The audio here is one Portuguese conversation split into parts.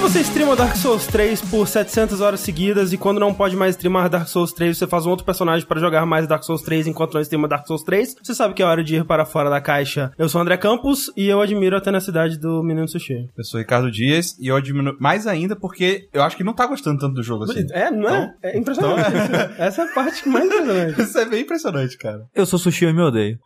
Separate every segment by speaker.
Speaker 1: Você streama Dark Souls 3 por 700 horas seguidas e quando não pode mais streamar Dark Souls 3, você faz um outro personagem para jogar mais Dark Souls 3 enquanto não streama Dark Souls 3. Você sabe que é hora de ir para fora da caixa. Eu sou o André Campos e eu admiro a tenacidade do menino sushi.
Speaker 2: Eu sou o Ricardo Dias e eu admiro mais ainda porque eu acho que não tá gostando tanto do jogo assim.
Speaker 1: É, não é? É impressionante. Essa é a parte que mais impressionante.
Speaker 2: Isso é bem impressionante, cara.
Speaker 3: Eu sou sushi, eu me odeio.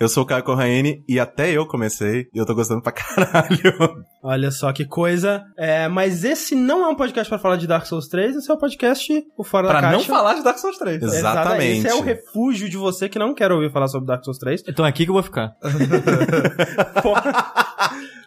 Speaker 4: eu sou o Caio Corraine e até eu comecei e eu tô gostando pra caralho.
Speaker 1: Olha só que coisa. É, mas esse não é um podcast para falar de Dark Souls 3, esse é um podcast o Fora
Speaker 2: Pra
Speaker 1: da
Speaker 2: não
Speaker 1: Caixa.
Speaker 2: falar de Dark Souls 3.
Speaker 4: Exato.
Speaker 1: Exato,
Speaker 4: Exatamente.
Speaker 1: Esse é o refúgio de você que não quer ouvir falar sobre Dark Souls 3.
Speaker 3: Então é aqui que eu vou ficar.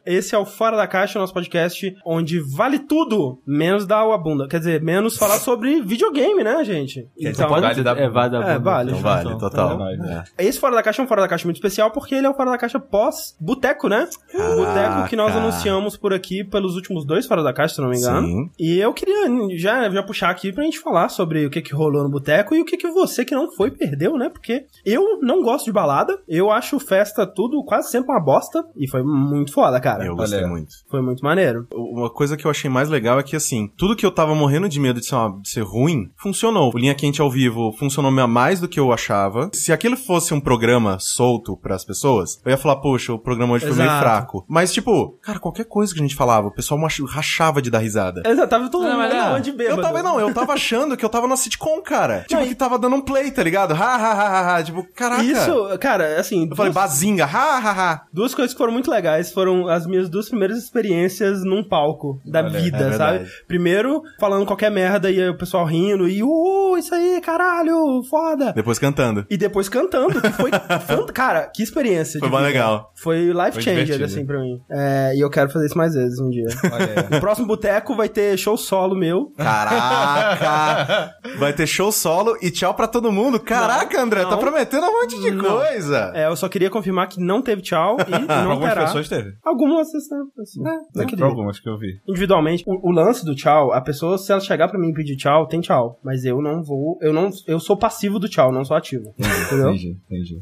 Speaker 1: Esse é o Fora da Caixa, o nosso podcast, onde vale tudo, menos dar a bunda. Quer dizer, menos falar sobre videogame, né, gente?
Speaker 2: dizer,
Speaker 4: então
Speaker 2: pode- Então, vale da-
Speaker 3: é, vale da
Speaker 1: É, vale.
Speaker 2: então
Speaker 4: Não
Speaker 3: Então,
Speaker 4: Então vale, total.
Speaker 2: Entendeu?
Speaker 4: É.
Speaker 1: Esse Fora da Caixa é um Fora da Caixa muito especial, porque ele é o Fora da Caixa pós-boteco, né? O boteco que nós
Speaker 4: Caraca.
Speaker 1: anunciamos por aqui pelos últimos dois Fora da Caixa, se não me engano.
Speaker 4: Sim.
Speaker 1: E eu queria já, já puxar aqui pra gente falar sobre o que, que rolou no boteco e o que, que você que não foi perdeu, né? Porque eu não gosto de balada, eu acho festa tudo quase sempre uma bosta, e foi muito foda, cara.
Speaker 4: Eu gostei
Speaker 2: olha.
Speaker 4: muito.
Speaker 1: Foi muito maneiro.
Speaker 4: Uma coisa que eu achei mais legal é que, assim, tudo que eu tava morrendo de medo de ser, uma- de ser ruim, funcionou. O Linha Quente ao vivo funcionou a mais do que eu achava. Se aquilo fosse um programa solto pras pessoas, eu ia falar, poxa, o programa hoje foi meio
Speaker 1: Exato.
Speaker 4: fraco. Mas, tipo, cara, qualquer coisa que a gente falava, o pessoal machu- rachava de dar risada.
Speaker 1: Exato, É, tava todo
Speaker 3: Não,
Speaker 1: mundo
Speaker 3: mas não.
Speaker 1: não, de bêbado.
Speaker 4: Eu tava, não, eu tava achando que eu tava na sitcom, cara. Tipo,
Speaker 1: É, Não, e-
Speaker 4: que tava dando um play, tá ligado? Ha, ha, ha, ha, ha. Tipo, caraca.
Speaker 1: Isso, cara, assim,
Speaker 4: Eu falei,
Speaker 1: duas,
Speaker 4: bazinga, ha, ha, ha.
Speaker 1: duas coisas que foram muito legais foram as minhas duas primeiras experiências num palco da
Speaker 2: Olha,
Speaker 1: vida,
Speaker 4: é
Speaker 1: sabe?
Speaker 4: verdade.
Speaker 1: Primeiro, falando qualquer merda e aí o pessoal rindo e uh, isso aí, caralho, foda.
Speaker 4: Depois cantando.
Speaker 1: E depois cantando, que foi. fan- cara, que experiência.
Speaker 4: Foi
Speaker 1: de
Speaker 4: bem
Speaker 1: vida.
Speaker 4: legal.
Speaker 1: Foi life
Speaker 2: Foi
Speaker 1: changer,
Speaker 2: divertido.
Speaker 1: assim, pra mim. É, e eu quero fazer isso mais vezes um dia.
Speaker 2: Olha
Speaker 1: O próximo boteco vai ter show solo meu.
Speaker 4: Caraca! Vai ter show solo e tchau pra todo mundo. Caraca, André, tá
Speaker 1: não.
Speaker 4: prometendo um monte de coisa.
Speaker 1: É, eu só queria confirmar que não teve tchau e
Speaker 2: aí.
Speaker 1: não
Speaker 2: Algumas
Speaker 1: terá.
Speaker 2: pessoas teve.
Speaker 1: Algumas, né, assim, né, naquele
Speaker 2: Pra algumas que eu vi.
Speaker 1: individualmente. O, o lance do tchau, a pessoa, se ela chegar pra mim e pedir tchau, tem tchau. Mas eu não vou. Eu não. Eu sou passivo do tchau, não sou ativo.
Speaker 4: Hum,
Speaker 1: Entendeu?
Speaker 2: Entendi, entendi.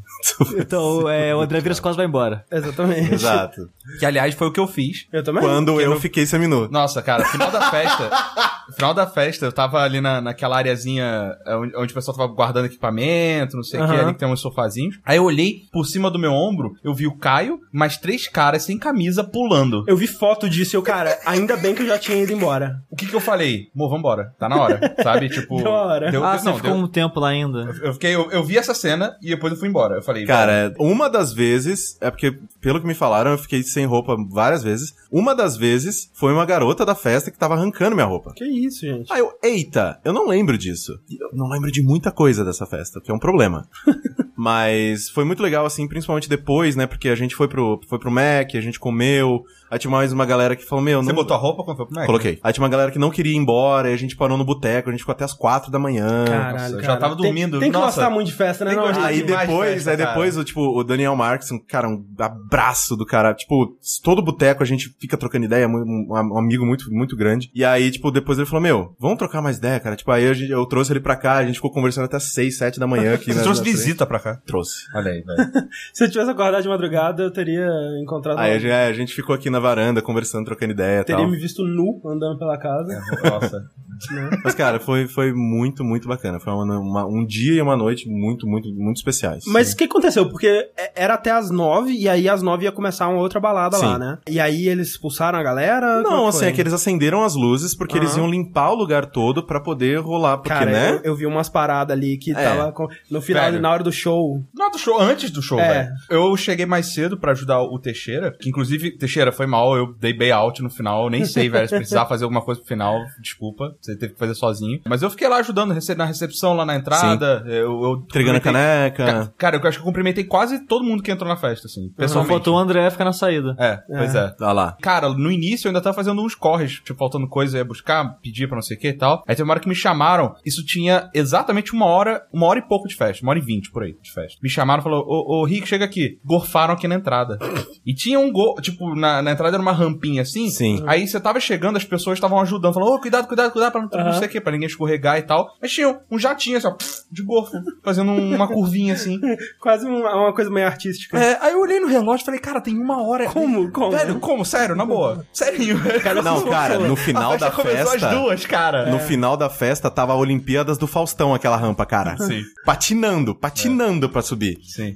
Speaker 3: Então é, o André vira as costas e vai embora.
Speaker 1: Exatamente.
Speaker 4: Exato.
Speaker 2: Que, aliás, foi o que eu fiz.
Speaker 1: Eu também.
Speaker 4: Quando eu fiquei sem minuto.
Speaker 2: Nossa, cara, final da festa. final da festa, eu tava ali na, naquela areazinha é, onde, onde o pessoal tava guardando equipamento, não sei o que,
Speaker 1: Aham.
Speaker 2: ali que tem uns sofazinhos. Aí eu olhei por cima do meu ombro, eu vi o Caio, mais três caras sem camisa pulando.
Speaker 1: Eu vi foto disso e eu, cara, ainda bem que eu já tinha ido embora.
Speaker 2: O que que eu falei? Mô, vambora, tá na hora, sabe? Tipo.
Speaker 1: Deu a hora.
Speaker 2: Deu,
Speaker 3: ah,
Speaker 2: deu-
Speaker 3: você
Speaker 2: não,
Speaker 3: ficou
Speaker 2: deu,
Speaker 3: um tempo lá ainda.
Speaker 2: eu, fiquei, eu, eu vi essa cena e depois eu fui embora. Eu falei,
Speaker 4: Cara, uma das vezes, é porque, pelo que me falaram, eu fiquei sem roupa várias vezes. Uma das vezes foi uma garota da festa que tava arrancando minha roupa.
Speaker 1: Que isso, gente.
Speaker 4: Aí Ah, eu, eita, eu não lembro disso. E Eu não lembro de muita coisa dessa festa, que é um problema. Mas foi muito legal, assim, principalmente depois, né? Porque a gente foi pro, foi pro Mac, a gente comeu. Aí tinha mais uma galera que falou, meu,
Speaker 2: você
Speaker 4: não...
Speaker 2: botou a roupa quando foi pro Mac?
Speaker 4: Coloquei. Aí tinha uma galera que não queria ir embora, e a gente parou no boteco, a gente ficou até as quatro da manhã.
Speaker 2: eu já tava
Speaker 1: Tem-
Speaker 2: dormindo.
Speaker 1: Tem, que
Speaker 2: Nossa.
Speaker 1: gostar muito de festa, né?
Speaker 2: Tem que
Speaker 1: Não,
Speaker 2: gostar
Speaker 4: Aí
Speaker 1: gente?
Speaker 2: demais
Speaker 4: depois,
Speaker 2: festa,
Speaker 4: aí
Speaker 2: cara.
Speaker 4: depois, o, tipo, o Daniel Marx, um cara, um abraço do cara. Tipo, todo boteco a gente fica trocando ideia, mu- um, um amigo muito, muito grande. E aí, tipo, depois ele falou, meu, vamos trocar mais ideia, cara. Tipo, aí a gente- eu trouxe ele pra cá, a gente ficou conversando até seis, sete da manhã aqui.
Speaker 2: Você
Speaker 4: na-
Speaker 2: trouxe
Speaker 4: na frente.
Speaker 2: visita pra cá.
Speaker 4: Trouxe.
Speaker 2: Olha aí, velho. tá
Speaker 1: Se eu tivesse acordado de madrugada, eu teria encontrado.
Speaker 4: Aí a
Speaker 1: alguém.
Speaker 4: gente, é, a gente ficou aqui na varanda, conversando, trocando ideia e
Speaker 1: Teria
Speaker 4: tal.
Speaker 1: me visto nu andando pela casa.
Speaker 2: Nossa.
Speaker 4: Mas, cara, foi, foi muito, muito bacana. Foi uma- uma- um dia e uma noite muito, muito, muito especiais.
Speaker 1: Mas o que aconteceu? Porque é- era até as nove, e aí às nove ia começar uma outra balada lá,
Speaker 4: Sim.
Speaker 1: né? E aí eles expulsaram a galera? Como
Speaker 4: Não,
Speaker 1: que
Speaker 4: assim,
Speaker 1: foi?
Speaker 4: é que eles acenderam as luzes porque eles
Speaker 1: Aham.
Speaker 4: iam limpar o lugar todo pra poder rolar, porque,
Speaker 1: Cara,
Speaker 4: né?
Speaker 1: eu, eu vi umas paradas ali que
Speaker 4: É.
Speaker 1: tava com- no final,
Speaker 2: Velho.
Speaker 1: na hora do show.
Speaker 2: Não, do show, antes do show,
Speaker 1: É.
Speaker 2: velho. Eu cheguei mais cedo pra ajudar o Teixeira, que inclusive, Teixeira, foi mal, eu dei bailout no final, eu nem sei, velho, se precisar fazer alguma coisa pro final, desculpa, você teve que fazer sozinho. Mas eu fiquei lá ajudando rece- na recepção, lá na entrada, eu... eu
Speaker 4: Entregando a
Speaker 2: cumprimentei-
Speaker 4: caneca. né?
Speaker 2: Ca- Cara, eu acho que eu cumprimentei quase todo mundo que entrou na festa, assim,
Speaker 3: Só
Speaker 2: pessoalmente.
Speaker 3: faltou o André ficar na saída.
Speaker 2: É, pois é.
Speaker 4: Olha lá.
Speaker 2: Cara, no início eu ainda tava fazendo uns corres, tipo, faltando coisa, eu ia buscar, pedir pra não sei o que e tal. Aí teve uma hora que me chamaram, isso tinha exatamente uma hora, uma hora e pouco de festa, uma hora e vinte por aí de festa. Me chamaram e falou, ô, ô, Rick, chega aqui. Gorfaram aqui na entrada. E tinha um gol, tipo, na, na entrada era uma rampinha assim.
Speaker 4: Sim.
Speaker 2: Aí você tava chegando, as pessoas estavam ajudando, falando, ô, cuidado, cuidado, cuidado, pra não, não sei o quê, pra ninguém escorregar e tal. Mas tinha um- um jatinho assim, ó, de gorfo, fazendo um- uma curvinha assim.
Speaker 1: Quase um, uma, uma coisa meio artística.
Speaker 2: É, aí eu olhei no relógio e falei, cara, tem uma hora.
Speaker 1: Como? Como?
Speaker 2: Velho, como? Sério, na boa. Sério.
Speaker 4: Não, cara, no final
Speaker 2: a festa
Speaker 4: da
Speaker 2: começou
Speaker 4: festa-
Speaker 2: às duas, cara.
Speaker 4: No final da festa tava a Olimpíadas do Faustão, aquela rampa, cara.
Speaker 2: Sim.
Speaker 4: Patinando, patinando pra subir.
Speaker 2: Sim.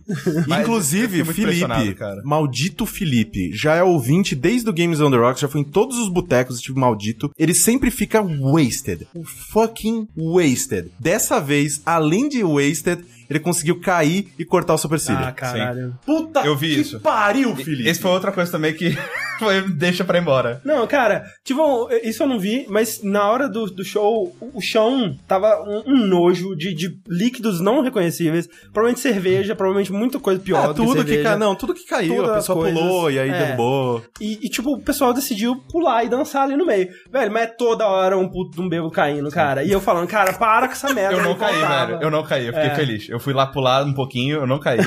Speaker 4: Inclusive, Felipe, maldito Felipe, já é ouvinte desde o Games on the Rocks, já foi em todos os botecos, tipo, maldito. Ele sempre fica wasted. Fucking wasted. Dessa vez, além de wasted, ele conseguiu cair e cortar o
Speaker 2: é
Speaker 4: supercílio.
Speaker 1: Ah, caralho.
Speaker 4: Puta
Speaker 2: eu vi
Speaker 4: que
Speaker 2: isso.
Speaker 4: pariu, Felipe.
Speaker 2: Esse foi outra coisa também que foi deixa pra ir embora.
Speaker 1: Não, cara, tipo, isso eu não vi, mas na hora do, do show, o o chão tava um, um nojo de, de líquidos não reconhecíveis. Provavelmente cerveja, provavelmente muita coisa pior
Speaker 2: É,
Speaker 4: Ah,
Speaker 1: do
Speaker 4: tudo
Speaker 1: que
Speaker 4: que,
Speaker 1: cerveja.
Speaker 4: caiu. Não, tudo que caiu.
Speaker 1: Todas
Speaker 4: a
Speaker 1: as
Speaker 4: pessoa
Speaker 1: coisas.
Speaker 4: pulou e aí
Speaker 1: É.
Speaker 4: derrubou.
Speaker 1: E, e, tipo, o pessoal decidiu pular e dançar ali no meio. Velho, mas é toda hora um puto de um bebo caindo, cara. E eu falando, cara, para com essa merda.
Speaker 2: Eu não caí,
Speaker 1: voltava.
Speaker 2: velho. Eu não caí, eu fiquei
Speaker 1: É.
Speaker 2: feliz. Eu fui lá pular um pouquinho, eu não caí.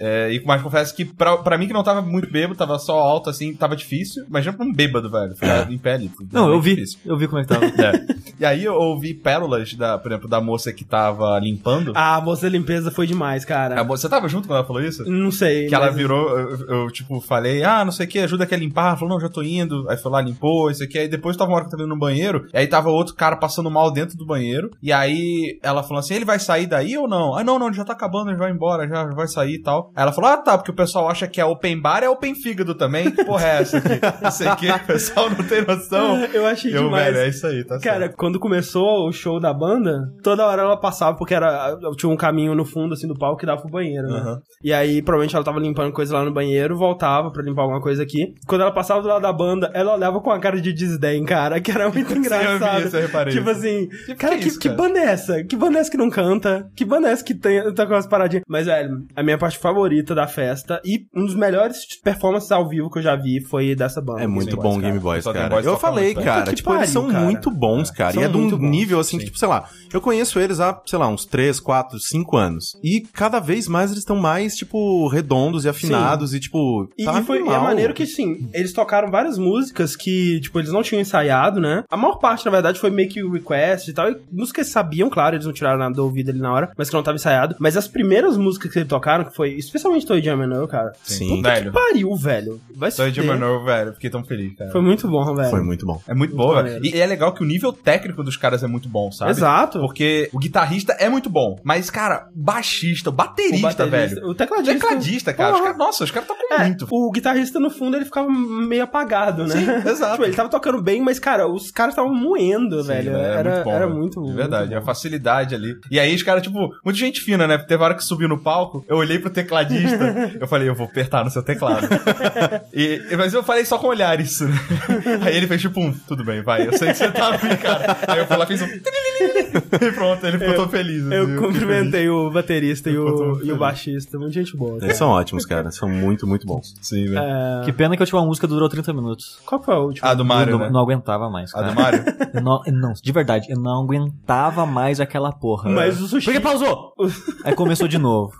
Speaker 2: É, e, mas confesso que pra, pra mim que não tava muito bêbado, tava só alto assim, tava difícil. Imagina pra um bêbado, velho, ficar em pé ali.
Speaker 3: Não, eu
Speaker 2: Muito
Speaker 3: vi.
Speaker 2: difícil.
Speaker 3: Eu vi como é que tava.
Speaker 2: É. E aí eu ouvi pérolas, da, por exemplo, da moça que tava limpando.
Speaker 1: Ah, a moça da limpeza foi demais, cara.
Speaker 2: A moça- Você tava junto quando ela falou isso?
Speaker 1: Não sei.
Speaker 2: Que ela
Speaker 1: mas-
Speaker 2: virou, eu, eu, tipo, falei, ah, não sei o que, ajuda aqui a limpar. Ela Falou, não, já tô indo. Aí foi lá, limpou, isso aqui. Aí depois tava uma hora que eu tava indo no banheiro, e aí tava outro cara passando mal dentro do banheiro. E aí ela falou assim, ele vai sair daí ou não? Ah, não, não, já tá acabando, ele vai embora, já vai sair e tal. Aí ela falou, ah, tá, porque o pessoal acha que é open bar, é open fígado também. Que porra é essa aqui? Não sei o que, o pessoal não tem noção.
Speaker 1: Eu achei
Speaker 2: Eu,
Speaker 1: demais.
Speaker 2: velho, é isso aí, tá
Speaker 1: Cara, quando começou o show da banda, toda hora ela passava, porque era, tinha um caminho no fundo, assim, do palco que dava pro banheiro, né?
Speaker 2: Aham.
Speaker 1: E aí, provavelmente ela tava limpando coisa lá no banheiro, voltava pra limpar alguma coisa aqui. Quando ela passava do lado da banda, ela olhava com a cara de desdém, cara, que era muito
Speaker 2: Eu
Speaker 1: engraçado.
Speaker 2: vi isso, eu reparei.
Speaker 1: Tipo
Speaker 2: isso.
Speaker 1: assim,
Speaker 2: Tipo,
Speaker 1: cara,
Speaker 2: que
Speaker 1: que,
Speaker 2: isso,
Speaker 1: que
Speaker 2: cara?
Speaker 1: banda é essa? Que banda é essa que não canta? Que banda é essa que tem, tá com as paradinhas? Mas, velho, a minha parte favorita da festa e um dos melhores performances ao vivo que eu já vi foi dessa banda. Tipo,
Speaker 4: É muito
Speaker 2: Game
Speaker 4: bom
Speaker 2: Boys, cara. Só
Speaker 4: o Game Boys,
Speaker 2: Game
Speaker 4: cara.
Speaker 2: Boys
Speaker 4: eu
Speaker 2: toca
Speaker 4: falei,
Speaker 2: muito bem.
Speaker 4: cara,
Speaker 1: Puta que
Speaker 4: tipo, eles
Speaker 1: pariu,
Speaker 4: são
Speaker 1: cara.
Speaker 4: muito bons, cara.
Speaker 1: São
Speaker 4: e é de um
Speaker 1: muito bons,
Speaker 4: nível assim,
Speaker 2: sim.
Speaker 4: que, tipo, sei lá, eu conheço eles há, sei lá, uns 3, 4, 5 anos. E cada vez mais eles estão mais, tipo, redondos e afinados e, tipo,
Speaker 1: E,
Speaker 4: tá
Speaker 1: e foi e é
Speaker 4: animal.
Speaker 1: maneiro que, assim, eles tocaram várias músicas que, tipo, eles não tinham ensaiado, né? A maior parte, na verdade, foi meio que o request e tal. E músicas que sabiam, claro, eles não tiraram nada do ouvido ali na hora, mas que não tava ensaiado. Mas as primeiras músicas que eles tocaram, que foi especialmente Toy Jam and Earl, cara.
Speaker 4: Sim,
Speaker 1: assim, Puta
Speaker 2: velho.
Speaker 1: que pariu, velho. Vai se
Speaker 2: Sou de
Speaker 1: fuder.
Speaker 2: Manoel, velho, fiquei tão feliz, cara.
Speaker 1: Foi muito bom, velho.
Speaker 4: foi muito bom.
Speaker 2: É muito
Speaker 1: Muito
Speaker 2: bom, velho.
Speaker 1: maneiro.
Speaker 2: E é legal que o nível técnico dos caras é muito bom, sabe?
Speaker 1: Exato.
Speaker 2: Porque o guitarrista é muito bom, mas, cara, baixista, o
Speaker 1: O
Speaker 2: baterista,
Speaker 1: baterista-
Speaker 2: velho.
Speaker 1: O
Speaker 2: O
Speaker 1: tecladista.
Speaker 2: tecladista, cara. Os
Speaker 1: Porra.
Speaker 2: caras- nossa, os caras tocam
Speaker 1: É,
Speaker 2: muito.
Speaker 1: o guitarrista no fundo ele ficava meio apagado, né?
Speaker 2: Sim, exato.
Speaker 1: Tipo, ele tava tocando bem, mas, cara, os caras estavam moendo,
Speaker 2: Sim,
Speaker 1: velho.
Speaker 2: né? É
Speaker 1: Era, era
Speaker 2: velho.
Speaker 1: muito
Speaker 2: De
Speaker 1: muito
Speaker 2: verdade, é
Speaker 1: bom.
Speaker 2: a facilidade ali. E aí os caras, tipo, muita gente fina, né? Teve hora que subiu no palco, eu olhei pro tecladista, eu falei, eu vou apertar no seu teclado. E- e- mas eu falei só com olhar isso, né? Aí ele fez tipo um, tudo bem, vai, eu sei que você tá afim, cara. Aí eu fui lá, fiz um... E pronto, ele ficou tão feliz. assim,
Speaker 1: Eu
Speaker 2: fiquei feliz.
Speaker 1: cumprimentei o baterista e
Speaker 2: Eu tô
Speaker 1: o,
Speaker 2: feliz.
Speaker 1: e o baixista. Muita gente boa.
Speaker 4: Eles são ótimos, cara. São muito, muito bons.
Speaker 2: Sim, velho.
Speaker 1: É,
Speaker 3: É um. Que Ah, pena que a última música durou 30 minutos.
Speaker 1: Qual é foi a última?
Speaker 2: A do Mario,
Speaker 3: eu não,
Speaker 2: né?
Speaker 3: não aguentava mais,
Speaker 2: A
Speaker 3: cara.
Speaker 2: do Mario?
Speaker 3: Eu não, eu não, de verdade, eu não aguentava mais aquela porra.
Speaker 1: Mas o sushi-
Speaker 3: Porque pausou! Aí começou de novo.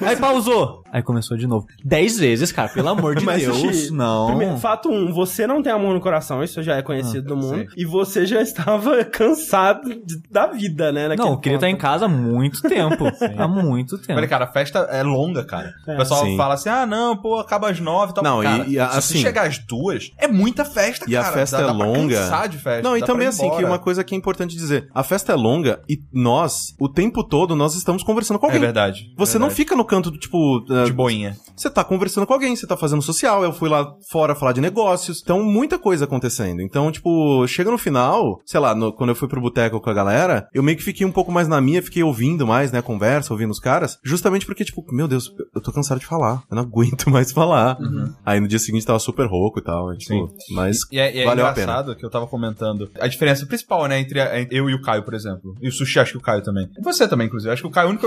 Speaker 3: Aí pausou! Aí começou de novo. Dez vezes, cara, pelo amor de
Speaker 1: Mas,
Speaker 3: Deus.
Speaker 1: Sushi,
Speaker 3: não.
Speaker 1: Primeiro, fato 1, um, você não tem amor no coração, isso já é conhecido
Speaker 3: Ah,
Speaker 1: do mundo. E você já estava cansado de- da vida, né? naquele
Speaker 3: Não, eu queria
Speaker 1: ponto.
Speaker 3: estar em casa há muito tempo. há muito tempo.
Speaker 2: Olha, cara, a festa é longa, cara. O pessoal
Speaker 4: Sim.
Speaker 2: fala assim, ah, não, pô, acaba às nove e tal.
Speaker 4: Não, e-
Speaker 2: cara,
Speaker 4: e a-
Speaker 2: se
Speaker 4: assim-
Speaker 2: chegar às duas, é muita festa,
Speaker 4: E a
Speaker 2: cara.
Speaker 4: festa
Speaker 2: dá,
Speaker 4: é
Speaker 2: dá pra
Speaker 4: longa.
Speaker 2: cansar de festa.
Speaker 4: Não, e
Speaker 2: dá pra
Speaker 4: também
Speaker 2: ir
Speaker 4: assim, que
Speaker 2: embora.
Speaker 4: uma coisa que é importante dizer: a festa é longa e nós, o tempo todo, nós estamos conversando com
Speaker 2: É
Speaker 4: alguém.
Speaker 2: verdade.
Speaker 4: você não fica no canto do tipo. ah,
Speaker 2: De boinha.
Speaker 4: Você tá conversando com alguém, você tá fazendo social, eu fui lá fora falar de negócios. Então, muita coisa acontecendo. Então, tipo, chega no final, sei lá, no- quando eu fui pro boteco com a galera, eu meio que fiquei um pouco mais na minha, fiquei ouvindo mais, né, a conversa, ouvindo os caras, justamente porque, tipo, meu Deus, eu tô cansado de falar, eu não aguento mais falar. Aí no dia seguinte tava super rouco e tal, e, tipo, mas
Speaker 2: E é, e é
Speaker 4: valeu a pena.
Speaker 2: engraçado que eu tava comentando a diferença principal, né, entre a- eu e o Caio, por exemplo. E o Sushi, acho que o Caio também. E você também, inclusive. Acho que o Caio é o único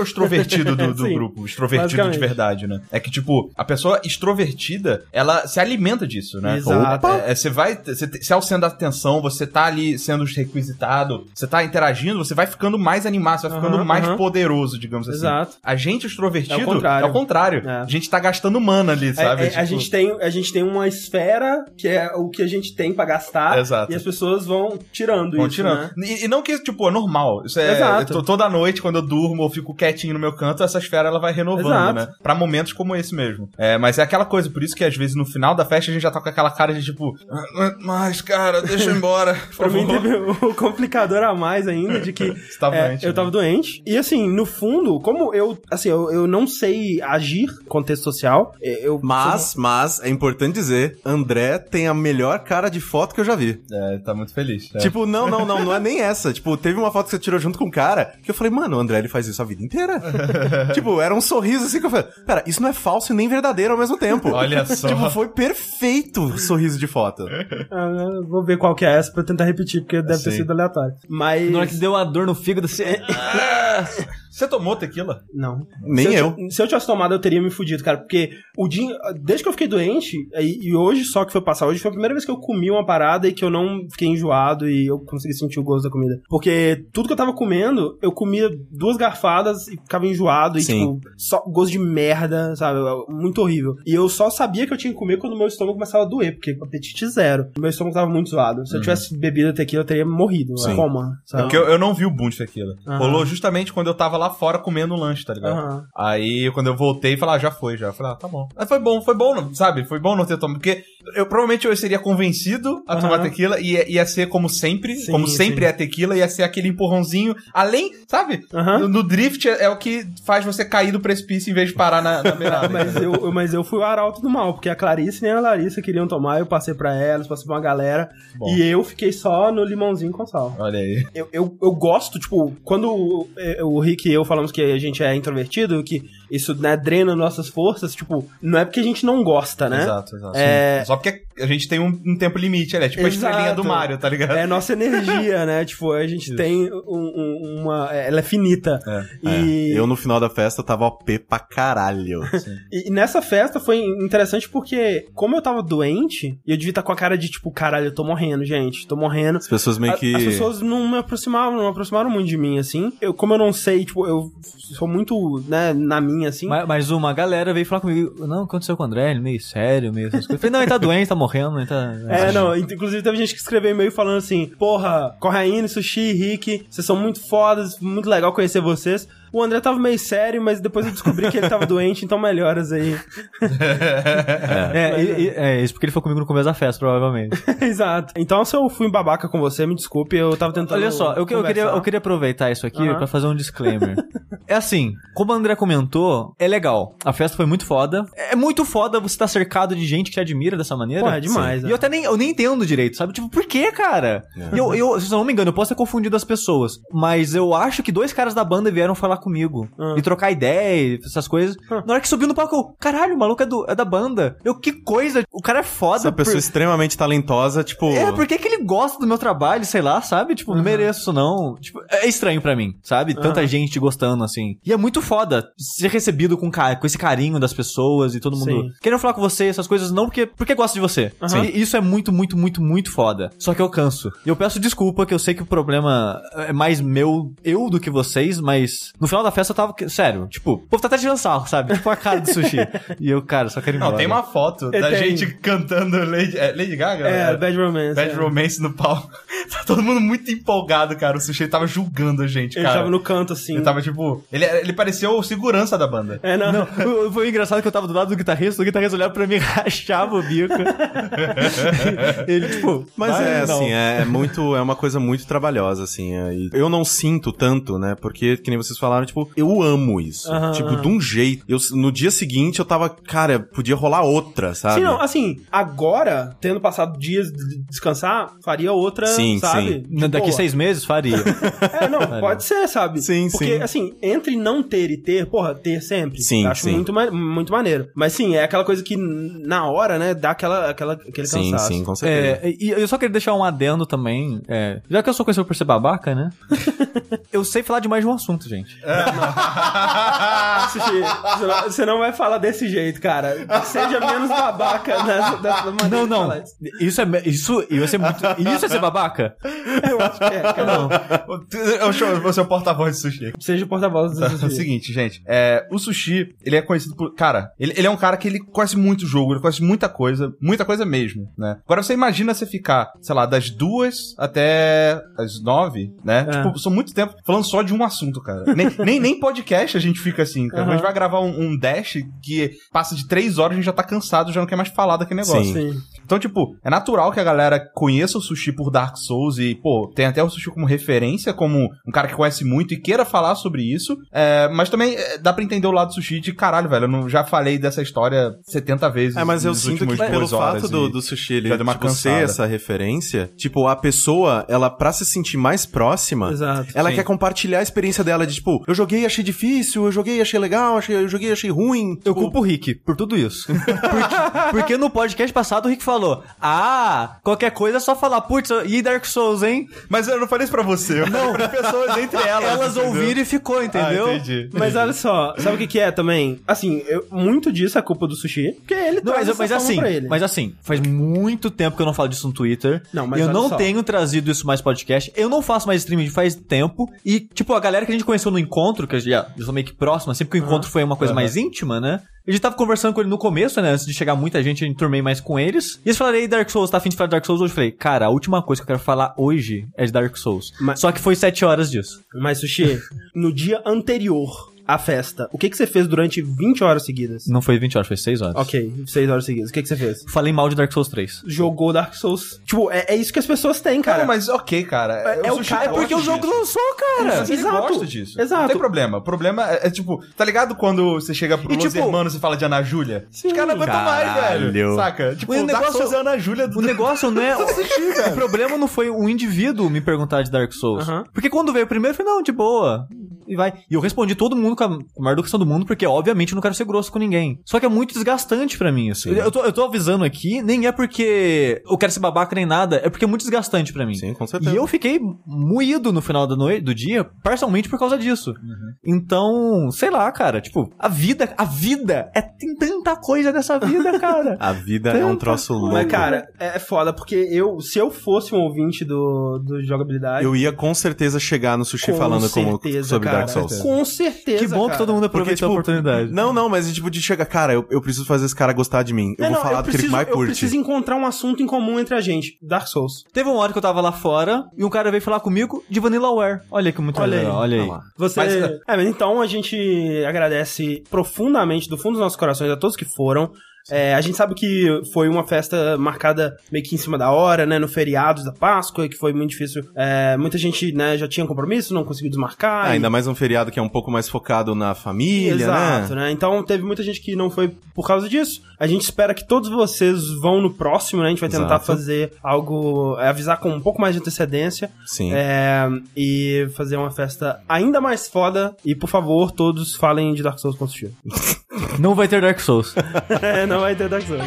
Speaker 2: extrovertido do, do
Speaker 1: Sim.
Speaker 2: grupo. Extrovertido de
Speaker 1: Basicamente.
Speaker 2: verdade, né? É que, tipo, a pessoa extrovertida, ela se alimenta disso, né?
Speaker 1: Exato.
Speaker 2: É, é, você vai, você, te- você é o centro da atenção, você tá ali sendo requisitado, você tá interagindo, você vai ficando mais animado, você vai ficando
Speaker 1: Aham,
Speaker 2: mais
Speaker 1: aham.
Speaker 2: poderoso, digamos assim.
Speaker 1: Exato.
Speaker 2: A gente extrovertido
Speaker 1: É o contrário.
Speaker 2: é o contrário.
Speaker 1: É.
Speaker 2: A gente tá gastando mana ali,
Speaker 1: É,
Speaker 2: sabe?
Speaker 1: é, a,
Speaker 2: Tipo,
Speaker 1: gente tem, a gente tem uma esfera que é o que a gente tem pra gastar
Speaker 2: Exato.
Speaker 1: e as pessoas vão tirando
Speaker 2: vão
Speaker 1: isso, né?
Speaker 2: tirando. E, e não que, tipo, é normal. Isso é.
Speaker 1: Exato.
Speaker 2: to- Toda noite, quando eu durmo ou fico quietinho no meu canto, essa esfera ela vai renovando,
Speaker 1: Exato.
Speaker 2: né? Pra momentos como esse mesmo. É, mas é aquela coisa, por isso que às vezes no final da festa a gente já tá com aquela cara de tipo, "Ah, não aguento mais, cara, deixa eu ir embora.
Speaker 1: Pra
Speaker 2: por
Speaker 1: mim
Speaker 2: favor."
Speaker 1: teve o complicador a mais ainda de que
Speaker 2: Você tá
Speaker 1: É,
Speaker 2: doente,
Speaker 1: eu
Speaker 2: né?
Speaker 1: tava doente. E assim, no fundo, como eu, assim, eu, eu não sei agir no contexto social, é, eu
Speaker 4: Mas, mas, é importante dizer, André tem a melhor cara de foto que eu já vi.
Speaker 2: É, tá muito feliz. né?
Speaker 4: Tipo, não, não, não, não é nem essa. Tipo, teve uma foto que você tirou junto com um cara que eu falei, mano, o André ele faz isso a vida inteira. tipo, era um sorriso assim que eu falei, pera, isso não é falso e nem verdadeiro ao mesmo tempo.
Speaker 2: Olha só.
Speaker 4: Tipo, foi perfeito o sorriso de foto.
Speaker 1: Ah, eu vou ver qual que é essa pra eu tentar repetir, porque deve ter
Speaker 2: Sim.
Speaker 1: sido aleatório. Mas
Speaker 3: Na hora é que deu uma dor no fígado, assim. você...
Speaker 2: Você tomou tequila?
Speaker 1: não.
Speaker 4: Nem
Speaker 1: se
Speaker 4: eu.
Speaker 1: ti- Se eu tivesse tomado, eu teria me fudido, cara. Porque o dia. Desde que eu fiquei doente, é, e, e hoje só que foi passar, hoje foi a primeira vez que eu comi uma parada e que eu não fiquei enjoado e eu consegui sentir o gosto da comida. Porque tudo que eu tava comendo, eu comia duas garfadas e ficava enjoado e,
Speaker 4: Sim.
Speaker 1: tipo, só gosto de merda, sabe? Muito horrível. E eu só sabia que eu tinha que comer quando meu estômago começava a doer, porque apetite zero. Meu estômago tava muito zoado. Se eu tivesse bebido tequila, eu teria morrido.
Speaker 4: Uhum. Sim.
Speaker 1: Coma, sabe?
Speaker 2: Porque eu, eu não vi É o boom de tequila.
Speaker 1: Aham.
Speaker 2: Rolou justamente quando eu tava lá fora comendo um lanche, tá ligado?
Speaker 1: Aham.
Speaker 2: Aí, quando eu voltei, falei, ah, já foi, já. Eu Falei, ah, tá bom. Mas foi bom, foi bom, não- sabe? Foi bom não ter tomado. Porque eu provavelmente eu seria convencido a tomar
Speaker 1: Aham.
Speaker 2: tequila e ia, ia ser como sempre.
Speaker 1: Sim,
Speaker 2: como sempre
Speaker 1: sim.
Speaker 2: é tequila, ia ser aquele empurrãozinho. Além, sabe?
Speaker 1: Aham.
Speaker 2: No, no drift é, é o que faz você cair do precipício em vez de parar na, na beirada.
Speaker 1: Mas
Speaker 2: entendeu?
Speaker 1: eu, eu- mas eu fui o arauto do mal, porque a Clarice nem a Larissa queriam tomar, eu passei pra elas, passei pra uma galera,
Speaker 2: Bom.
Speaker 1: e eu fiquei só no limãozinho com sal.
Speaker 2: Olha aí.
Speaker 1: Eu, eu, eu gosto, tipo, quando é, o Rick e eu falamos que a gente é introvertido, que isso né, drena nossas forças, tipo, não é porque a gente não gosta, né?
Speaker 2: Exato, exato.
Speaker 1: É-
Speaker 2: Sim. Só porque a gente tem um, um tempo limite, né? Tipo a estrelinha
Speaker 1: Exato.
Speaker 2: do Mario, tá ligado?
Speaker 1: É a nossa energia, né? Tipo, a gente tem um- um- uma. Ela é finita.
Speaker 4: É,
Speaker 1: E,
Speaker 4: Eu, no final da festa, tava OP pra caralho.
Speaker 1: E e nessa festa foi interessante porque, como eu tava doente, e eu devia estar com a cara de tipo, caralho, eu tô morrendo, gente, tô morrendo.
Speaker 4: As pessoas meio
Speaker 1: A-
Speaker 4: que...
Speaker 1: As pessoas não me aproximavam, não aproximaram muito de mim, assim. Eu, como eu não sei, tipo, eu sou muito, né, na minha, assim.
Speaker 3: mas, mas uma galera veio falar comigo, não, o que aconteceu com o André? Ele meio sério, meio essas coisas. Eu falei, não, ele tá doente, tá morrendo, ele tá...
Speaker 1: É, não, in- inclusive teve gente que escreveu e-mail falando assim: Porra, Corraine, Sushi, Rick, vocês são muito fodas, muito legal conhecer vocês. O André tava meio sério, mas depois eu descobri que ele tava doente, então melhoras aí.
Speaker 3: É, e- e- é, isso porque ele foi comigo no começo da festa, provavelmente.
Speaker 1: Exato. Então, se eu fui babaca com você, me desculpe, eu tava tentando.
Speaker 3: Olha só, eu, que- eu queria,
Speaker 1: conversar.
Speaker 3: eu queria aproveitar isso aqui
Speaker 1: Aham.
Speaker 3: pra fazer um disclaimer. é assim, como o André comentou, é legal. A festa foi muito foda. É muito foda você estar cercado de gente que te admira dessa maneira.
Speaker 1: Pô, é demais,
Speaker 3: Sim.
Speaker 1: é.
Speaker 3: E eu até nem, eu nem entendo direito, sabe? Tipo, por que, cara?
Speaker 4: É.
Speaker 3: E Eu, eu, se eu não me engano, eu posso ter confundido as pessoas, mas eu acho que dois caras da banda vieram falar comigo
Speaker 1: Ah.
Speaker 3: e trocar ideia, e essas coisas.
Speaker 1: Ah.
Speaker 3: Na hora que subiu no palco, eu, caralho, o maluco é, do, é da banda. Eu, que coisa, o cara é foda.
Speaker 4: Essa pessoa
Speaker 3: por-
Speaker 4: extremamente talentosa, tipo...
Speaker 3: é, por que que ele gosta do meu trabalho, sei lá, sabe? Tipo, não mereço isso não. Tipo, é estranho pra mim, sabe? Tanta gente gostando, assim. E é muito foda ser recebido com, ca- com esse carinho das pessoas e todo mundo
Speaker 1: Sim.
Speaker 3: querendo falar com você, essas coisas, não porque, porque gosta de você.
Speaker 1: Aham.
Speaker 3: E isso é muito, muito, muito, muito foda. Só que eu canso. E eu peço desculpa, que eu sei que o problema é mais meu, eu do que vocês, mas no final da festa eu tava, que- sério, tipo, o povo tá até tirando sarro, sabe? Tipo a cara do sushi. e eu, cara, só quero ir
Speaker 2: Não,
Speaker 3: embora.
Speaker 2: tem uma foto
Speaker 1: Eu
Speaker 2: da
Speaker 1: tenho.
Speaker 2: gente cantando Lady, é, Lady Gaga?
Speaker 1: É, Bad Romance.
Speaker 2: Bad
Speaker 1: é.
Speaker 2: Romance no palco. Tá todo mundo muito empolgado, cara. O sushi ele tava julgando a gente,
Speaker 1: Ele
Speaker 2: cara.
Speaker 1: tava no canto, assim.
Speaker 2: Ele tava tipo. Ele, ele parecia o segurança da banda.
Speaker 1: É, não.
Speaker 3: Não, foi engraçado que eu tava do lado do guitarrista, o guitarrista olhava pra mim e rachava o bico. Ele, tipo,
Speaker 4: Mas
Speaker 3: vai,
Speaker 4: é,
Speaker 3: não.
Speaker 4: assim, é, é muito, é uma coisa muito trabalhosa, assim. é, e eu não sinto tanto, né? Porque, que nem vocês falaram, tipo, eu amo isso.
Speaker 1: Aham,
Speaker 4: tipo,
Speaker 1: aham.
Speaker 4: de um jeito. Eu, no dia seguinte, eu tava, cara, podia rolar outra, sabe?
Speaker 1: Sim, não, assim, agora, tendo passado dias de descansar, faria outra,
Speaker 4: Sim,
Speaker 1: sabe?
Speaker 4: sim.
Speaker 1: De
Speaker 3: Daqui
Speaker 1: boa.
Speaker 3: seis meses faria.
Speaker 1: É, não, pode ser, sabe?
Speaker 4: Sim,
Speaker 1: Porque,
Speaker 4: sim.
Speaker 1: assim, entre não ter e ter, porra, ter sempre.
Speaker 4: Sim,
Speaker 1: Acho
Speaker 4: sim.
Speaker 1: Muito, ma- muito maneiro. Mas sim, é aquela coisa que na hora, né, dá aquela, aquela, aquele
Speaker 4: Sim,
Speaker 1: cansaço.
Speaker 4: sim, com certeza.
Speaker 3: É, e eu só queria deixar um adendo também. é, já que eu sou conhecido por ser babaca, né? eu sei falar de mais de um assunto, gente.
Speaker 1: É, Sushi, você não- Você não vai falar desse jeito, cara. Seja menos babaca nessa, dessa maneira.
Speaker 3: Não,
Speaker 1: de
Speaker 3: não.
Speaker 1: falar isso.
Speaker 3: Isso é. Isso ia ser muito. Isso é ser babaca?
Speaker 1: Eu acho que é, cara.
Speaker 3: Não.
Speaker 2: Eu sou- eu vou ser é o porta-voz do sushi.
Speaker 1: Seja o porta-voz do
Speaker 2: É o
Speaker 1: sushi.
Speaker 2: seguinte, gente. É, o Sushi, ele é conhecido por... Cara, ele, ele é um cara que ele conhece muito jogo, ele conhece muita coisa, muita coisa mesmo, né? Agora, você imagina você ficar, sei lá, das duas até as nove, né?
Speaker 1: É.
Speaker 2: Tipo, são muito tempo falando só de um assunto, cara. Nem, nem, nem podcast a gente fica assim, cara.
Speaker 1: Aham.
Speaker 2: A gente vai gravar um, um dash que passa de três horas, a gente já tá cansado, já não quer mais falar daquele negócio.
Speaker 4: Sim.
Speaker 1: Sim.
Speaker 2: Então, tipo, é natural que a galera conheça o sushi por Dark Souls e, pô, tem até o sushi como referência, como um cara que conhece muito e queira falar sobre isso. É, mas também é, dá pra entender o lado do sushi de caralho, velho. Eu não, já falei dessa história 70 vezes.
Speaker 4: É, mas eu
Speaker 2: nos
Speaker 4: sinto que
Speaker 2: últimos
Speaker 4: pelo
Speaker 2: duas horas
Speaker 4: fato do,
Speaker 2: e-
Speaker 4: do sushi ele
Speaker 2: já deu uma
Speaker 4: tipo, ser
Speaker 2: cansada.
Speaker 4: essa referência, tipo, a pessoa, ela pra se sentir mais próxima,
Speaker 1: Exato.
Speaker 4: ela
Speaker 2: Sim.
Speaker 4: quer compartilhar a experiência dela de tipo, eu joguei, achei difícil, eu joguei, achei legal, achei, eu joguei, achei ruim. Tipo,
Speaker 3: Eu culpo o Rick por tudo isso. Porque, porque no podcast passado o Rick falou: Ah, qualquer coisa é só falar, putz, e Dark Souls, hein?
Speaker 2: Mas eu não falei isso pra você. Eu não. pra pessoas entre elas.
Speaker 3: Elas
Speaker 2: entendeu?
Speaker 3: ouviram e ficou, entendeu?
Speaker 2: Ah, entendi.
Speaker 1: Mas olha só, sabe o que, que é também? Assim, eu- muito disso é culpa do sushi, porque ele
Speaker 3: Não,
Speaker 1: traz
Speaker 3: mas,
Speaker 1: essa
Speaker 3: mas
Speaker 1: fama
Speaker 3: assim,
Speaker 1: pra ele.
Speaker 3: mas assim, faz muito tempo que eu não falo disso no Twitter.
Speaker 1: Não, mas
Speaker 3: eu
Speaker 1: olha
Speaker 3: não
Speaker 1: só.
Speaker 3: tenho trazido isso mais podcast. Eu não faço mais streaming faz tempo. E, tipo, a galera que a gente conheceu no encontro, que eu já eu sou meio que próxima, sempre que o encontro foi uma coisa mais íntima, né? A gente tava conversando com ele no começo, né? Antes de chegar muita gente, eu enturmei mais com eles. E eles falaram, aí, Dark Souls, tá afim de falar de Dark Souls hoje? Eu falei, cara, a última coisa que eu quero falar hoje é de Dark Souls.
Speaker 1: Mas-
Speaker 3: Só que foi sete horas disso.
Speaker 1: Mas, Sushi, no dia anterior à festa, o que, que você fez durante 20 horas seguidas?
Speaker 3: Não foi 20 horas, foi seis horas.
Speaker 1: Ok, 6 horas seguidas. O que, que você fez?
Speaker 3: Falei mal de Dark Souls 3.
Speaker 1: Jogou Dark Souls. Tipo, é, é isso que as pessoas têm, cara.
Speaker 2: Cara, mas ok, cara.
Speaker 1: É- é o cara-
Speaker 3: É porque o jogo lançou, cara!
Speaker 2: Mas ele
Speaker 1: Exato.
Speaker 2: gosta disso.
Speaker 1: Exato.
Speaker 2: Não tem problema. O problema é, é, tipo, tá ligado quando você chega pro
Speaker 3: E,
Speaker 2: Los
Speaker 3: tipo-
Speaker 2: Hermanos e fala de Ana Júlia?
Speaker 1: Sim.
Speaker 2: Os caras não aguentam mais,
Speaker 4: Caralho.
Speaker 2: velho. Saca? Tipo,
Speaker 3: O
Speaker 2: o Dark
Speaker 3: negócio-
Speaker 2: Souls é a Ana Júlia do...
Speaker 3: O negócio não é. o problema não foi o indivíduo me perguntar de Dark Souls.
Speaker 1: Aham.
Speaker 3: Porque quando veio o primeiro, eu falei, não, de boa. E vai. E eu respondi todo mundo com a, com a maior educação do mundo, porque obviamente eu não quero ser grosso com ninguém. Só que é muito desgastante pra mim, assim. Eu tô, eu tô avisando aqui, nem é porque eu quero ser babaca nem nada, é porque é muito desgastante pra mim.
Speaker 4: Sim, com certeza.
Speaker 3: E eu fiquei moído no final da noite, do dia, parcialmente por causa disso.
Speaker 4: Uhum.
Speaker 3: Então, sei lá, cara, tipo, a vida, a vida, é, tem tanta coisa nessa vida, cara.
Speaker 4: A vida é um
Speaker 3: Tanta
Speaker 4: troço louco.
Speaker 1: Mas, cara, é foda, porque eu, se eu fosse um ouvinte do, do jogabilidade.
Speaker 4: eu ia com certeza chegar no sushi
Speaker 1: com
Speaker 4: falando como-
Speaker 1: certeza,
Speaker 4: sobre
Speaker 1: cara,
Speaker 4: Dark Souls.
Speaker 1: Com certeza.
Speaker 3: que bom que
Speaker 1: cara.
Speaker 3: todo mundo aproveitou
Speaker 4: tipo,
Speaker 3: a oportunidade.
Speaker 4: Não, não, mas tipo, de chegar, cara, eu, eu preciso fazer esse cara gostar de mim. Eu
Speaker 1: É,
Speaker 4: vou
Speaker 1: não,
Speaker 4: falar
Speaker 1: eu
Speaker 4: do que ele
Speaker 1: preciso,
Speaker 4: mais
Speaker 1: eu
Speaker 4: curte.
Speaker 1: preciso encontrar um assunto em comum entre a gente. Dark Souls.
Speaker 3: Teve uma hora que eu tava lá fora e um cara veio falar comigo de VanillaWare. Olha que muito
Speaker 1: Olha aí.
Speaker 3: legal, olha aí.
Speaker 1: Você.
Speaker 2: Mas-
Speaker 4: ah,
Speaker 1: é, mas então a gente agradece profundamente, do fundo dos nossos corações, a todos que foram. É, a gente sabe que foi uma festa marcada meio que em cima da hora, né? No feriado da Páscoa, que foi muito difícil. É, muita gente né, já tinha compromisso, não conseguiu desmarcar.
Speaker 4: Ah,
Speaker 1: e-
Speaker 4: ainda mais um feriado que é um pouco mais focado na família,
Speaker 1: Exato,
Speaker 4: né?
Speaker 1: né? Então teve muita gente que não foi por causa disso. A gente espera que todos vocês vão no próximo, né? A gente vai tentar
Speaker 4: Exato.
Speaker 1: fazer algo, é, avisar com um pouco mais de antecedência
Speaker 4: Sim.
Speaker 1: é, e fazer uma festa ainda mais foda. E por favor, todos falem de Dark Souls com sushi.
Speaker 3: Não vai ter Dark Souls.
Speaker 1: É, não vai ter Dark Souls.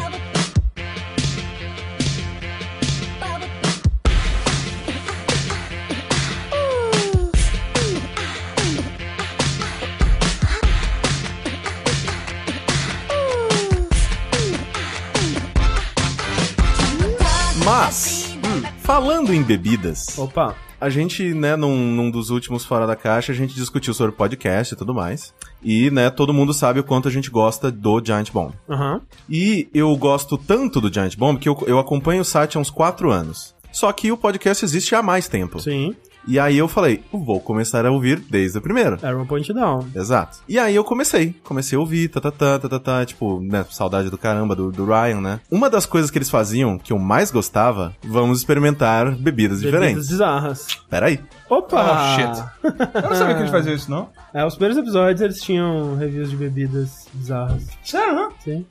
Speaker 4: Mas, hum, falando em bebidas,
Speaker 1: Opa.
Speaker 4: a gente, né, num, num dos últimos Fora da Caixa, a gente discutiu sobre podcast e tudo mais. E, né, todo mundo sabe o quanto a gente gosta do Giant Bomb.
Speaker 1: Aham.
Speaker 4: E eu gosto tanto do Giant Bomb que eu, eu acompanho o site há uns 4 anos. Só que o podcast existe há mais tempo.
Speaker 1: Sim.
Speaker 4: E aí eu falei, vou começar a ouvir desde o primeiro.
Speaker 1: Era um point down.
Speaker 4: Exato. E aí eu comecei. Comecei a ouvir, tá, tá, tá, tá, tá, tá, tipo, né, saudade do caramba do, do Ryan, né? Uma das coisas que eles faziam, que eu mais gostava, vamos experimentar bebidas,
Speaker 1: Bebidas
Speaker 4: diferentes.
Speaker 1: bizarras.
Speaker 4: Peraí.
Speaker 1: Opa!
Speaker 2: Ah, shit. Eu não sabia que eles faziam isso, não.
Speaker 1: É, os primeiros episódios eles tinham reviews de bebidas bizarras.
Speaker 2: Sério, né?
Speaker 1: Sim.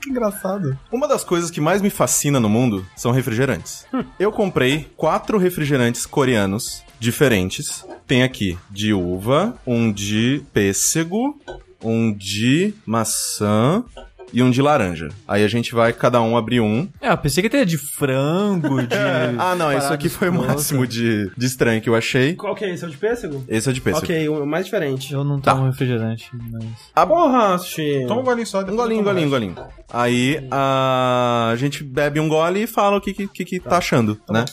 Speaker 2: Que engraçado.
Speaker 4: Uma das coisas que mais me fascina no mundo são refrigerantes. Eu comprei quatro refrigerantes coreanos diferentes. Tem aqui de uva, um de pêssego, um de maçã e um de laranja. Aí a gente vai cada um abrir um.
Speaker 3: É, eu pensei que teria de frango, de.
Speaker 4: Ah, não, esse
Speaker 3: parada
Speaker 4: aqui foi o
Speaker 3: escrota.
Speaker 4: máximo de, de estranho que eu achei.
Speaker 1: Qual que é esse? É o de pêssego?
Speaker 4: Esse é de pêssego.
Speaker 1: Ok, o mais diferente.
Speaker 3: Eu não
Speaker 4: Tá.
Speaker 3: tomo refrigerante, né? mas.
Speaker 4: A-
Speaker 1: Porra, Sushi!
Speaker 2: Toma um golinho só.
Speaker 4: Um golinho, um golinho, um golinho. Aí a gente bebe um gole e fala o que, que, que, que tá achando, né?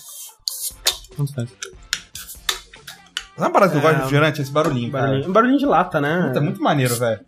Speaker 3: Tanto faz.
Speaker 2: Sabe uma parada que eu gosto
Speaker 1: É,
Speaker 2: de refrigerante? Esse barulhinho,
Speaker 1: Barulhinho,
Speaker 2: barulhinho.
Speaker 1: um barulhinho de lata, né?
Speaker 2: Puta, é muito maneiro, velho.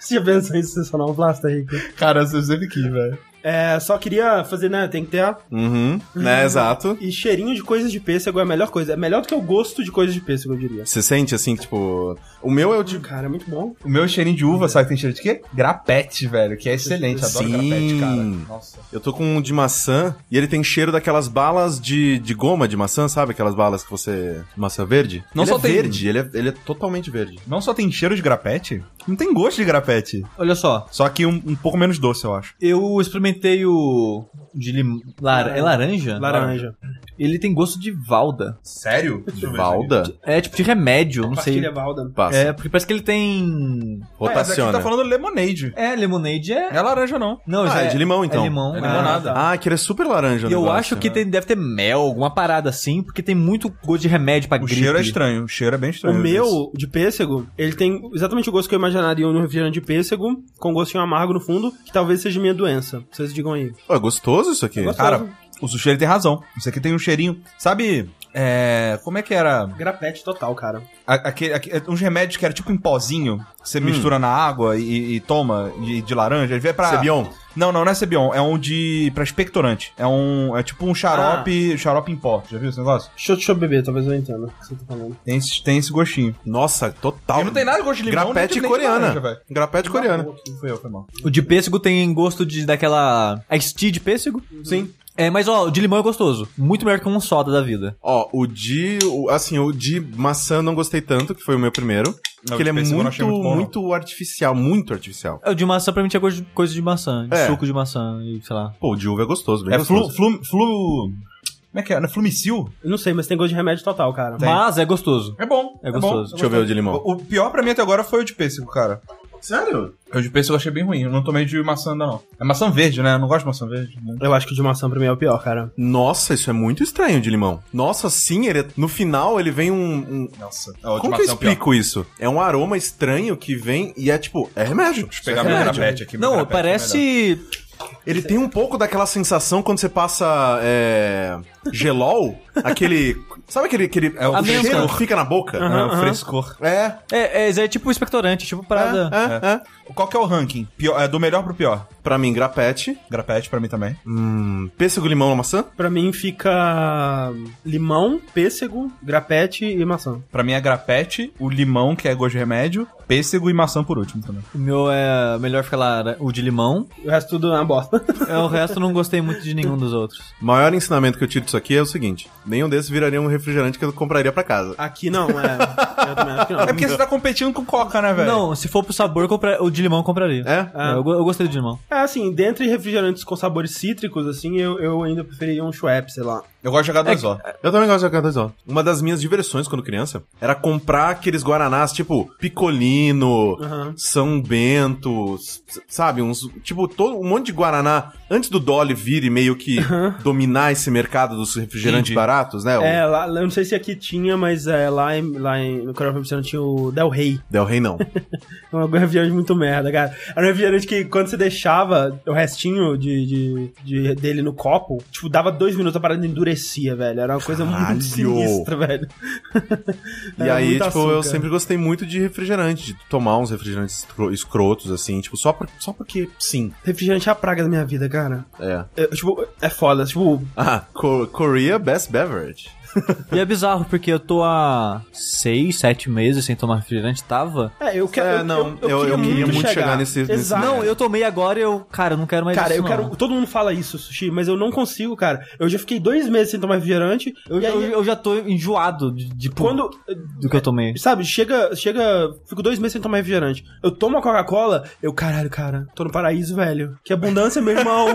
Speaker 1: Você já pensou em sensacional um plástico, Rick?
Speaker 2: Cara, eu sempre quis, velho.
Speaker 1: É, só queria fazer, né? Tem que ter a
Speaker 4: Uhum, né, exato.
Speaker 1: E cheirinho de coisas de pêssego é a melhor coisa. É melhor do que o gosto de coisas de pêssego, eu diria.
Speaker 4: Você sente assim, tipo. O meu é o de.
Speaker 1: Cara, é muito bom.
Speaker 2: O meu cheirinho de uva, sabe que tem cheiro de quê? Grapete, velho, que é excelente. Adoro
Speaker 4: Sim.
Speaker 2: grapete, cara. Nossa.
Speaker 4: Eu tô com um de maçã e ele tem cheiro daquelas balas de, de goma de maçã, sabe? Aquelas balas que você. Maçã verde?
Speaker 2: Não
Speaker 4: ele
Speaker 2: só
Speaker 4: é
Speaker 2: tem-
Speaker 4: verde, ele é, ele é totalmente verde.
Speaker 2: Não só tem cheiro de grapete, não tem gosto de grapete.
Speaker 3: Olha só,
Speaker 2: Só que um, um pouco menos doce, eu acho.
Speaker 3: eu experimentei o. De lim... lar- É laranja?
Speaker 1: Laranja.
Speaker 3: Ele tem gosto de valda.
Speaker 2: Sério?
Speaker 4: De valda?
Speaker 3: É tipo de remédio, não sei.
Speaker 1: Pastilha balda.
Speaker 4: Passa.
Speaker 3: É, porque parece que ele tem.
Speaker 4: Rotaciona.
Speaker 2: tá falando lemonade.
Speaker 3: É, lemonade é.
Speaker 2: É laranja, não.
Speaker 3: Não, já
Speaker 4: Ah, é de limão então.
Speaker 3: É limão.
Speaker 2: É
Speaker 3: né?
Speaker 2: limonada.
Speaker 1: Ah,
Speaker 4: Ah, que ele é super laranja, o
Speaker 3: E eu
Speaker 4: negócio,
Speaker 3: acho que
Speaker 4: né?
Speaker 3: tem- deve ter mel, alguma parada assim, porque tem muito gosto de remédio pra
Speaker 2: O
Speaker 3: gripe.
Speaker 2: cheiro é estranho, o cheiro é bem
Speaker 1: O
Speaker 2: estranho.
Speaker 1: meu, de pêssego, ele tem exatamente o gosto que eu imaginaria no refrigerante de pêssego, com gostinho amargo no fundo, que talvez seja minha doença. Vocês digam aí.
Speaker 4: Pô, é gostoso isso aqui.
Speaker 1: gostoso.
Speaker 2: Cara, o sushi ele tem razão. Isso aqui tem um cheirinho. Sabe, é, como é que era?
Speaker 1: Grapete total, cara.
Speaker 2: A- Aquele, aque- uns remédios que era tipo em pozinho, que você mistura na água e, e toma de, de laranja. Ele veio pra.
Speaker 4: Sebion.
Speaker 2: Não, não, não é Sebion. É um de. pra expectorante. É um. É tipo um xarope. Xarope em pó. Já viu esse negócio?
Speaker 1: Deixa eu, deixa eu beber, talvez eu entenda o que você tá falando.
Speaker 2: Tem esse, tem esse gostinho.
Speaker 4: Nossa, total.
Speaker 2: E não tem nada de gosto de limão,
Speaker 4: Grapete
Speaker 2: nem de- nem de
Speaker 4: coreana.
Speaker 2: laranja, velho.
Speaker 4: Grapete coreana.
Speaker 2: Foi eu, foi mal.
Speaker 3: O de pêssego tem gosto de daquela. Ice tea de pêssego? Sim. É, mas ó, o de limão é gostoso. Muito melhor que um soda da vida.
Speaker 4: Ó, o de. o- assim, o de maçã eu não gostei tanto, que foi o meu primeiro.
Speaker 2: Não,
Speaker 4: porque
Speaker 2: de
Speaker 4: ele é
Speaker 2: pêssego eu
Speaker 4: muito,
Speaker 2: não achei
Speaker 4: muito,
Speaker 2: muito bom, não.
Speaker 4: artificial, muito artificial.
Speaker 3: É, O de maçã pra mim tinha gosto de coisa de maçã, de
Speaker 4: É.
Speaker 3: suco de maçã e sei lá.
Speaker 4: Pô, o de uva é gostoso, bem
Speaker 2: É flu,
Speaker 4: gostoso.
Speaker 2: flu, flu. Como é que é? Não é Flumicil?
Speaker 1: Eu não sei, mas tem gosto de remédio total, cara.
Speaker 2: Tem.
Speaker 3: Mas é gostoso.
Speaker 2: É bom.
Speaker 3: É gostoso.
Speaker 4: Deixa eu ver o de limão.
Speaker 2: O o pior pra mim até agora foi o de pêssego, cara.
Speaker 4: Sério?
Speaker 2: O de pêssego eu achei bem ruim. Eu não tomei de maçã ainda, não. É maçã verde, né? Eu não gosto de maçã verde. né?
Speaker 1: Eu acho que o de maçã pra mim é o pior, cara.
Speaker 4: Nossa, isso é muito estranho de limão. Nossa, sim, ele é- no final ele vem um. um-
Speaker 2: Nossa. É o de
Speaker 4: Como que eu
Speaker 2: maçã é o pior.
Speaker 4: explico isso? É um aroma estranho que vem e é tipo, é remédio.
Speaker 2: Deixa eu pegar
Speaker 4: Isso é
Speaker 2: meu
Speaker 4: remédio.
Speaker 2: grapete aqui. meu
Speaker 3: Não,
Speaker 2: grapete é melhor.
Speaker 3: parece.
Speaker 4: Ele tem um pouco daquela sensação quando você passa é, gelol, aquele. Sabe aquele. aquele
Speaker 2: É o
Speaker 4: o
Speaker 3: amêndoa.
Speaker 4: cheiro que fica na boca?
Speaker 2: É o
Speaker 1: Aham.
Speaker 2: frescor.
Speaker 4: É,
Speaker 3: É, é, é tipo expectorante, tipo parada.
Speaker 4: é, é, é.
Speaker 2: Qual que é o ranking? Pior- é do melhor pro pior.
Speaker 4: Pra mim, grapete.
Speaker 2: Grapete pra mim também.
Speaker 4: Hum, pêssego, limão na maçã.
Speaker 1: Pra mim fica limão, pêssego, grapete e maçã.
Speaker 2: Pra mim é grapete, o limão, que é gosto de remédio, pêssego e maçã por último também.
Speaker 3: O meu é melhor ficar lá, o de limão.
Speaker 1: O resto tudo é uma bosta.
Speaker 3: É, o resto eu não gostei muito de nenhum dos outros.
Speaker 4: O maior ensinamento que eu tiro disso aqui é o seguinte: nenhum desses viraria um refrigerante que eu compraria pra casa.
Speaker 1: Aqui não, é. Eu também acho que não.
Speaker 2: É porque você tá competindo com coca, né, velho?
Speaker 3: Não, se for pro sabor, eu compra- o de limão eu compraria.
Speaker 4: É?
Speaker 3: É, eu, go- eu gostei do de limão.
Speaker 1: É assim, dentre refrigerantes com sabores cítricos, assim, eu, eu ainda preferiria um Schweppes, sei lá.
Speaker 2: Eu gosto de jogar dois ó.
Speaker 4: Eu também gosto de H2O. Uma das minhas diversões quando criança era comprar aqueles guaranás tipo Picolino,
Speaker 1: Aham.
Speaker 4: São Bento, s- sabe? Uns, tipo, todo, um monte de guaraná antes do Dolly vir e meio que dominar esse mercado dos refrigerantes
Speaker 2: Entendi.
Speaker 4: baratos, né?
Speaker 1: É,
Speaker 4: O
Speaker 1: lá, lá- eu não sei se aqui tinha, mas é, lá, em, lá em, no Coral Fabricano tinha o Del Rey.
Speaker 4: Del Rey não.
Speaker 1: É um refrigerante muito merda, cara. Era um refrigerante que quando você deixava o restinho de, de- de- dele no copo, tipo, dava dois minutos, a parada endurecia, velho. Era uma coisa
Speaker 4: Caralho.
Speaker 1: muito sinistra, velho.
Speaker 4: E
Speaker 1: Era
Speaker 4: aí,
Speaker 1: É, muito
Speaker 4: tipo, eu
Speaker 1: açúcar.
Speaker 4: sempre gostei muito de refrigerante, de tomar uns refrigerantes escro- escrotos, assim, tipo, só, por, só porque sim.
Speaker 1: Refrigerante é a praga da minha vida, cara.
Speaker 4: É.
Speaker 1: É, tipo, é foda. Tipo,
Speaker 4: Ah, Co- Korea Best Beverage.
Speaker 3: E é bizarro, porque eu tô há seis, sete meses sem tomar refrigerante, tava.
Speaker 1: É, eu quero.
Speaker 4: É,
Speaker 1: eu-
Speaker 4: não,
Speaker 1: eu, eu, queria, muito chegar,
Speaker 4: nesse- nesse-
Speaker 1: Exato.
Speaker 3: Não, eu tomei agora e eu, cara, eu não quero mais
Speaker 1: né? Cara,
Speaker 3: isso,
Speaker 1: eu
Speaker 3: não.
Speaker 1: quero. Todo mundo fala isso, sushi, mas eu não consigo, cara. Eu já fiquei dois meses sem tomar refrigerante.
Speaker 3: Eu,
Speaker 1: e aí,
Speaker 3: eu- eu já tô enjoado de, de-
Speaker 1: quando.
Speaker 3: do que eu tomei.
Speaker 1: Sabe, chega, chega. Fico dois meses sem tomar refrigerante. Eu tomo a Coca-Cola, eu, caralho, cara, tô no paraíso, velho. Que abundância, meu irmão.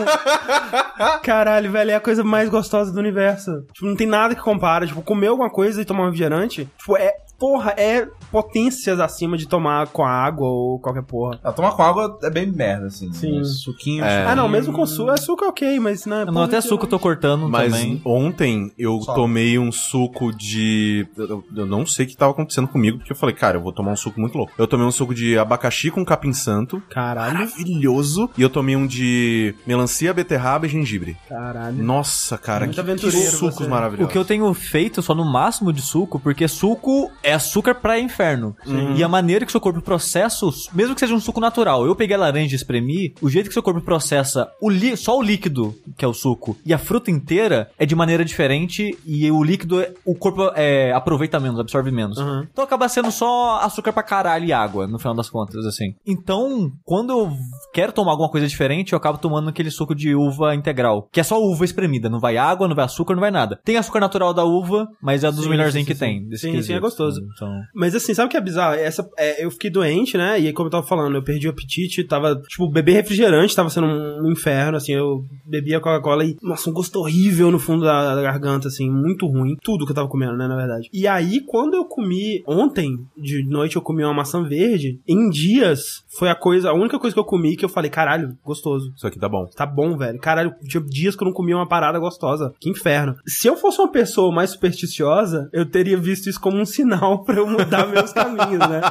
Speaker 1: caralho, velho, é a coisa mais gostosa do universo. Tipo, não tem nada que compara. Tipo, comer alguma coisa e tomar um refrigerante, tipo, é. Porra, é potências acima de tomar com a água ou qualquer porra.
Speaker 2: Ah, tomar com água é bem merda, assim.
Speaker 1: Sim.
Speaker 2: Um Suquinho.
Speaker 1: Ah, não, mesmo com suco, é suco é ok, mas não é.
Speaker 3: Não, até suco eu tô cortando
Speaker 4: Mas
Speaker 3: Hum, também.
Speaker 4: ontem eu
Speaker 2: Só.
Speaker 4: tomei um suco de. Eu, eu não sei o que tava acontecendo comigo, porque eu falei, cara, eu vou tomar um suco muito louco. Eu tomei um suco de abacaxi com capim santo.
Speaker 1: Caralho,
Speaker 4: Maravilhoso. E eu tomei um de melancia, beterraba e gengibre.
Speaker 1: caralho.
Speaker 4: Nossa, cara,
Speaker 1: Muito
Speaker 4: que, que
Speaker 1: aventureiro
Speaker 4: sucos
Speaker 1: você.
Speaker 3: O
Speaker 4: maravilhosos.
Speaker 3: que eu tenho feito só no máximo de suco, porque suco é açúcar pra inferno. E a maneira que seu corpo processa, os- mesmo que seja um suco natural, eu peguei a laranja e espremi, o jeito que seu corpo processa o li- só o líquido, que é o suco, e a fruta inteira é de maneira diferente e o líquido, é- o corpo é, aproveita menos, absorve menos.
Speaker 1: Uhum.
Speaker 3: Então acaba sendo só açúcar pra caralho e água, no final das contas, assim. Então, quando eu quero tomar alguma coisa diferente, eu acabo tomando aquele suco de uva integral, que é só uva espremida, não vai água, não vai açúcar, não vai nada. Tem açúcar natural da uva, mas é dos
Speaker 1: Sim,
Speaker 3: melhorzinhos
Speaker 1: sim,
Speaker 3: que
Speaker 1: sim, sim.
Speaker 3: tem. desse
Speaker 1: Sim,
Speaker 3: quesito.
Speaker 1: sim, é gostoso.
Speaker 3: Então...
Speaker 1: Mas assim, sabe o que é bizarro? Essa, é, eu fiquei doente, né? E aí, como eu tava falando, eu perdi o apetite, tava, tipo, beber refrigerante tava sendo um inferno, assim, eu bebia Coca-Cola e, nossa, um gosto horrível no fundo da, da garganta, assim, muito ruim. Tudo que eu tava comendo, né, na verdade. E aí, quando eu comi, ontem, de noite, eu comi uma maçã verde, em dias, foi a coisa, a única coisa que eu comi que eu falei, caralho, gostoso.
Speaker 4: Isso aqui tá bom.
Speaker 1: Tá bom, velho. Caralho, tinha dias que eu não comia uma parada gostosa. Que inferno. Se eu fosse uma pessoa mais supersticiosa, eu teria visto isso como um sinal pra eu mudar meus caminhos, né?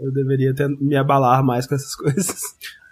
Speaker 1: Eu deveria ter, me abalar mais com essas coisas.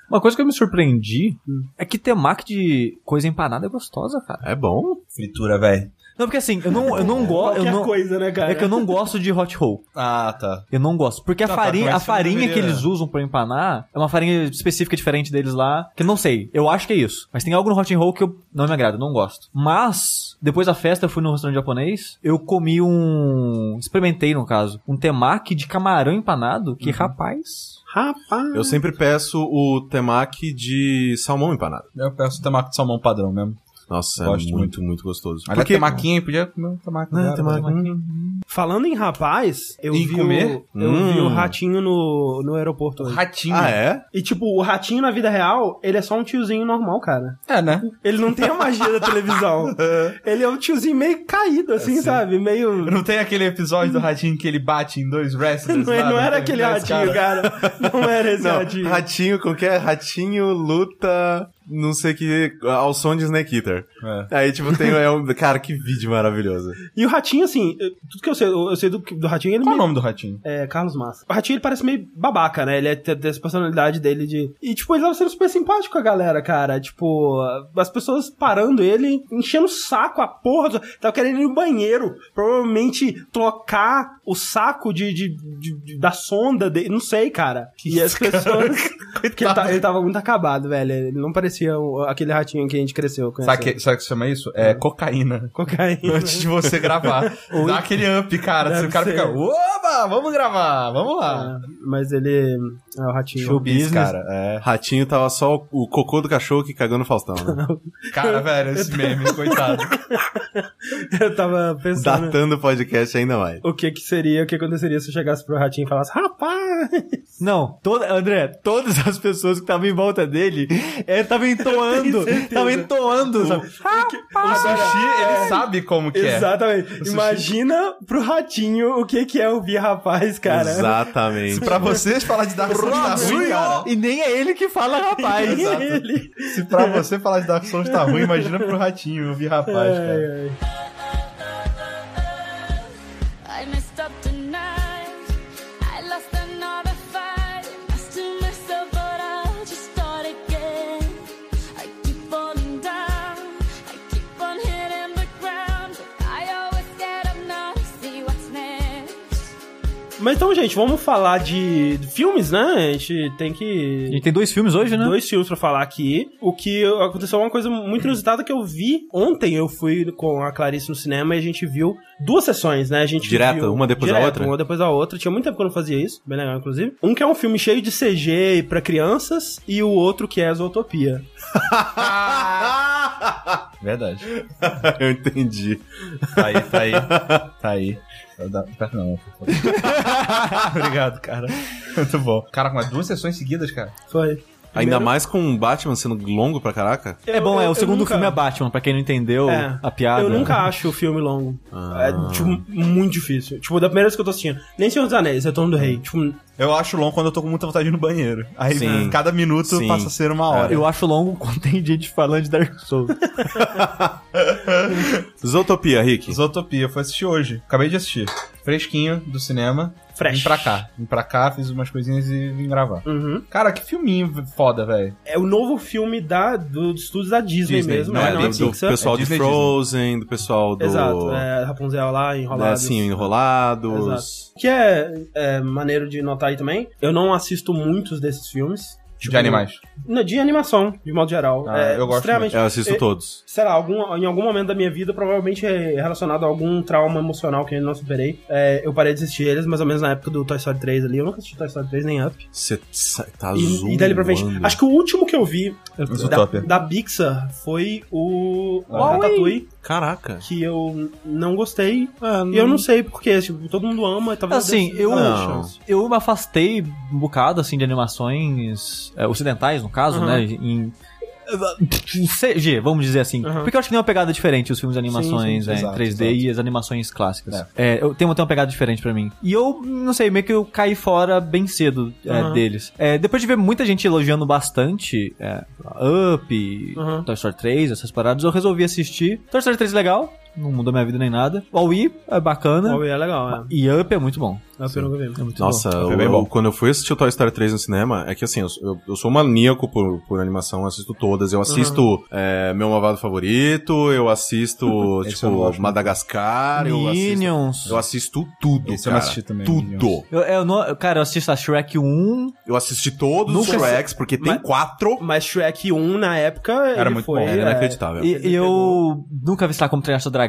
Speaker 3: Uma coisa que eu me surpreendi
Speaker 1: Hum.
Speaker 3: é que temaki de coisa empanada é gostosa, cara.
Speaker 4: É bom.
Speaker 2: Fritura, velho.
Speaker 3: Não, porque assim, eu não, eu não gosto.
Speaker 1: Qualquer
Speaker 3: Eu não...
Speaker 1: coisa, né, cara?
Speaker 3: É que eu não gosto de hot roll.
Speaker 2: Ah, tá.
Speaker 3: Eu não gosto. Porque a
Speaker 2: Não, tá,
Speaker 3: farinha,
Speaker 2: mas
Speaker 3: a
Speaker 2: você não
Speaker 3: farinha que
Speaker 2: deveria-
Speaker 3: eles usam pra empanar é uma farinha específica diferente deles lá. Que eu não sei. Eu acho que é isso. Mas tem algo no hot and roll que eu não me agrada, eu não gosto. Mas, depois da festa, eu fui num restaurante japonês. Eu comi um. Experimentei, no caso. Um temaki de camarão empanado.
Speaker 4: Uhum.
Speaker 3: Que, rapaz.
Speaker 1: Rapaz.
Speaker 4: Eu sempre peço o temaki de salmão empanado.
Speaker 2: Eu peço temaki de salmão padrão mesmo.
Speaker 4: Nossa,
Speaker 2: Gosto
Speaker 4: é muito, muito gostoso.
Speaker 2: Aliás, temaquinha, podia comer um temaki.
Speaker 4: Não,
Speaker 2: agora,
Speaker 4: temaki.
Speaker 2: temaki.
Speaker 1: Falando em rapaz, eu
Speaker 2: Em
Speaker 1: vi
Speaker 2: comer?
Speaker 1: o eu vi o
Speaker 4: Hum.
Speaker 1: ratinho no, no aeroporto hoje.
Speaker 2: Ratinho.
Speaker 4: Ah, é?
Speaker 1: E tipo, o ratinho na vida real, ele é só um tiozinho normal, cara.
Speaker 2: é? né?
Speaker 1: Ele não tem a magia da televisão. Ele é um tiozinho meio caído, assim, sabe? Meio.
Speaker 2: Não tem aquele episódio do ratinho que ele bate em dois wrestlers?
Speaker 1: Não, é-
Speaker 2: lá,
Speaker 1: não era
Speaker 2: tem
Speaker 1: aquele
Speaker 2: dois
Speaker 1: ratinho,
Speaker 2: caras?
Speaker 1: cara. Não era esse
Speaker 4: Não,
Speaker 1: ratinho.
Speaker 4: ratinho, como que é? Ratinho luta, não sei o que, ao som de Snake Eater.
Speaker 2: É.
Speaker 4: Aí, tipo, tem é um... Cara, que vídeo maravilhoso.
Speaker 1: E o ratinho, assim, eu- tudo que eu sei, eu eu sei do, do ratinho, ele
Speaker 2: Qual o
Speaker 1: meio.
Speaker 2: nome do ratinho?
Speaker 1: É, Carlos Massa. O ratinho, ele parece meio babaca, né? Ele é, tem, tem essa personalidade dele de. E, tipo, ele tava sendo super simpático com a galera, cara. Tipo, as pessoas parando ele, enchendo o saco, a porra. Do... Tava querendo ir no banheiro. Provavelmente trocar o saco de, de- de- de- da sonda dele. Não sei, cara. E as pessoas. Porque ele, tá- ele tava muito acabado, velho. Ele não parecia o- aquele ratinho que a gente cresceu.
Speaker 2: Sabe
Speaker 1: conhecendo.
Speaker 2: que, sabe o que chama isso? É cocaína.
Speaker 1: Cocaína.
Speaker 2: Antes de você gravar. Dá aquele up, cara. Se
Speaker 1: Deve
Speaker 2: o cara
Speaker 1: ser.
Speaker 2: fica, oba, vamos gravar, vamos
Speaker 1: Ah,
Speaker 2: lá.
Speaker 1: Mas ele. É o ratinho.
Speaker 2: Show business. Cara, é.
Speaker 4: Ratinho tava só o, o cocô do cachorro que cagou no Faustão. Né?
Speaker 2: cara, velho, esse meme, coitado.
Speaker 1: Eu tava pensando.
Speaker 4: Datando o podcast ainda mais.
Speaker 1: O que que seria, o que aconteceria se eu chegasse pro ratinho e falasse, rapaz!
Speaker 3: Não, toda, André, todas as pessoas que estavam em volta dele estavam entoando. Estavam entoando, sabe?
Speaker 2: O sushi, ele sabe como que é.
Speaker 1: Exatamente.
Speaker 2: sushi.
Speaker 1: Imagina pro ratinho o que que é ouvir rapaz, cara.
Speaker 4: Exatamente.
Speaker 2: Pra vocês falar de Dark Souls tá ruim, cara.
Speaker 3: E nem é ele que fala, rapaz.
Speaker 1: Ele.
Speaker 2: Se pra você falar de Dark Souls tá ruim, imagina pro ratinho, eu vi rapaz, cara.
Speaker 1: Ai, ai.
Speaker 5: I messed up tonight. I lost another fight. I still mess up, but I'll just start again. I keep falling down. I keep on hitting the ground. But I always get up now to see what's next.
Speaker 1: Mas então, gente, vamos falar de de filmes, né? A gente tem
Speaker 3: A
Speaker 1: que.
Speaker 3: gente tem dois filmes hoje, né?
Speaker 1: Dois filmes pra falar aqui. O que aconteceu é uma coisa muito inusitada que eu vi ontem. Eu fui com a Clarice no cinema e a gente viu duas sessões, né? A gente
Speaker 4: Direto?
Speaker 1: viu-
Speaker 4: Uma depois da
Speaker 1: direto,
Speaker 4: outra?
Speaker 1: Uma depois da outra. Tinha muito tempo que eu não fazia isso, bem legal, inclusive. Um que é um filme cheio de CG pra crianças e o outro que é Zootopia.
Speaker 2: Verdade.
Speaker 4: Eu entendi.
Speaker 2: Tá aí, tá aí. Tá aí. Eu dá- tá- Não, por favor. Obrigado, cara. Muito bom. Cara, com as duas sessões seguidas, cara.
Speaker 1: Foi.
Speaker 4: Ainda
Speaker 1: Primeiro-
Speaker 4: mais com o Batman sendo longo pra caraca.
Speaker 3: É bom, é.
Speaker 1: Eu-
Speaker 3: O
Speaker 1: eu
Speaker 3: segundo
Speaker 1: nunca-
Speaker 3: filme é né? Batman, pra quem não entendeu
Speaker 1: É.
Speaker 3: a piada.
Speaker 1: Eu nunca acho o filme longo. É, tipo, muito difícil. Tipo, da primeira vez que eu tô assistindo. Nem Senhor dos Anéis, Retorno do Rei. Tipo,
Speaker 2: Eu acho longo quando eu tô com muita vontade de ir no banheiro. Aí
Speaker 4: Sim.
Speaker 2: cada minuto
Speaker 4: Sim.
Speaker 2: passa a ser uma hora.
Speaker 3: Eu acho longo quando tem gente falando de Dark Souls.
Speaker 4: Zootopia, Rick.
Speaker 2: Zootopia, fui assistir hoje. Acabei de assistir. Fresquinho do cinema.
Speaker 1: fresh.
Speaker 2: Vim pra cá. Vim pra cá, fiz umas coisinhas e vim gravar.
Speaker 1: Uhum.
Speaker 2: Cara, que filminho foda, velho.
Speaker 1: É o novo filme da, do, dos estúdios da Disney,
Speaker 2: Disney,
Speaker 1: mesmo,
Speaker 2: não
Speaker 1: né?
Speaker 2: é
Speaker 1: Não
Speaker 4: do,
Speaker 1: é
Speaker 4: do
Speaker 1: Pixar.
Speaker 4: pessoal
Speaker 2: É
Speaker 4: de
Speaker 2: Disney,
Speaker 4: Frozen, do pessoal do.
Speaker 1: Exato, é, Rapunzel lá,
Speaker 4: né,
Speaker 2: É,
Speaker 1: enrolado.
Speaker 4: assim, enrolados.
Speaker 1: Exato. O que é, é maneiro de notar aí também, eu não assisto muitos desses filmes. Tipo,
Speaker 2: de animais.
Speaker 1: Não, de animação, de modo geral.
Speaker 2: Ah,
Speaker 1: é,
Speaker 2: eu gosto
Speaker 1: extremamente,
Speaker 4: Eu assisto
Speaker 1: É-
Speaker 4: todos.
Speaker 1: Sei lá, algum, em algum momento da minha vida, provavelmente é relacionado a algum trauma emocional que eu não superei, é, eu parei de assistir eles, mais ou menos na época do Toy Story 3 ali. Eu nunca assisti Toy Story 3 nem Up.
Speaker 4: Você tá azul.
Speaker 1: E, e dali pra frente. Acho que o último que eu vi da,
Speaker 2: Zootopia.
Speaker 1: da Pixar foi o
Speaker 2: Ah.
Speaker 1: Ratatouille.
Speaker 4: Caraca.
Speaker 1: que eu não gostei. E eu não sei porquê. Tipo, todo mundo ama e talvez.
Speaker 3: Assim,
Speaker 1: desse- Ah,
Speaker 3: eu-
Speaker 1: dá
Speaker 4: Não.
Speaker 1: chance.
Speaker 3: Eu me afastei um bocado, assim, de animações é, ocidentais, no caso,
Speaker 1: Aham.
Speaker 3: né? Em... em CG, vamos dizer assim.
Speaker 1: Aham.
Speaker 3: Porque eu acho que tem uma pegada diferente os filmes de animações
Speaker 2: sim,
Speaker 3: é,
Speaker 2: exato,
Speaker 3: 3D
Speaker 2: exato.
Speaker 3: e as animações clássicas. É, eu tenho, tem uma pegada diferente pra mim. E eu, não sei, meio que eu caí fora bem cedo é,
Speaker 1: Aham.
Speaker 3: deles. É, depois de ver muita gente elogiando bastante é, Up,
Speaker 1: Aham.
Speaker 3: Toy Story 3, essas paradas, eu resolvi assistir. Toy Story 3 é legal, não mudou minha vida nem nada. Wall-E é bacana.
Speaker 1: Huawei é legal, é.
Speaker 3: E Up é muito bom.
Speaker 1: É o que eu nunca vi.
Speaker 3: É muito
Speaker 4: Nossa,
Speaker 3: bom.
Speaker 4: eu,
Speaker 2: bem bom.
Speaker 4: eu- quando eu fui assistir o Toy Story 3 no cinema, é que assim, eu, eu- eu sou maníaco por, por animação, eu assisto todas. Eu assisto é, Meu Malvado Favorito, eu assisto,
Speaker 2: Esse eu não
Speaker 4: tipo,
Speaker 2: gosto.
Speaker 4: Madagascar, eu assisto,
Speaker 3: Minions.
Speaker 4: eu assisto tudo,
Speaker 2: Esse eu
Speaker 4: cara.
Speaker 2: não assisti também,
Speaker 4: tudo.
Speaker 2: Minions.
Speaker 3: Eu, eu não- cara, eu assisto a Shrek 1.
Speaker 4: Eu assisti todos os
Speaker 3: Nunca
Speaker 4: Shreks, porque tem
Speaker 1: Mas-
Speaker 4: quatro.
Speaker 1: Mas Shrek 1 na época. ele
Speaker 2: muito
Speaker 1: foi,
Speaker 2: bom,
Speaker 4: Era
Speaker 1: é,
Speaker 4: inacreditável.
Speaker 3: E
Speaker 1: Ele
Speaker 3: e eu nunca vi, sei lá, como treinar seu dragão.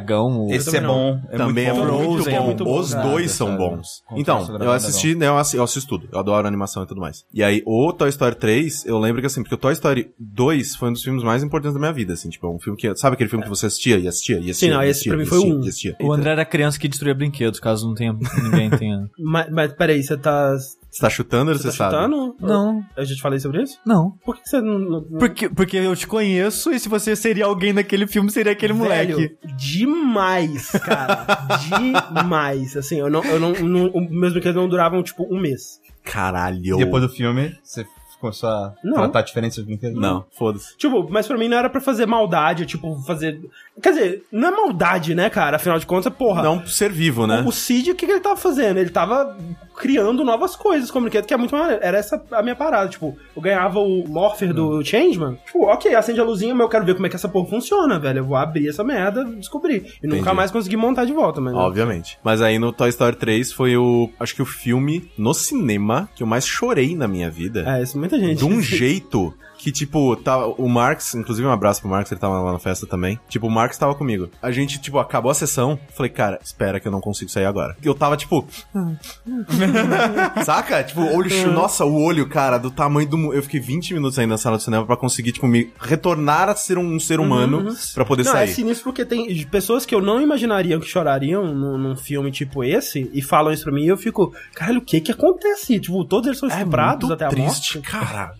Speaker 3: o-
Speaker 2: Esse é bom. É
Speaker 4: também
Speaker 2: muito
Speaker 4: é
Speaker 2: bom.
Speaker 4: muito,
Speaker 3: Frozen é
Speaker 4: bom.
Speaker 3: muito bom,
Speaker 4: Os
Speaker 3: cara.
Speaker 4: dois são
Speaker 2: Cara,
Speaker 4: bons.
Speaker 2: com
Speaker 4: Então,
Speaker 2: força
Speaker 4: eu
Speaker 2: gravada,
Speaker 4: assisti, né, eu assi- eu assisto tudo. Eu adoro animação e tudo mais. E aí, o Toy Story 3, eu lembro que assim, porque o Toy Story 2 foi um dos filmes mais importantes da minha vida, assim, tipo, é um filme que, sabe aquele filme que você assistia e assistia e assistia?
Speaker 1: não,
Speaker 4: e
Speaker 1: esse
Speaker 4: assistia,
Speaker 1: pra mim
Speaker 4: e
Speaker 1: foi
Speaker 4: assistia,
Speaker 1: um.
Speaker 4: e assistia.
Speaker 3: O André era criança que destruía brinquedos, caso não tenha ninguém tenha.
Speaker 1: Mas, mas peraí, você tá. Você
Speaker 4: Você tá chutando ou
Speaker 1: tá
Speaker 4: você, sabe?
Speaker 1: chutando?
Speaker 3: Não,
Speaker 1: Eu já te falei sobre isso?
Speaker 3: não.
Speaker 1: Por que que você não. não-
Speaker 3: Porque, porque eu te conheço e se você seria alguém naquele filme, seria aquele
Speaker 1: Velho,
Speaker 3: moleque.
Speaker 1: Demais, cara. demais. Assim, eu não, eu não, não. os Meus brinquedos não duravam, tipo, um mês.
Speaker 4: Caralho.
Speaker 2: Depois do filme, você começou a
Speaker 1: Não.
Speaker 2: tratar diferentes brinquedos? né?
Speaker 4: Não, foda-se.
Speaker 1: Tipo, mas pra mim não era pra fazer maldade, tipo, fazer. Quer dizer, não é maldade, né, cara? Afinal de contas, porra. é
Speaker 4: Não ser vivo, né?
Speaker 1: O Cid, o que, que ele tava fazendo? Ele tava criando novas coisas com o brinquedo, que é muito maneiro. Era essa a minha parada. Tipo, eu ganhava o Morpher do
Speaker 4: Uhum.
Speaker 1: Changeman. Tipo, ok, acende a luzinha, mas eu quero ver como é que essa porra funciona, velho. Eu vou abrir essa merda, descobrir. E nunca
Speaker 4: Entendi.
Speaker 1: mais consegui montar de volta, mas.
Speaker 4: Obviamente. Mas aí no Toy Story 3 foi o. Acho que o filme no cinema que eu mais chorei na minha vida.
Speaker 1: É, isso muita gente.
Speaker 4: de um jeito que, tipo, tá, o Marx, inclusive um abraço pro Marx, ele tava lá na festa também. Tipo, o Marx tava comigo. A gente, tipo, acabou a sessão, falei, cara, espera que eu não consigo sair agora. Eu tava, tipo. Saca? Tipo, olho. chu- Nossa, o olho, cara, do tamanho do. mu- Eu fiquei 20 minutos ainda na sala do cinema pra conseguir, tipo, me retornar a ser um ser humano pra poder
Speaker 1: Uhum. Não, é
Speaker 4: sair.
Speaker 1: sinistro porque tem pessoas que eu não imaginaria que chorariam num, num filme tipo esse e falam isso pra mim e eu fico, caralho, o que que acontece? Tipo, todos eles são estuprados
Speaker 4: É muito
Speaker 1: até a
Speaker 4: triste,
Speaker 1: morte.
Speaker 4: cara.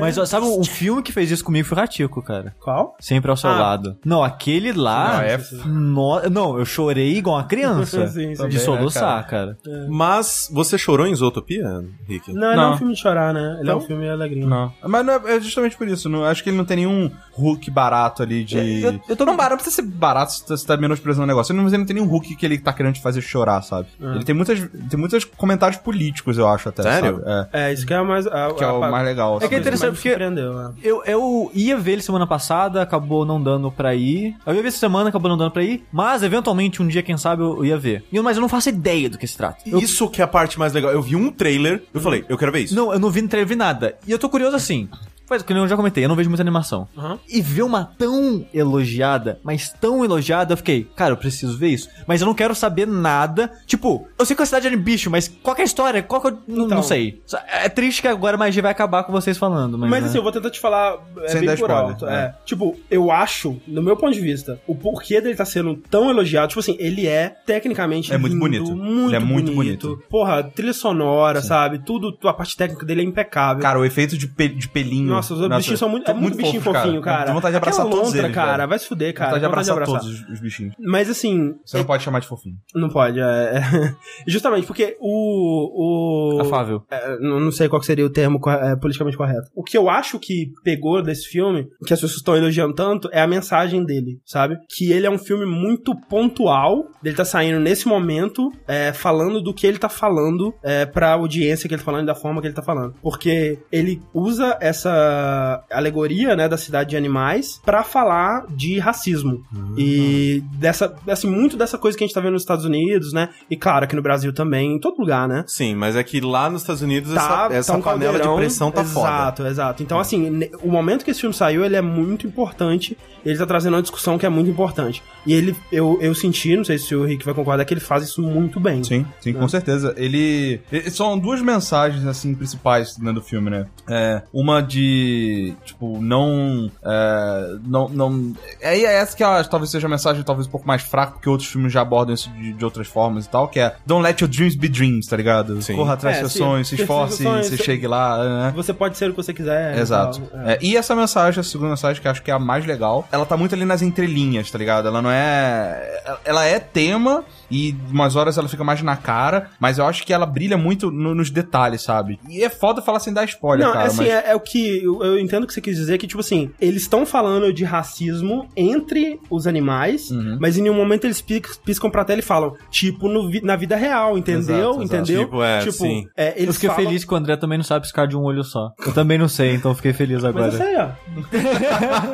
Speaker 3: Mas ó, sabe, um filme que fez isso comigo foi o Ratico, cara.
Speaker 1: Qual?
Speaker 3: Sempre ao seu
Speaker 1: Ah.
Speaker 3: lado. Não, aquele lá.
Speaker 2: Não, é
Speaker 3: No- Não, eu chorei igual uma criança.
Speaker 1: Sim, sim.
Speaker 3: De
Speaker 2: né,
Speaker 3: soluçar, cara.
Speaker 4: Mas você chorou em Zootopia, Rick?
Speaker 1: Não, ele é um
Speaker 2: Não.
Speaker 1: filme de chorar, né? Ele é um
Speaker 2: Não?
Speaker 1: filme alegrinho.
Speaker 2: Não. Mas não é, é justamente por isso. Não, acho que ele não tem nenhum Hulk barato ali de.
Speaker 1: É,
Speaker 3: Eu- eu tô-
Speaker 2: Não, barato não precisa ser barato se você tá menosprezando o negócio. Ele não, ele não tem nenhum Hulk que ele tá querendo te fazer chorar, sabe?
Speaker 1: É.
Speaker 2: Ele tem muitas, tem muitos comentários políticos, eu acho, até.
Speaker 4: Sério?
Speaker 2: sabe? É.
Speaker 1: É, isso que é mais. a-
Speaker 2: Que é
Speaker 1: a-
Speaker 2: o
Speaker 1: a-
Speaker 2: mais né? legal.
Speaker 3: É que é
Speaker 2: sabe?
Speaker 3: interessante
Speaker 1: me
Speaker 3: porque-
Speaker 1: surpreendeu, é.
Speaker 3: Eu, eu ia ver ele semana passada, acabou não dando pra ir. Eu ia Eu ia ver essa semana, acabou não dando pra ir, mas eventualmente um dia, quem sabe, eu eu ia ver. E eu- Mas eu não faço ideia do que se trata. Eu-
Speaker 4: Isso que é a parte mais legal. Eu vi um trailer, eu falei, eu quero ver isso.
Speaker 3: Não, eu não vi no trailer, eu vi nada. E eu tô curioso assim. Pois, que eu já comentei, eu não vejo muita animação. E ver uma tão elogiada, mas tão elogiada, eu fiquei, cara, eu preciso ver isso. Mas eu não quero saber nada. Tipo, eu sei que a cidade era um bicho, mas qual que é a história? Qual que eu. n-
Speaker 1: Então.
Speaker 3: Não sei. Só- É triste que agora a magia vai acabar com vocês falando, mas.
Speaker 1: Mas
Speaker 3: né?
Speaker 1: assim, eu vou tentar te falar é,
Speaker 2: Sem
Speaker 1: bem
Speaker 2: dar
Speaker 1: por
Speaker 2: spoiler,
Speaker 1: alto.
Speaker 2: é.
Speaker 1: é. Tipo, eu acho, no meu ponto de vista, o porquê dele tá sendo tão elogiado, tipo assim, ele é tecnicamente
Speaker 2: É muito
Speaker 1: lindo,
Speaker 2: bonito.
Speaker 1: Muito
Speaker 2: Ele é muito
Speaker 1: Porra, trilha sonora, sabe? Tudo, a parte técnica dele é impecável.
Speaker 2: Cara, o efeito de, pe- de pelinho.
Speaker 1: Nossa, os bichinhos são muito, é muito, bichinho
Speaker 2: fofos,
Speaker 1: fofinho, cara.
Speaker 2: Dá vontade de abraçar
Speaker 1: Aquela
Speaker 2: todos
Speaker 1: lontra,
Speaker 2: eles,
Speaker 1: cara,
Speaker 2: velho.
Speaker 1: vai se fuder,
Speaker 2: Dá
Speaker 1: cara.
Speaker 2: vontade de
Speaker 1: Dá vontade
Speaker 2: abraçar, todos os, os bichinhos.
Speaker 1: Mas assim,
Speaker 2: Você não pode chamar de fofinho.
Speaker 1: não pode, é, é. Justamente porque o. o...
Speaker 3: Afável.
Speaker 1: É, n- não sei qual que seria o termo co- é, politicamente correto. O que eu acho que pegou desse filme, que as pessoas estão elogiando tanto, é a mensagem dele, sabe? Que ele é um filme muito pontual, ele tá saindo nesse momento, é, falando do que ele tá falando é, pra audiência que ele tá falando e da forma que ele tá falando. Porque ele usa essa alegoria, né, da cidade de animais pra falar de racismo. E dessa, assim, muito dessa coisa que a gente tá vendo nos Estados Unidos, né? E claro, aqui no Brasil também, em todo lugar, né?
Speaker 4: Sim, mas é que lá nos Estados Unidos
Speaker 1: tá,
Speaker 4: essa, essa
Speaker 1: tá um
Speaker 4: panela
Speaker 1: caldeirão.
Speaker 4: de pressão tá
Speaker 1: exato,
Speaker 4: foda.
Speaker 1: Exato, Então, assim, ne- o momento que esse filme saiu, ele é muito importante. Ele tá trazendo uma discussão que é muito importante. E ele, eu, eu senti, não sei se o Rick vai concordar, que ele faz isso muito bem.
Speaker 2: Sim, sim, com certeza. Ele, e- São duas mensagens, assim, principais né, do filme, né? É, uma de, tipo, não... É, não, não... É, é essa que eu acho, talvez seja a mensagem talvez um pouco mais fraca, porque outros filmes já abordam isso de, de outras formas e tal, que é Don't let your dreams be dreams, tá ligado?
Speaker 4: Sim.
Speaker 2: Corra atrás
Speaker 1: É,
Speaker 2: dos seus
Speaker 1: se-
Speaker 2: sonhos, se
Speaker 1: se-
Speaker 2: esforce,
Speaker 1: seus sonhos,
Speaker 2: você
Speaker 1: se-
Speaker 2: chegue lá, né?
Speaker 1: Você pode ser o que você quiser. então,
Speaker 2: Exato.
Speaker 1: tal.
Speaker 2: É, e essa mensagem, a segunda mensagem, que eu acho que é a mais legal, ela tá muito ali nas entrelinhas, tá ligado? Ela não é. Ela é tema e umas horas ela fica mais na cara, mas eu acho que ela brilha muito no- nos detalhes, sabe? E é foda falar sem dar spoiler,
Speaker 1: não,
Speaker 2: cara.
Speaker 1: assim,
Speaker 2: mas...
Speaker 1: é, é o que eu, eu entendo o que você quis dizer, que tipo assim, eles estão falando de racismo entre os animais,
Speaker 4: Uhum.
Speaker 1: mas em nenhum momento eles pic- piscam pra tela e falam, tipo, no vi- na vida real, entendeu?
Speaker 2: Exato, exato.
Speaker 1: Entendeu?
Speaker 4: Tipo, é, sim.
Speaker 1: é, eles
Speaker 3: Eu fiquei
Speaker 1: falam-
Speaker 3: feliz que o André também não sabe piscar de um olho só. Eu também não sei, então eu fiquei feliz
Speaker 1: Mas eu
Speaker 3: agora.
Speaker 2: é-
Speaker 1: sei, ó.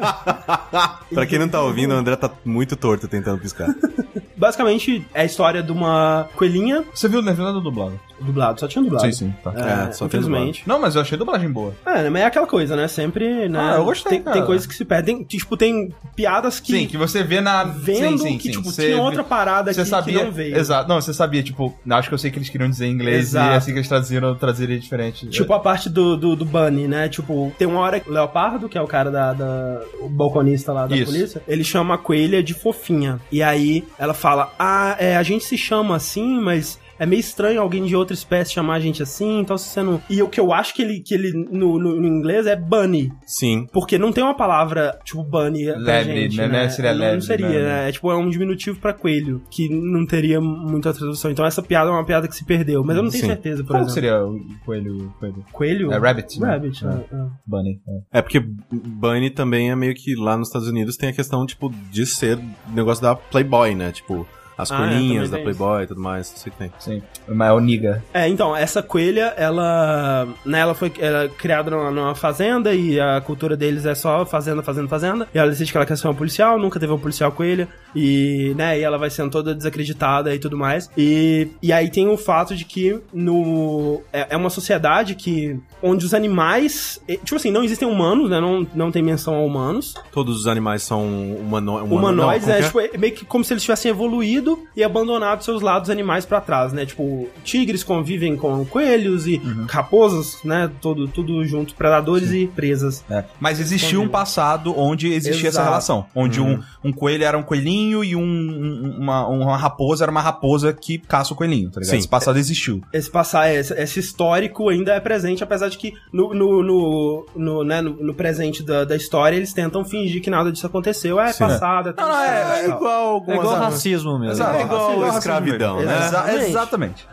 Speaker 4: Pra quem não tá ouvindo, o André tá muito torto tentando piscar.
Speaker 1: Basicamente, é a história de uma coelhinha
Speaker 2: Você viu o Nervinho dublado?
Speaker 1: dublado, só tinha dublado.
Speaker 2: Sim, sim, tá.
Speaker 1: É,
Speaker 4: É, só tem
Speaker 1: infelizmente.
Speaker 2: Não, mas eu achei a dublagem boa.
Speaker 1: É, né, mas é aquela coisa, né? Sempre, né?
Speaker 2: Ah, eu gostei,
Speaker 1: tem,
Speaker 2: cara.
Speaker 1: tem coisas que se perdem. Tipo, tem piadas que,
Speaker 2: sim, que você vê na.
Speaker 1: vendo
Speaker 2: sim, sim,
Speaker 1: que,
Speaker 2: sim.
Speaker 1: tipo,
Speaker 2: Você
Speaker 1: tinha
Speaker 2: vê-
Speaker 1: outra parada
Speaker 2: Você
Speaker 1: aqui
Speaker 2: sabia.
Speaker 1: que não veio.
Speaker 2: Exato. Não, você sabia, tipo, acho que eu sei que eles queriam dizer em inglês
Speaker 1: Exato.
Speaker 2: e assim que eles traduziram, traduziram diferente.
Speaker 1: Tipo a parte do, do, do Bunny, né? Tipo, tem uma hora que o Leopardo, que é o cara da. da- o balconista lá da
Speaker 2: Isso.
Speaker 1: polícia, ele chama a coelha de fofinha. E aí ela fala: Ah, é, a gente se chama assim, mas. É meio estranho alguém de outra espécie chamar a gente assim, então se você não. E o que eu acho que ele, que ele no, no- no inglês é bunny.
Speaker 4: Sim.
Speaker 1: Porque não tem uma palavra, tipo, bunny pra
Speaker 2: Lebre,
Speaker 1: gente,
Speaker 2: né?
Speaker 1: né?
Speaker 2: Seria
Speaker 1: não, não
Speaker 2: lebre,
Speaker 1: seria,
Speaker 2: né?
Speaker 1: né? É tipo, é um diminutivo pra coelho, que não teria muita tradução. Então essa piada é uma piada que se perdeu, mas eu não tenho
Speaker 4: Sim.
Speaker 1: certeza, por
Speaker 2: Qual
Speaker 1: exemplo.
Speaker 2: seria o coelho? coelho?
Speaker 1: Coelho?
Speaker 2: É rabbit, né?
Speaker 1: Rabbit, né? É.
Speaker 2: Bunny. é.
Speaker 4: É porque Bunny também é meio que lá nos Estados Unidos tem a questão, tipo, de ser negócio da Playboy, né? Tipo, as
Speaker 1: Ah, é,
Speaker 4: colinhas
Speaker 1: também
Speaker 4: da
Speaker 1: tem
Speaker 4: Playboy e tudo mais, não sei o que tem.
Speaker 2: Sim. Mas é o Niga.
Speaker 1: É, então, essa coelha, ela, né, ela foi ela é criada numa, numa fazenda e a cultura deles é só fazenda, fazenda, fazenda. E ela decide que ela quer ser uma policial, nunca teve uma policial coelha. E, né, e ela vai sendo toda desacreditada e tudo mais. E, e aí tem o fato de que no é, é uma sociedade que onde os animais, eh, tipo assim, não existem humanos, né, não, não tem menção a humanos.
Speaker 4: Todos os animais são humano, humano,
Speaker 1: humanoides,
Speaker 4: não,
Speaker 1: né?
Speaker 4: como que
Speaker 1: Tipo, é meio que como se eles tivessem evoluído e abandonado seus lados animais pra trás, né? Tipo, tigres convivem com coelhos e
Speaker 4: Uhum.
Speaker 1: raposas, né? Todo, tudo junto, predadores e presas.
Speaker 2: É. Mas existia um
Speaker 1: Entendi.
Speaker 2: passado onde existia essa
Speaker 1: Exato.
Speaker 2: relação. Onde um, um coelho era um coelhinho e um, um- uma, uma raposa era uma raposa que caça o coelhinho, tá ligado?
Speaker 4: Sim.
Speaker 2: Esse passado existiu.
Speaker 1: Esse passar, esse, esse histórico ainda é presente, apesar de que no, no, no, no, né, no- no presente da, da história eles tentam fingir que nada disso aconteceu. É
Speaker 4: Sim. né?
Speaker 1: passado, é tudo certo,
Speaker 4: É
Speaker 1: tal.
Speaker 4: igual
Speaker 3: É
Speaker 4: algumas...
Speaker 3: igual racismo mesmo.
Speaker 2: Exato.
Speaker 4: É igual
Speaker 2: Racismo,
Speaker 4: escravidão,
Speaker 1: racismo,
Speaker 4: né?
Speaker 1: Exatamente.
Speaker 2: Exatamente.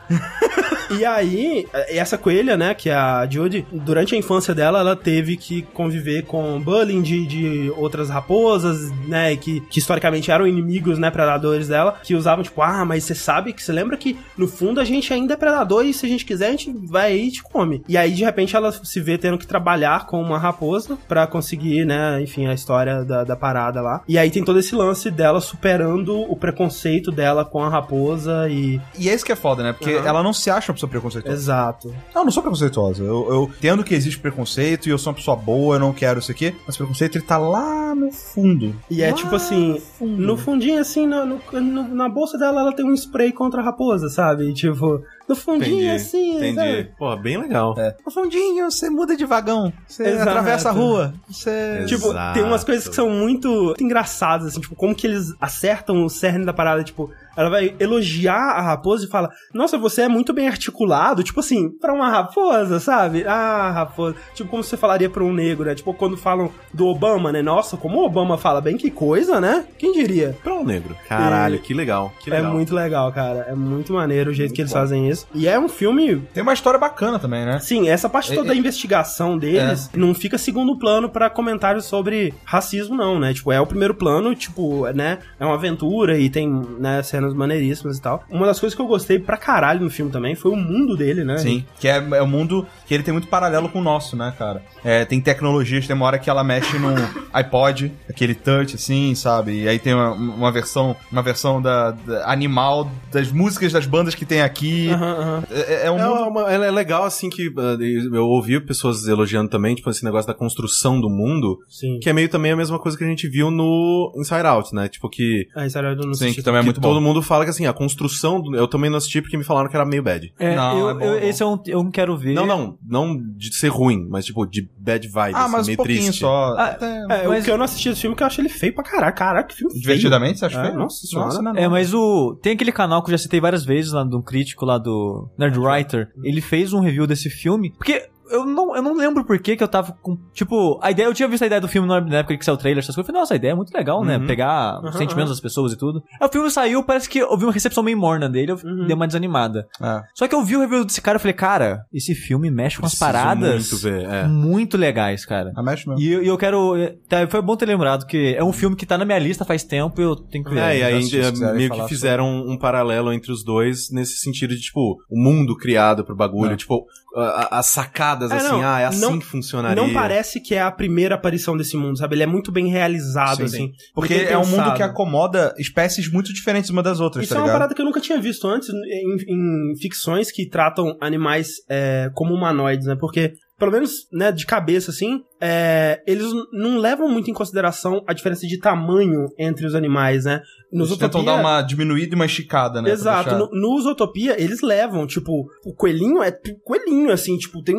Speaker 1: E aí, essa coelha, né, que é a Judy, durante a infância dela, ela teve que conviver com bullying de, de outras raposas, né, que, que historicamente eram inimigos, né, predadores dela, que usavam, tipo, ah, mas você sabe que você lembra que no fundo a gente ainda é predador e se a gente quiser a gente vai aí e te come. E aí, de repente, ela se vê tendo que trabalhar com uma raposa pra conseguir, né, enfim, a história da, da parada lá. E aí tem todo esse lance dela superando o preconceito dela com a raposa e.
Speaker 2: E é isso que é foda, né? Porque
Speaker 1: Aham.
Speaker 2: ela não se acha uma pessoa preconceituosa.
Speaker 1: Exato.
Speaker 2: Não, eu não sou preconceituosa. Eu, eu entendo que existe preconceito e eu sou uma pessoa boa, eu não quero isso aqui. Mas o preconceito, ele tá lá no fundo.
Speaker 1: E é
Speaker 2: Lá
Speaker 1: tipo assim,
Speaker 2: fundo.
Speaker 1: no fundinho, assim, na, no- no- na bolsa dela, ela tem um spray contra a raposa, sabe? E, tipo, no fundinho,
Speaker 4: Entendi,
Speaker 1: assim,
Speaker 4: entendi.
Speaker 1: sabe? É.
Speaker 4: Pô, bem legal.
Speaker 2: No fundinho, você muda de vagão. Você
Speaker 1: Exato.
Speaker 2: atravessa a rua. Você...
Speaker 1: Tipo,
Speaker 4: Exato.
Speaker 1: tem umas coisas que são muito, muito engraçadas, assim, tipo, como que eles acertam o cerne da parada, tipo, ela vai elogiar a raposa e fala, nossa, você é muito bem articulado, tipo assim, pra uma raposa, sabe? Ah, raposa. Tipo, como você falaria pra um negro, né? Tipo, quando falam do Obama, né? Nossa, como o Obama fala bem, que coisa, né? Quem diria?
Speaker 4: Pra um negro. Caralho, que legal. Que legal.
Speaker 1: É muito legal, cara. É muito maneiro o jeito que eles fazem isso. E é um filme
Speaker 2: Tem uma história bacana também, né?
Speaker 1: Sim, essa parte
Speaker 2: É,
Speaker 1: toda da investigação deles não fica segundo plano pra comentários sobre racismo, não, né? Tipo, é o primeiro plano, tipo, é, né? É uma aventura e tem, né, cenas maneiríssimas e tal. Uma das coisas que eu gostei pra caralho no filme também foi o mundo dele, né?
Speaker 2: Sim, que é, é um mundo que ele tem muito paralelo com o nosso, né, cara? É, tem tecnologias, tem uma hora que ela mexe no iPod, aquele touch, assim, sabe? E aí tem uma, uma versão, uma versão da, da- animal das músicas das bandas que tem aqui.
Speaker 1: Aham, aham.
Speaker 2: É, é um
Speaker 4: É,
Speaker 2: mundo.
Speaker 4: uma- é legal, assim, que uh, eu ouvi pessoas elogiando também, tipo, esse negócio da construção do mundo,
Speaker 1: Sim.
Speaker 4: que é meio também a mesma coisa que a gente viu no Inside Out, né? Tipo, que,
Speaker 1: Ah, isso era do não
Speaker 2: Sim,
Speaker 1: assisti.
Speaker 2: que também é
Speaker 4: que
Speaker 2: muito
Speaker 4: todo
Speaker 2: bom.
Speaker 4: mundo fala que, assim, a construção... do- eu também não assisti porque me falaram que era meio bad.
Speaker 3: É,
Speaker 2: Não,
Speaker 3: eu,
Speaker 2: é bom,
Speaker 3: eu-
Speaker 2: é bom.
Speaker 3: esse eu não, eu não quero ver.
Speaker 4: Não, não, não de ser ruim, mas, tipo, de bad vibe,
Speaker 2: Ah,
Speaker 4: assim,
Speaker 2: mas um
Speaker 4: meio
Speaker 2: pouquinho
Speaker 4: triste.
Speaker 2: só.
Speaker 3: Ah,
Speaker 2: Até-
Speaker 1: É,
Speaker 3: Mas-
Speaker 1: o que eu não assisti do filme que eu achei ele feio pra caralho. Caraca, que filme feio.
Speaker 2: Divertidamente, você acha
Speaker 1: É,
Speaker 2: feio?
Speaker 1: nossa senhora.
Speaker 2: não, não.
Speaker 3: É, mas o. Tem aquele canal que eu já citei várias vezes lá de um crítico lá do Nerdwriter. Ele fez um review desse filme. Porque. Eu não, eu não lembro por que que eu tava com. Tipo, a ideia. Eu tinha visto a ideia do filme na na época que saiu o trailer, essas coisas. Eu falei, nossa, a ideia é muito legal, né?
Speaker 4: Uhum.
Speaker 3: Pegar
Speaker 1: Uhum,
Speaker 3: os sentimentos das pessoas e tudo. Aí o filme saiu, parece que eu vi uma recepção meio morna dele, eu
Speaker 1: Uhum.
Speaker 3: dei uma desanimada.
Speaker 2: É.
Speaker 3: Só que eu vi o review desse cara e falei, cara, esse filme mexe com as
Speaker 4: Preciso
Speaker 3: paradas.
Speaker 4: muito ver, é.
Speaker 3: muito legais, cara.
Speaker 2: Ah, mexe mesmo.
Speaker 3: E eu, e eu quero. tá, foi bom ter lembrado que é um filme que tá na minha lista faz tempo e eu tenho que ver.
Speaker 4: É, e aí
Speaker 2: né? se vocês quiserem
Speaker 4: meio
Speaker 2: falar
Speaker 4: que fizeram um- um paralelo entre os dois nesse sentido de, tipo, o mundo criado pro
Speaker 2: É.
Speaker 4: bagulho, tipo, a- a- as sacadas,
Speaker 1: É,
Speaker 4: assim,
Speaker 1: não,
Speaker 4: ah, é assim
Speaker 1: não-
Speaker 4: que funcionaria.
Speaker 1: Não parece que é a primeira aparição desse mundo, sabe? Ele é muito bem realizado,
Speaker 2: Sim,
Speaker 1: assim.
Speaker 2: Porque
Speaker 1: bem
Speaker 2: é um mundo
Speaker 1: pensado.
Speaker 2: que acomoda espécies muito diferentes uma das outras,
Speaker 1: Isso é
Speaker 2: tá
Speaker 1: uma
Speaker 2: ligado?
Speaker 1: parada que eu nunca tinha visto antes em, em ficções que tratam animais é, como humanoides, né? Porque, pelo menos, né, de cabeça, assim, é, eles n- não levam muito em consideração a diferença de tamanho entre os animais, né? Nos
Speaker 2: Eles tentam dar
Speaker 1: Utopia-
Speaker 2: uma diminuída e uma esticada, né? pra
Speaker 1: Exato.
Speaker 2: deixar-
Speaker 1: No, no Zootopia, eles levam, tipo, o coelhinho é p- coelhinho, assim, tipo, tem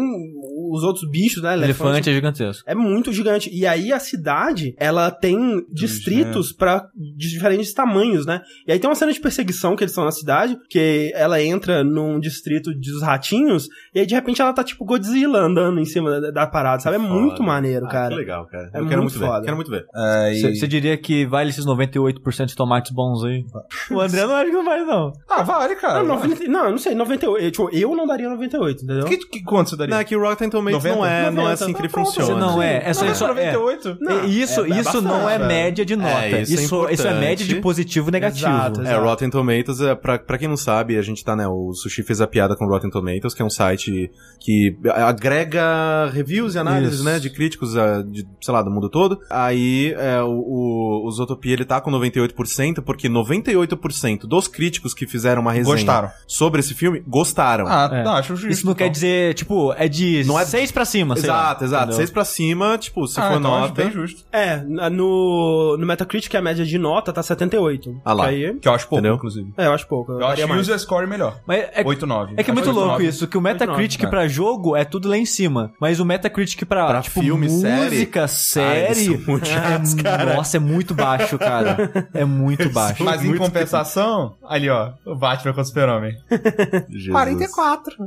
Speaker 1: os outros bichos, né?
Speaker 3: Elefante é gigantesco.
Speaker 1: É muito gigante. E aí a cidade, ela tem distritos pra de diferentes tamanhos, né? E aí tem uma cena de perseguição que eles estão na cidade, que ela entra num distrito dos ratinhos, e aí de repente ela tá tipo Godzilla andando em cima da, da parada, sabe? É
Speaker 4: Foda.
Speaker 1: muito maneiro,
Speaker 4: Ah,
Speaker 1: cara.
Speaker 4: que legal, cara.
Speaker 1: É
Speaker 4: eu quero
Speaker 1: muito
Speaker 4: muito
Speaker 1: foda.
Speaker 4: ver. Quero muito ver.
Speaker 2: É, e-
Speaker 3: Você diria que vale esses 98% de tomates bons aí? o André não acha que não vale, não.
Speaker 2: Ah, vale, cara.
Speaker 1: Não, 90 não, eu não sei, 98. Tipo, eu não daria 98, entendeu?
Speaker 2: Que, que quanto você daria?
Speaker 4: Não, é que o Rotten Tomatoes
Speaker 2: 90?
Speaker 4: não é, não é
Speaker 1: 90.
Speaker 4: assim que ele
Speaker 1: Tá pronto,
Speaker 4: funciona.
Speaker 3: não é. É só
Speaker 2: Não,
Speaker 3: isso. É.
Speaker 2: 98.
Speaker 1: Não,
Speaker 3: E isso,
Speaker 1: é- é
Speaker 3: isso
Speaker 1: bastante,
Speaker 3: não é
Speaker 1: velho.
Speaker 3: média de nota.
Speaker 4: É,
Speaker 3: isso,
Speaker 4: isso é
Speaker 3: isso, é
Speaker 4: importante.
Speaker 3: média de positivo e negativo.
Speaker 1: Exato,
Speaker 4: É, Rotten Tomatoes, é, pra, pra quem não sabe, a gente tá, né, o Sushi fez a piada com o Rotten Tomatoes, que é um site que agrega reviews e análises,
Speaker 3: Isso.
Speaker 4: né, de críticos, ah, de, sei lá, do mundo todo. Aí, é, o, o, o Zootopia, ele tá com 98%, porque 98% dos críticos que fizeram uma resenha
Speaker 2: Gostaram.
Speaker 4: sobre esse filme gostaram.
Speaker 2: Ah,
Speaker 3: É.
Speaker 2: não, acho justo.
Speaker 3: Isso não quer
Speaker 2: então.
Speaker 3: dizer, tipo, é de
Speaker 4: Não é-
Speaker 3: 6 pra cima, sei lá,
Speaker 4: exato, exato.
Speaker 3: entendeu?
Speaker 4: Seis pra cima, tipo, se
Speaker 2: Ah,
Speaker 4: for
Speaker 2: então acho
Speaker 4: nota...
Speaker 2: bem justo.
Speaker 1: É, na- no, no Metacritic a média de nota tá 78.
Speaker 4: Ah lá.
Speaker 1: Que aí,
Speaker 2: Que eu acho pouco,
Speaker 4: Entendeu?
Speaker 2: inclusive.
Speaker 1: é, eu acho pouco. Eu,
Speaker 2: Eu acho
Speaker 1: daria
Speaker 2: que o
Speaker 1: mais.
Speaker 2: user score melhor.
Speaker 3: Mas é,
Speaker 2: 8, 9.
Speaker 3: é que é muito louco isso, que o
Speaker 1: 8,9,
Speaker 3: Metacritic
Speaker 2: é.
Speaker 3: pra jogo é tudo lá em cima, mas o Metacritic pra,
Speaker 4: Pra
Speaker 3: tipo,
Speaker 4: filme, série?
Speaker 3: música,
Speaker 4: Ah, eles
Speaker 3: série...
Speaker 4: são muito chatos,
Speaker 3: é-
Speaker 4: cara.
Speaker 3: Nossa, é muito baixo, cara. É muito baixo.
Speaker 2: Mas em
Speaker 4: Muito
Speaker 2: compensação, ali ó, o Batman contra o Super-Homem.
Speaker 4: Jesus.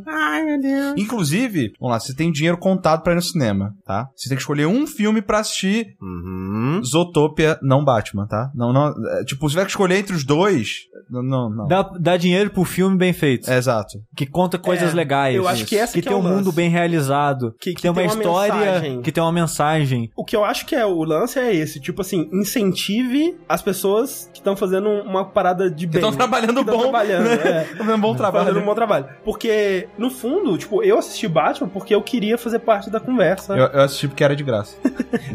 Speaker 1: Ai, meu Deus.
Speaker 2: Inclusive, vamos lá, você tem dinheiro contado pra ir no cinema, tá? Você tem que escolher um filme pra assistir
Speaker 4: Uhum.
Speaker 2: Zootopia, não Batman, tá? Não, não, é, tipo, se tiver que escolher entre os dois, Não, não. não.
Speaker 3: Dá, dá dinheiro pro filme bem feito.
Speaker 2: É, exato.
Speaker 3: Que conta coisas
Speaker 1: É,
Speaker 3: legais.
Speaker 1: eu acho que essa que
Speaker 3: tem
Speaker 1: é o
Speaker 3: um mundo
Speaker 1: lance.
Speaker 3: bem realizado.
Speaker 1: Que-
Speaker 3: Que,
Speaker 1: que
Speaker 3: tem uma,
Speaker 1: tem uma
Speaker 3: história.
Speaker 1: mensagem.
Speaker 3: Que tem uma mensagem.
Speaker 1: O que eu acho que é o lance é esse, tipo assim, incentive as pessoas que estão fazendo uma parada de
Speaker 2: Que
Speaker 1: bem.
Speaker 2: estão trabalhando
Speaker 1: que tão
Speaker 2: bom.
Speaker 3: né?
Speaker 1: trabalhando, é.
Speaker 2: Tão fazendo bom
Speaker 1: Fazendo um
Speaker 2: trabalho.
Speaker 1: bom trabalho. Porque, no fundo, tipo, eu assisti Batman porque eu queria fazer parte da conversa.
Speaker 2: Eu, eu assisti porque era de graça.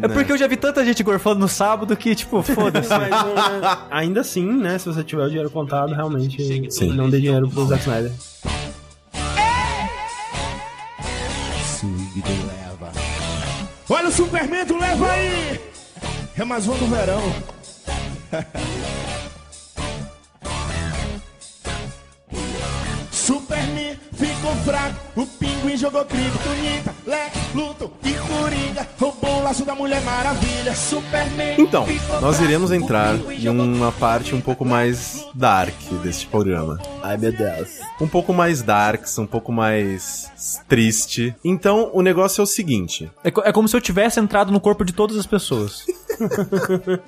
Speaker 3: É
Speaker 4: Né.
Speaker 3: porque eu já vi tanta gente gorfando no sábado que, tipo, foda-se.
Speaker 1: Mas, né, ainda assim, né? Se você tiver o dinheiro contado, realmente
Speaker 4: Sim.
Speaker 1: não dê dinheiro pro Zack Snyder.
Speaker 6: Olha o Superman, tu leva aí! É mais um do verão. Superman ficou fraco, o pinguim jogou criptonita, Lex Luthor e Coringa roubou o laço da Mulher Maravilha. Superman
Speaker 4: Então,
Speaker 6: ficou
Speaker 4: nós
Speaker 6: fraco,
Speaker 4: iremos
Speaker 6: o
Speaker 4: entrar
Speaker 6: pinguim
Speaker 4: em
Speaker 6: jogou
Speaker 4: uma parte um pouco mais dark deste programa. Ai, meu Deus. Um pouco mais darks, um pouco mais triste. Então, o negócio é o seguinte:
Speaker 3: É, co- é como se eu tivesse entrado no corpo de todas as pessoas.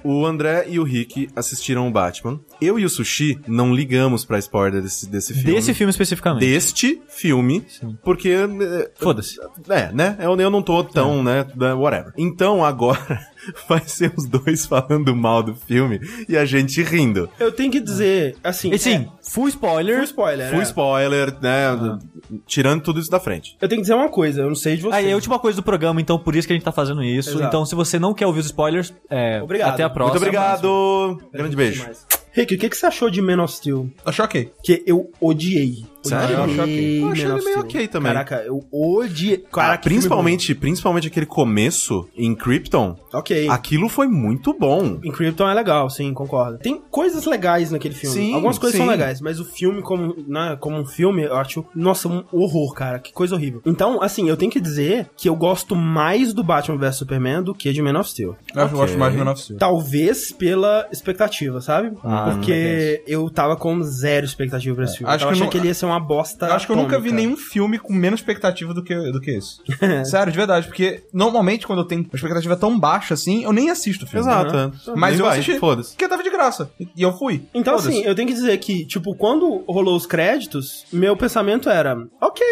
Speaker 4: o André e o Rick assistiram o Batman. Eu e o Sushi não ligamos pra spoiler desse, desse filme.
Speaker 3: Desse filme especificamente.
Speaker 4: Deste filme, porque. eh,
Speaker 3: Foda-se.
Speaker 4: É, né? Eu, eu não tô tão, né? da- Whatever. Então agora vai ser os dois falando mal do filme e a gente rindo.
Speaker 1: Eu tenho que dizer, assim.
Speaker 3: E sim,
Speaker 1: é,
Speaker 3: full spoiler.
Speaker 1: full spoiler.
Speaker 4: Full
Speaker 1: é.
Speaker 4: spoiler, né? Tirando tudo isso da frente.
Speaker 1: Eu tenho que dizer uma coisa, eu não sei de você.
Speaker 3: Aí é a última coisa do programa, então por isso que a gente tá fazendo isso.
Speaker 1: Exato.
Speaker 3: Então, se você não quer ouvir os spoilers, é,
Speaker 1: Obrigado.
Speaker 3: até a
Speaker 1: Muito
Speaker 3: próxima.
Speaker 4: Muito obrigado. Grande beijo.
Speaker 1: Rick, o que, que você achou de Man of Steel?
Speaker 2: Achei ok.
Speaker 1: Que eu odiei. Odiei
Speaker 4: Sério? Eu achei ok. Eu achei
Speaker 1: Man
Speaker 4: ele
Speaker 1: of
Speaker 4: meio
Speaker 1: Steel.
Speaker 4: ok também.
Speaker 1: Caraca, eu odiei. Cara,
Speaker 4: Ah,
Speaker 1: que filme
Speaker 4: principalmente, principalmente aquele começo em Krypton,
Speaker 1: bom. Ok.
Speaker 4: aquilo foi muito bom.
Speaker 1: Em Krypton é legal, sim, concordo. Tem coisas legais naquele filme.
Speaker 4: Sim,
Speaker 1: Algumas coisas
Speaker 4: sim.
Speaker 1: são legais, mas o filme, como, né, como um filme, eu acho, nossa, um horror, cara. Que coisa horrível. Então, assim, eu tenho que dizer que eu gosto mais do Batman vs Superman do que de Man of Steel.
Speaker 2: Eu acho- eu
Speaker 4: Ok.
Speaker 2: gosto mais do Man of Steel.
Speaker 1: Talvez pela expectativa, sabe?
Speaker 2: Ah, É.
Speaker 1: Porque eu tava com zero expectativa pra esse filme.
Speaker 2: acho
Speaker 1: eu
Speaker 2: que eu
Speaker 1: achei
Speaker 2: nu-
Speaker 1: que ele ia ser uma bosta.
Speaker 2: Eu acho que eu nunca vi
Speaker 1: atômica.
Speaker 2: nenhum filme com menos expectativa do que, do que esse. Sério, de verdade, porque normalmente quando eu tenho uma expectativa tão baixa assim, eu nem assisto o filme. Uhum.
Speaker 4: Exato. é.
Speaker 2: Mas
Speaker 4: Nem
Speaker 2: eu
Speaker 4: vai,
Speaker 2: assisti.
Speaker 4: Foda-se.
Speaker 2: Porque tava de graça. E eu fui.
Speaker 1: Então,
Speaker 2: Foda-se.
Speaker 1: assim, eu tenho que dizer que, tipo, quando rolou os créditos, meu pensamento era, ok,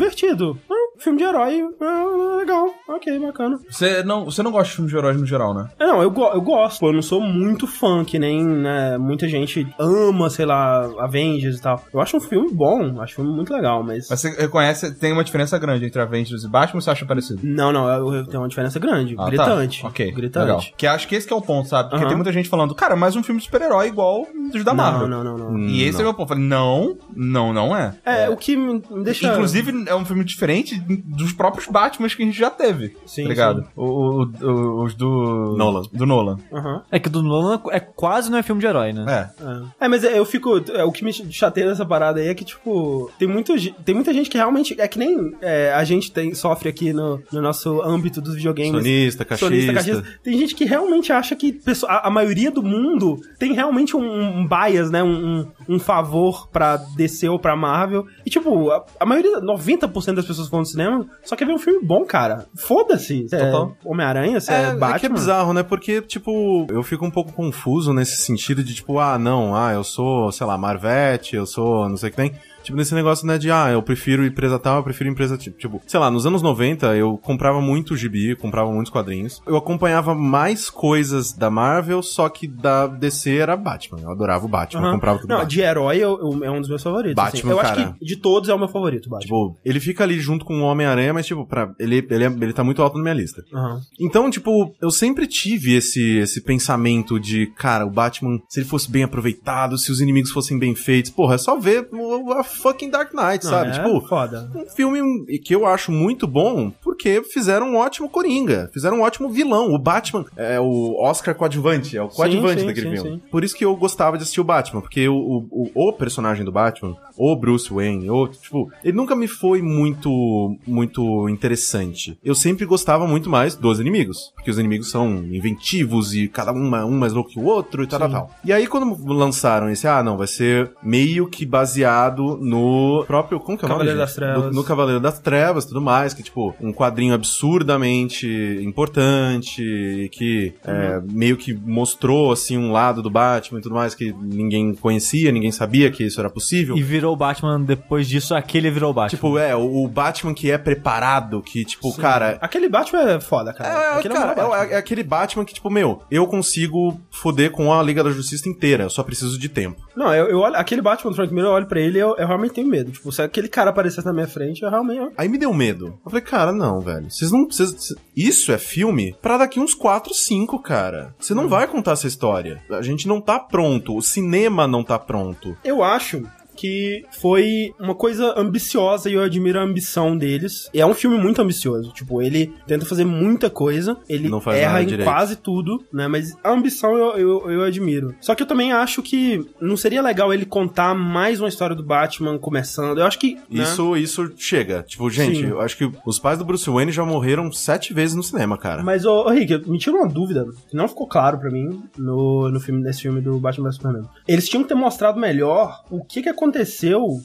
Speaker 1: divertido, Ah, filme de herói, ah, legal, ok, bacana.
Speaker 2: Você não, você não gosta de filme de heróis no geral, né?
Speaker 1: É, Não, eu, go- eu gosto, Pô, eu não sou muito fã, que nem né, muita gente ama, sei lá, Avengers e tal. Eu acho um filme bom, acho um filme muito legal, mas...
Speaker 2: Mas você reconhece, tem uma diferença grande entre Avengers e Batman, ou você acha parecido?
Speaker 1: Não, não, eu, eu tenho uma diferença grande,
Speaker 2: Ah, tá.
Speaker 1: gritante,
Speaker 2: Ok.
Speaker 1: gritante.
Speaker 2: Legal. Que acho que esse que é o ponto, sabe? Porque
Speaker 1: Aham.
Speaker 2: tem muita gente falando, cara, mais um filme de super-herói igual os da Tá Marvel.
Speaker 1: Não, não, não, não.
Speaker 2: E esse é o meu ponto. Eu Falei, não, não, não é.
Speaker 1: É, o que me me deixa...
Speaker 2: Inclusive, é um filme diferente dos próprios Batmans que a gente já teve.
Speaker 1: Sim,
Speaker 2: tá ligado? O- o- o- os do.
Speaker 4: Nolan.
Speaker 2: Do Nolan.
Speaker 1: Aham,
Speaker 3: É que do Nolan é quase não é filme de herói, né?
Speaker 2: É.
Speaker 1: é. É, mas eu fico... é, o que me chateia dessa parada aí é que, tipo, tem, muito, ge- tem muita gente que realmente... É que nem é, a gente tem, sofre aqui no, no nosso âmbito dos videogames.
Speaker 4: Sonista,
Speaker 1: Sonista,
Speaker 4: cachista.
Speaker 1: cachista. Tem gente que realmente acha que pessoa- a, a maioria do mundo tem realmente um, um bias, né? Um, um, um favor pra DC ou pra Marvel. E, tipo, a, a maioria, 90% das pessoas que vão no cinema só quer ver um filme bom, cara. Foda-se. Se É
Speaker 2: Total.
Speaker 1: Homem-Aranha, se é, Batman.
Speaker 4: é que é bizarro, né? Porque, tipo, eu fico um pouco confuso nesse sentido de, tipo, ah, não, ah, eu sou, sei lá, Marvete, eu sou não sei o que tem. Tipo, nesse negócio, né, de, ah, eu prefiro empresa tal, eu prefiro empresa tipo. Tipo, sei lá, nos anos 90 eu comprava muito gibi, comprava muitos quadrinhos. Eu acompanhava mais coisas da Marvel, só que da DC era Batman. Eu adorava o Batman, Tipo, eu
Speaker 1: Aham.
Speaker 4: comprava tudo
Speaker 1: Não,
Speaker 4: Batman.
Speaker 1: de herói eu- eu- é um dos meus favoritos. assim.
Speaker 4: Batman,
Speaker 1: Eu
Speaker 4: cara.
Speaker 1: acho que de todos é o meu favorito, Batman.
Speaker 4: Tipo, ele fica ali junto com o Homem-Aranha, mas, tipo, pra, ele, ele, ele tá muito alto na minha lista.
Speaker 1: Aham.
Speaker 4: Então, tipo, eu sempre tive esse, esse pensamento de, cara, o Batman, se ele fosse bem aproveitado, se os inimigos fossem bem feitos, porra, é só ver o- a fucking Dark Knight,
Speaker 1: Não,
Speaker 4: sabe?
Speaker 1: é
Speaker 4: Tipo,
Speaker 1: foda.
Speaker 4: um filme que eu acho muito bom, porque fizeram um ótimo Coringa, fizeram um ótimo vilão. O Batman é o Oscar coadjuvante, é o coadjuvante
Speaker 1: sim,
Speaker 4: daquele
Speaker 1: sim,
Speaker 4: filme.
Speaker 1: sim.
Speaker 4: Por isso que eu gostava de assistir o Batman, porque o, o, o- o personagem do Batman, o Bruce Wayne, ou, tipo, ele nunca me foi muito, muito interessante. Eu sempre gostava muito mais dos inimigos, porque os inimigos são inventivos e cada um, é- um mais louco que o outro e tal, tal, tal. E aí quando lançaram esse, ah, não, vai ser meio que baseado no próprio, como que é o nome,
Speaker 1: Cavaleiro
Speaker 4: gente?
Speaker 1: das Trevas.
Speaker 4: No- no Cavaleiro das Trevas, tudo mais, que tipo, um quadrinho absurdamente importante, e que é, meio que mostrou, assim, um lado do Batman e tudo mais que ninguém conhecia, ninguém sabia que isso era possível.
Speaker 3: E virou o Batman depois disso, aquele virou o Batman.
Speaker 4: Tipo, é, o o Batman que é preparado, que, tipo, cara,
Speaker 1: Aquele Batman é foda, cara.
Speaker 4: é,
Speaker 1: Aquele
Speaker 4: cara,
Speaker 1: é o meu
Speaker 4: é o-
Speaker 1: Batman.
Speaker 4: é aquele Batman que, tipo, meu, eu consigo foder com a Liga da Justiça inteira, eu só preciso de tempo.
Speaker 1: Não, eu, eu olho, aquele Batman do Frank Miller, eu olho pra ele e eu, eu realmente tenho medo. Tipo, se aquele cara aparecesse na minha frente, eu realmente...
Speaker 4: Aí me deu medo. Eu falei, cara, não, velho. Vocês não. Vocês, isso é filme pra daqui uns 4, 5, cara. Você não vai contar essa história. A gente não tá pronto. O cinema não tá pronto.
Speaker 1: Eu acho que foi uma coisa ambiciosa e eu admiro a ambição deles. E é um filme muito ambicioso. Tipo, ele tenta fazer muita coisa, ele
Speaker 4: Não faz
Speaker 1: erra
Speaker 4: nada
Speaker 1: em
Speaker 4: direito.
Speaker 1: quase tudo, né? Mas a ambição eu, eu, eu admiro. Só que eu também acho que não seria legal ele contar mais uma história do Batman começando. Eu acho que... né?
Speaker 4: Isso, isso chega. Tipo, gente,
Speaker 1: Sim.
Speaker 4: eu acho que os pais do Bruce Wayne já morreram sete vezes no cinema, cara.
Speaker 1: Mas, ô, ô Rick, me tira uma dúvida que não ficou claro pra mim no, no filme, nesse filme do Batman vs Superman. Eles tinham que ter mostrado melhor o que, que aconteceu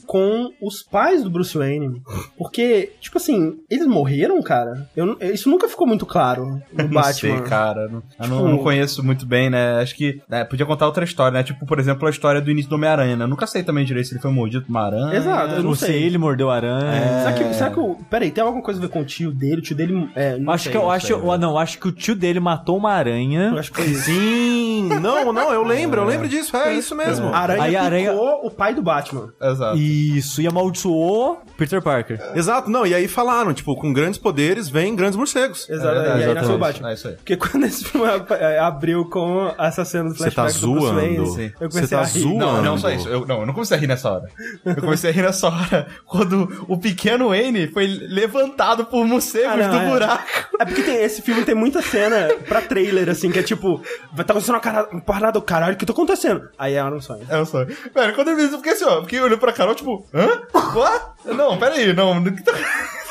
Speaker 1: com os pais do Bruce Wayne. Porque, tipo assim, eles morreram, cara? Eu não- isso nunca ficou muito claro no
Speaker 2: Não
Speaker 1: Batman.
Speaker 2: sei, cara. Não- eu não,
Speaker 1: Tipo-
Speaker 2: não conheço muito bem, né? Acho que né, podia contar outra história, né? Tipo, por exemplo, a história do início do Homem-Aranha, né? Eu nunca sei também direito se ele foi mordido por uma aranha.
Speaker 1: Exato, eu não
Speaker 3: se
Speaker 1: sei.
Speaker 3: É,
Speaker 1: É,
Speaker 3: ele mordeu a
Speaker 2: É.
Speaker 3: aranha.
Speaker 1: Será que, será que o. Peraí, tem alguma coisa a ver com o tio dele? O tio dele. É, não
Speaker 3: Acho
Speaker 1: sei,
Speaker 3: que eu
Speaker 1: não
Speaker 3: acho.
Speaker 1: sei.
Speaker 3: ah, não, acho que o tio dele matou uma aranha.
Speaker 1: Eu acho que foi isso.
Speaker 4: Sim! não, não, eu lembro, eu lembro disso. É isso mesmo.
Speaker 1: A aranha
Speaker 3: Aí a aranha-
Speaker 1: picou o pai do Batman.
Speaker 2: Exato.
Speaker 3: Isso, e amaldiçoou Peter Parker.
Speaker 4: Exato, não, e aí falaram, tipo, com grandes poderes vem grandes morcegos.
Speaker 1: Exato,
Speaker 2: É verdade,
Speaker 1: e aí nasceu o
Speaker 2: exatamente.
Speaker 1: Batman.
Speaker 2: É isso aí.
Speaker 1: Porque quando esse filme ab- eh, abriu com essa cena do
Speaker 4: Você tá
Speaker 1: flashback do Bruce
Speaker 4: zoando?
Speaker 1: Wayne, assim,
Speaker 4: Sim.
Speaker 1: eu
Speaker 4: Você
Speaker 1: comecei
Speaker 4: tá
Speaker 1: a rir.
Speaker 4: zoando?
Speaker 2: Não, não só
Speaker 4: Ando.
Speaker 2: isso. Eu, não, eu não comecei a rir nessa hora. Eu comecei a rir nessa hora quando o pequeno Wayne foi levantado por morcegos
Speaker 1: Ah, não,
Speaker 2: do
Speaker 1: é.
Speaker 2: buraco.
Speaker 1: É porque tem- esse filme tem muita cena pra trailer, assim, que é tipo, vai tá acontecendo uma cara- uma parada, caralho, o que tá acontecendo? Aí é um sonho.
Speaker 2: É o sonho. Velho, quando eu vi isso, eu fiquei assim, ó. Fiquei olhando pra Carol, tipo, hã? What? Não, peraí, não. não- que tá-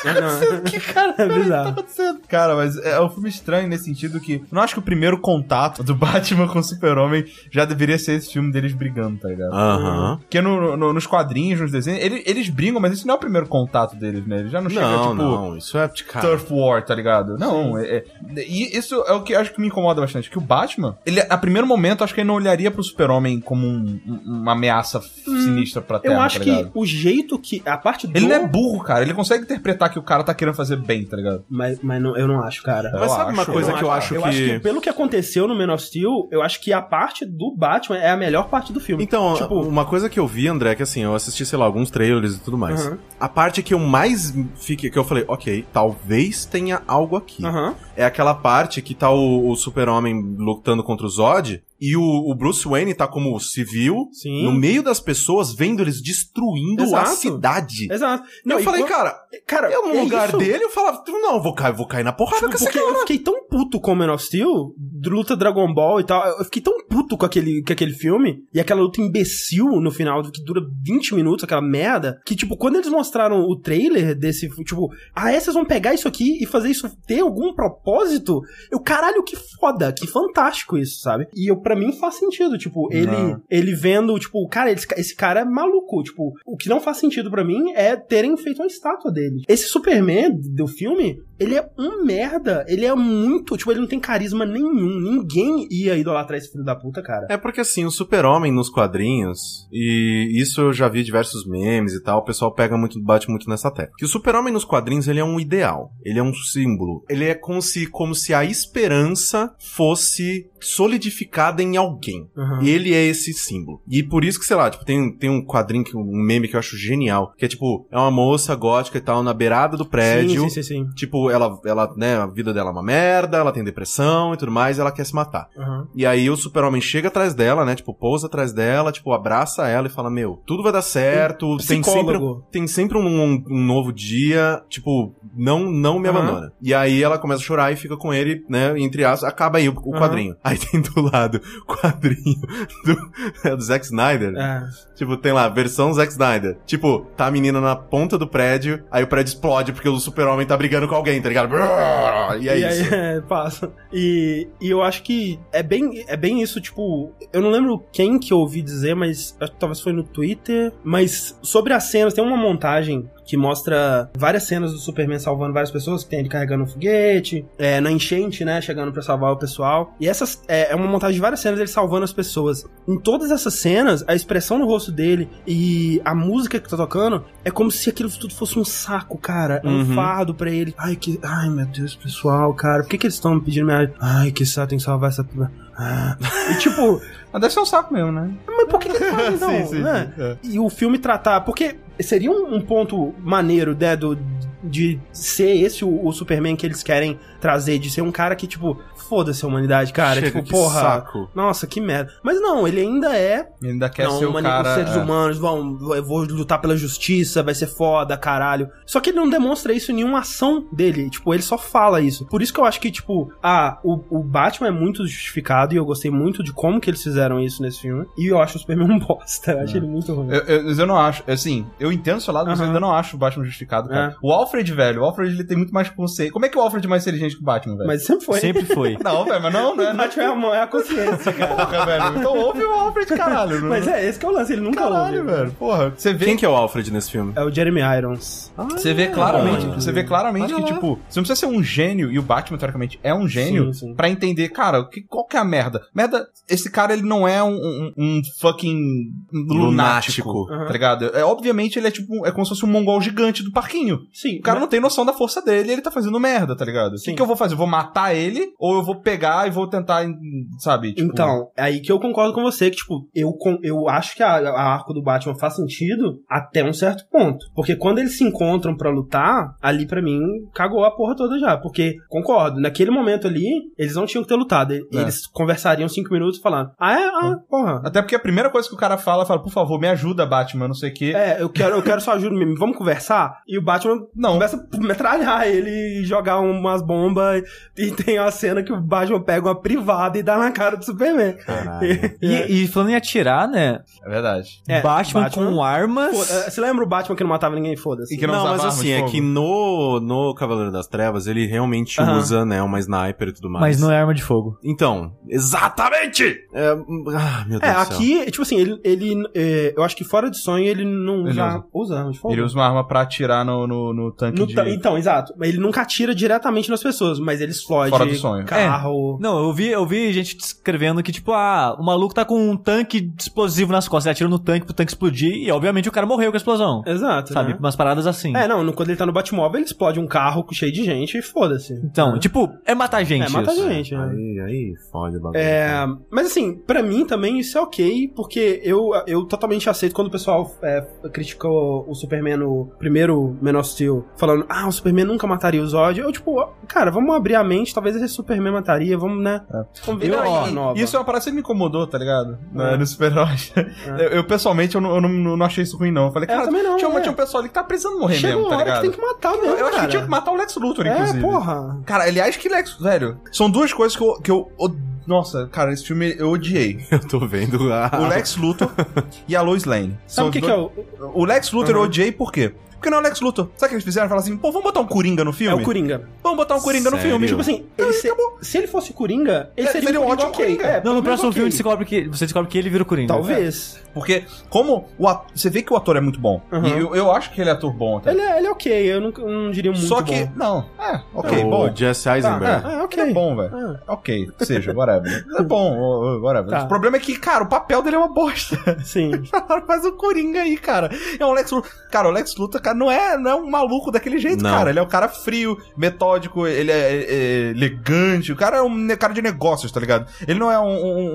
Speaker 1: É
Speaker 2: que cara, peraí, o que tá
Speaker 1: bizarro.
Speaker 2: acontecendo? Cara, mas é um filme estranho nesse sentido que. Eu não acho que o primeiro contato do Batman com o Super-Homem já deveria ser esse filme deles brigando, tá
Speaker 4: Ah.
Speaker 2: ligado?
Speaker 4: Aham.
Speaker 2: Porque no- no- nos quadrinhos, nos desenhos, ele- eles, brigam, mas esse não é o primeiro contato deles, né? Eles já não, chegam,
Speaker 4: Não,
Speaker 2: tipo.
Speaker 4: não, isso é, cara...
Speaker 2: Turf War, tá ligado? Não, é, é- e isso é o que eu acho que me incomoda bastante. Que o Batman, ele, a primeiro momento, acho que ele não olharia pro Super-Homem como um- um- uma ameaça sinistra pra Terra,
Speaker 1: Eu acho
Speaker 2: tá
Speaker 1: que
Speaker 2: ligado?
Speaker 1: o jeito que. A parte do.
Speaker 2: Ele não é burro, cara. Ele consegue interpretar que o cara tá querendo fazer bem, tá ligado?
Speaker 1: Mas, mas não, eu não acho, cara.
Speaker 4: Mas
Speaker 2: Eu
Speaker 4: sabe uma
Speaker 2: acho,
Speaker 4: coisa
Speaker 1: não
Speaker 4: que eu acho
Speaker 1: Eu
Speaker 4: que...
Speaker 1: acho que pelo que aconteceu no Man of Steel, eu acho que a parte do Batman é a melhor parte do filme.
Speaker 4: Então,
Speaker 1: tipo,
Speaker 4: uma coisa que eu vi, André, é que assim, eu assisti, sei lá, alguns trailers e tudo mais.
Speaker 1: Uhum.
Speaker 4: A parte que eu mais fiquei, que eu falei, ok, talvez tenha algo aqui.
Speaker 1: aham.
Speaker 4: É aquela parte que tá o, o super-homem lutando contra o Zod, e o, o Bruce Wayne tá como civil,
Speaker 1: Sim.
Speaker 4: no meio das pessoas, vendo eles destruindo a
Speaker 1: Exato.
Speaker 4: cidade.
Speaker 1: Exato.
Speaker 4: eu
Speaker 1: e
Speaker 4: falei,
Speaker 1: quan-
Speaker 4: cara,
Speaker 1: cara,
Speaker 4: eu no
Speaker 1: é
Speaker 4: lugar
Speaker 1: isso.
Speaker 4: dele, eu falava, não, eu vou cair, vou cair na porrada com esse
Speaker 1: Tipo, Porque eu fiquei tão puto com o Man of Steel, de luta Dragon Ball e tal. Eu fiquei tão puto com aquele, com aquele filme e aquela luta imbecil no final, que dura 20 minutos, aquela merda. Que, tipo, quando eles mostraram o trailer desse, tipo, ah, é, vocês vão pegar isso aqui e fazer isso ter algum propósito? Eu, caralho, que foda, que fantástico isso, sabe? E eu, pra mim faz sentido, tipo, ele,
Speaker 2: Não.
Speaker 1: ele vendo, tipo, cara, esse, ca- esse cara é maluco, tipo, o que não faz sentido pra mim é terem feito uma estátua dele. Esse Superman do filme, ele é um merda, ele é muito, tipo, ele não tem carisma nenhum, ninguém ia idolatrar esse filho da puta, cara.
Speaker 4: É porque assim, o super-homem nos quadrinhos, e isso eu já vi diversos memes e tal, o pessoal pega muito, bate muito nessa tecla. Que o super-homem nos quadrinhos, ele é um ideal, ele é um símbolo. Ele é como se, como se a esperança fosse solidificada em alguém.
Speaker 1: Aham.
Speaker 4: E ele é esse símbolo. E por isso que, sei lá, tipo, tem, tem um quadrinho, que- um meme que eu acho genial, que é tipo, é uma moça gótica e tal, na beirada do prédio,
Speaker 1: Sim, sim, sim, sim.
Speaker 4: Tipo, ela, ela, né, a vida dela é uma merda, ela tem depressão e tudo mais, e ela quer se matar.
Speaker 1: Aham.
Speaker 4: E aí o super-homem chega atrás dela, né? Tipo, pousa atrás dela, tipo, abraça ela e fala, meu, tudo vai dar certo, tem sempre,
Speaker 1: Psicólogo.
Speaker 4: tem sempre um, um- um novo dia, tipo, não não me
Speaker 1: Aham.
Speaker 4: abandona. E aí ela começa a chorar e fica com ele, né? Entre as, acaba aí o, o
Speaker 1: Aham.
Speaker 4: quadrinho. Aí tem do lado o quadrinho do, é do Zack Snyder.
Speaker 1: É.
Speaker 4: Tipo, tem lá, versão Zack Snyder. Tipo, tá a menina na ponta do prédio, aí o prédio explode porque o super-homem tá brigando com alguém, tá ligado? Brrr, E é
Speaker 1: e
Speaker 4: isso.
Speaker 1: aí, é, passa. E, e eu acho que é bem, é bem isso, tipo, eu não lembro quem que eu ouvi dizer, mas acho que talvez foi no Twitter, mas sobre as cenas, tem uma montagem que mostra várias cenas do Superman salvando várias pessoas, que tem ele carregando um foguete, é, na enchente, né, chegando pra salvar o pessoal. E essas é, é uma montagem de várias cenas dele salvando as pessoas. Em todas essas cenas, a expressão no rosto dele e a música que tá tocando é como se aquilo tudo fosse um saco, cara. É um
Speaker 4: Uhum.
Speaker 1: fardo pra ele. Ai, que. Ai, meu Deus, pessoal, cara. Por que, que eles estão me pedindo minha ajuda? Ai, que saco, tem que salvar essa. Ah. E tipo,
Speaker 2: Mas deve ser um saco mesmo, né?
Speaker 1: mas por que que faz, então,
Speaker 4: Sim, sim,
Speaker 1: né?
Speaker 4: sim, é.
Speaker 1: E o filme tratar. Porque seria um, um ponto maneiro, né? Do, de ser esse o, o Superman que eles querem trazer, de ser um cara que, tipo, foda-se a humanidade, cara.
Speaker 4: Chega,
Speaker 1: tipo,
Speaker 4: que
Speaker 1: porra.
Speaker 4: saco.
Speaker 1: Nossa, que merda. Mas não, ele ainda é.
Speaker 2: Ele ainda quer
Speaker 1: não,
Speaker 2: ser o
Speaker 1: humani-
Speaker 2: cara...
Speaker 1: os seres
Speaker 2: é.
Speaker 1: humanos vão. Eu vou lutar pela justiça, vai ser foda, caralho. Só que ele não demonstra isso em nenhuma ação dele. Tipo, ele só fala isso. Por isso que eu acho que, tipo, ah, o, o Batman é muito justificado e eu gostei muito de como que eles fizeram isso nesse filme. E eu acho o Superman um bosta. Eu acho ele muito ruim.
Speaker 2: Eu, eu- mas eu não acho, assim, eu entendo o seu lado, mas eu
Speaker 1: Aham.
Speaker 2: ainda não acho o Batman justificado, cara.
Speaker 1: É.
Speaker 2: O Alfred, velho, o Alfred ele tem muito mais consciência. Como é que o Alfred é mais inteligente que o Batman, velho?
Speaker 1: Mas sempre foi.
Speaker 3: Sempre foi.
Speaker 2: Não, velho, mas não, né?
Speaker 1: O
Speaker 2: Não
Speaker 1: Batman é a, mão, é a consciência, cara.
Speaker 2: porra, velho. Então ouve o Alfred, caralho. não-
Speaker 1: Mas é, esse que é o lance, ele nunca
Speaker 2: caralho,
Speaker 1: ouve.
Speaker 2: velho. Porra, você vê
Speaker 4: Quem que é o Alfred nesse filme?
Speaker 1: É o Jeremy Irons.
Speaker 2: Você vê claramente,
Speaker 4: olha.
Speaker 2: você vê claramente
Speaker 3: Olha
Speaker 2: que,
Speaker 3: lá.
Speaker 2: tipo, você não precisa ser um gênio, e o Batman, teoricamente, é um gênio,
Speaker 1: Sim, sim.
Speaker 2: pra entender, cara, o que, qual que é a merda? Merda, esse cara, ele não é um, um- um fucking lunático,
Speaker 4: Lunático.
Speaker 1: Aham.
Speaker 2: tá ligado? É, obviamente, ele é tipo, um- é como se fosse um mongol gigante do parquinho.
Speaker 1: Sim.
Speaker 2: O cara não tem noção da força dele, ele tá fazendo merda, tá ligado? O que,
Speaker 1: Né? Sim.
Speaker 2: que eu vou fazer? Eu vou matar ele, ou eu vou pegar e vou tentar, sabe? Tipo,
Speaker 1: Então, é aí que eu concordo com você, que, tipo, eu, con- eu acho que a, a arco do Batman faz sentido até um certo ponto. Porque quando eles se encontram pra lutar, ali pra mim cagou a porra toda já. Porque, concordo, naquele momento ali, eles não tinham que ter lutado. E-
Speaker 2: É.
Speaker 1: Eles conversariam cinco minutos falando, ah, é? Ah, porra.
Speaker 2: Até porque a primeira coisa que o cara fala, fala, por favor, me ajuda, Batman, não sei o quê.
Speaker 1: É, eu quero, eu quero sua ajuda mesmo. Vamos conversar? E o Batman
Speaker 2: Não.
Speaker 1: começa a metralhar ele e jogar umas bombas. E tem uma cena que o Batman pega uma privada e dá na cara do Superman.
Speaker 4: Caralho.
Speaker 3: E, e falando em atirar, né?
Speaker 2: É verdade.
Speaker 1: É,
Speaker 3: Batman,
Speaker 1: Batman-
Speaker 3: com armas.
Speaker 1: Pô, é, você lembra o Batman que não matava ninguém? Foda-se.
Speaker 2: E que não
Speaker 4: não,
Speaker 2: usava
Speaker 4: mas
Speaker 2: arma de
Speaker 4: assim, é
Speaker 2: fogo.
Speaker 4: que no, no Cavaleiro das Trevas ele realmente
Speaker 1: Aham.
Speaker 4: usa, né, uma sniper e tudo mais.
Speaker 3: Mas não é arma de fogo.
Speaker 4: Então, exatamente! É, ah, meu Deus
Speaker 1: É,
Speaker 4: do céu.
Speaker 1: aqui, tipo assim, ele. ele é, eu acho que fora de sonho ele não
Speaker 2: Ele
Speaker 1: já usa arma de fogo.
Speaker 2: Ele usa uma arma pra atirar no, no, no tanque
Speaker 1: No
Speaker 2: de...
Speaker 1: ta- Então, exato. Mas Ele nunca atira diretamente nas pessoas, mas ele explode
Speaker 2: Fora do sonho.
Speaker 1: carro.
Speaker 3: Não, eu vi, eu vi gente descrevendo que, tipo, ah, o maluco tá com um tanque de explosivo nas costas. Ele atira no tanque pro tanque explodir e, obviamente, o cara morreu com a explosão.
Speaker 2: É.
Speaker 1: Exato.
Speaker 3: Sabe?
Speaker 1: né?
Speaker 3: Umas paradas assim.
Speaker 1: É, não, no- quando ele tá no Batmóvel, ele explode um carro cheio de gente e foda-se.
Speaker 3: Então, tipo, é matar gente.
Speaker 1: né? É, mata
Speaker 3: isso.
Speaker 1: gente, né?
Speaker 4: Aí, aí, fode o bagulho.
Speaker 1: É, mas assim, pra mim também isso é ok, porque eu, eu totalmente aceito quando o pessoal é, criticou o Superman no primeiro Man of Steel, falando, ah, o Superman nunca mataria o Zod. Eu, tipo, cara, vamos abrir a mente, talvez esse Superman mataria, vamos, né? Vamos ver
Speaker 2: Eu,
Speaker 1: uma
Speaker 2: ó,
Speaker 1: coisa nova.
Speaker 2: isso é uma parada que me incomodou, tá ligado?
Speaker 1: É.
Speaker 2: É. No super-herói. Eu, eu, pessoalmente, eu, não, eu não, não achei isso ruim, não. Eu falei,
Speaker 1: Eu
Speaker 2: cara,
Speaker 1: também não,
Speaker 2: tinha, uma-
Speaker 1: é.
Speaker 2: tinha um pessoal ali que tá precisando morrer
Speaker 1: Chega
Speaker 2: mesmo,
Speaker 1: uma
Speaker 2: tá
Speaker 1: hora
Speaker 2: ligado?
Speaker 1: que tem que matar mesmo,
Speaker 2: Eu, eu acho que
Speaker 1: cara.
Speaker 2: tinha que matar o Lex Luthor, inclusive.
Speaker 1: É, porra.
Speaker 2: Cara, aliás, que Lex... Velho, são duas coisas que eu... Que eu od- Nossa, cara, esse filme eu odiei.
Speaker 4: Eu tô vendo a...
Speaker 2: O Lex Luthor e a Lois Lane.
Speaker 1: Sabe o que, Uhum. que é o,
Speaker 2: o... O Lex Luthor eu odiei por quê? Porque não é o Lex Luthor. Sabe o que eles fizeram? Falaram assim, pô, vamos botar um Coringa no
Speaker 1: é
Speaker 2: filme?
Speaker 1: o Coringa?
Speaker 2: Vamos botar um Coringa no
Speaker 4: Sério?
Speaker 2: filme.
Speaker 1: Tipo
Speaker 2: Tipo assim,
Speaker 1: assim, ele se, se ele fosse o Coringa, ele
Speaker 2: É,
Speaker 1: seria,
Speaker 2: seria
Speaker 1: um
Speaker 2: um
Speaker 1: Coringa
Speaker 2: ótimo
Speaker 1: ok.
Speaker 2: Coringa.
Speaker 1: É,
Speaker 3: Não, no
Speaker 1: pelo menos
Speaker 3: próximo
Speaker 1: ok.
Speaker 3: filme descobre que, você descobre que ele vira o Coringa.
Speaker 1: Talvez.
Speaker 2: Porque, como o ato- você vê que o ator é muito bom.
Speaker 1: Uhum.
Speaker 2: E eu, eu acho que ele é ator bom até.
Speaker 1: Ele, é, ele é ok, eu não, eu não diria muito
Speaker 2: Só que.
Speaker 1: bom.
Speaker 2: Não. É, ok,
Speaker 4: o
Speaker 2: bom.
Speaker 4: Jesse Eisenberg.
Speaker 1: Ah, é, ok.
Speaker 2: Ele é bom, velho.
Speaker 1: Ah.
Speaker 2: Ok, seja, whatever. É bom, ô, ô, whatever.
Speaker 1: Tá.
Speaker 2: O problema é que, cara, o papel dele é uma bosta.
Speaker 1: Ah, Sim.
Speaker 2: Faz o Coringa aí, cara. É um Lex Luthor. Cara, o Lex Luthor, cara, não é, não é um maluco daquele jeito,
Speaker 4: Não.
Speaker 2: cara. Ele é um cara frio, metódico, ele é, é, elegante. O cara é um ne- cara de negócios, tá ligado? Ele não é um, um-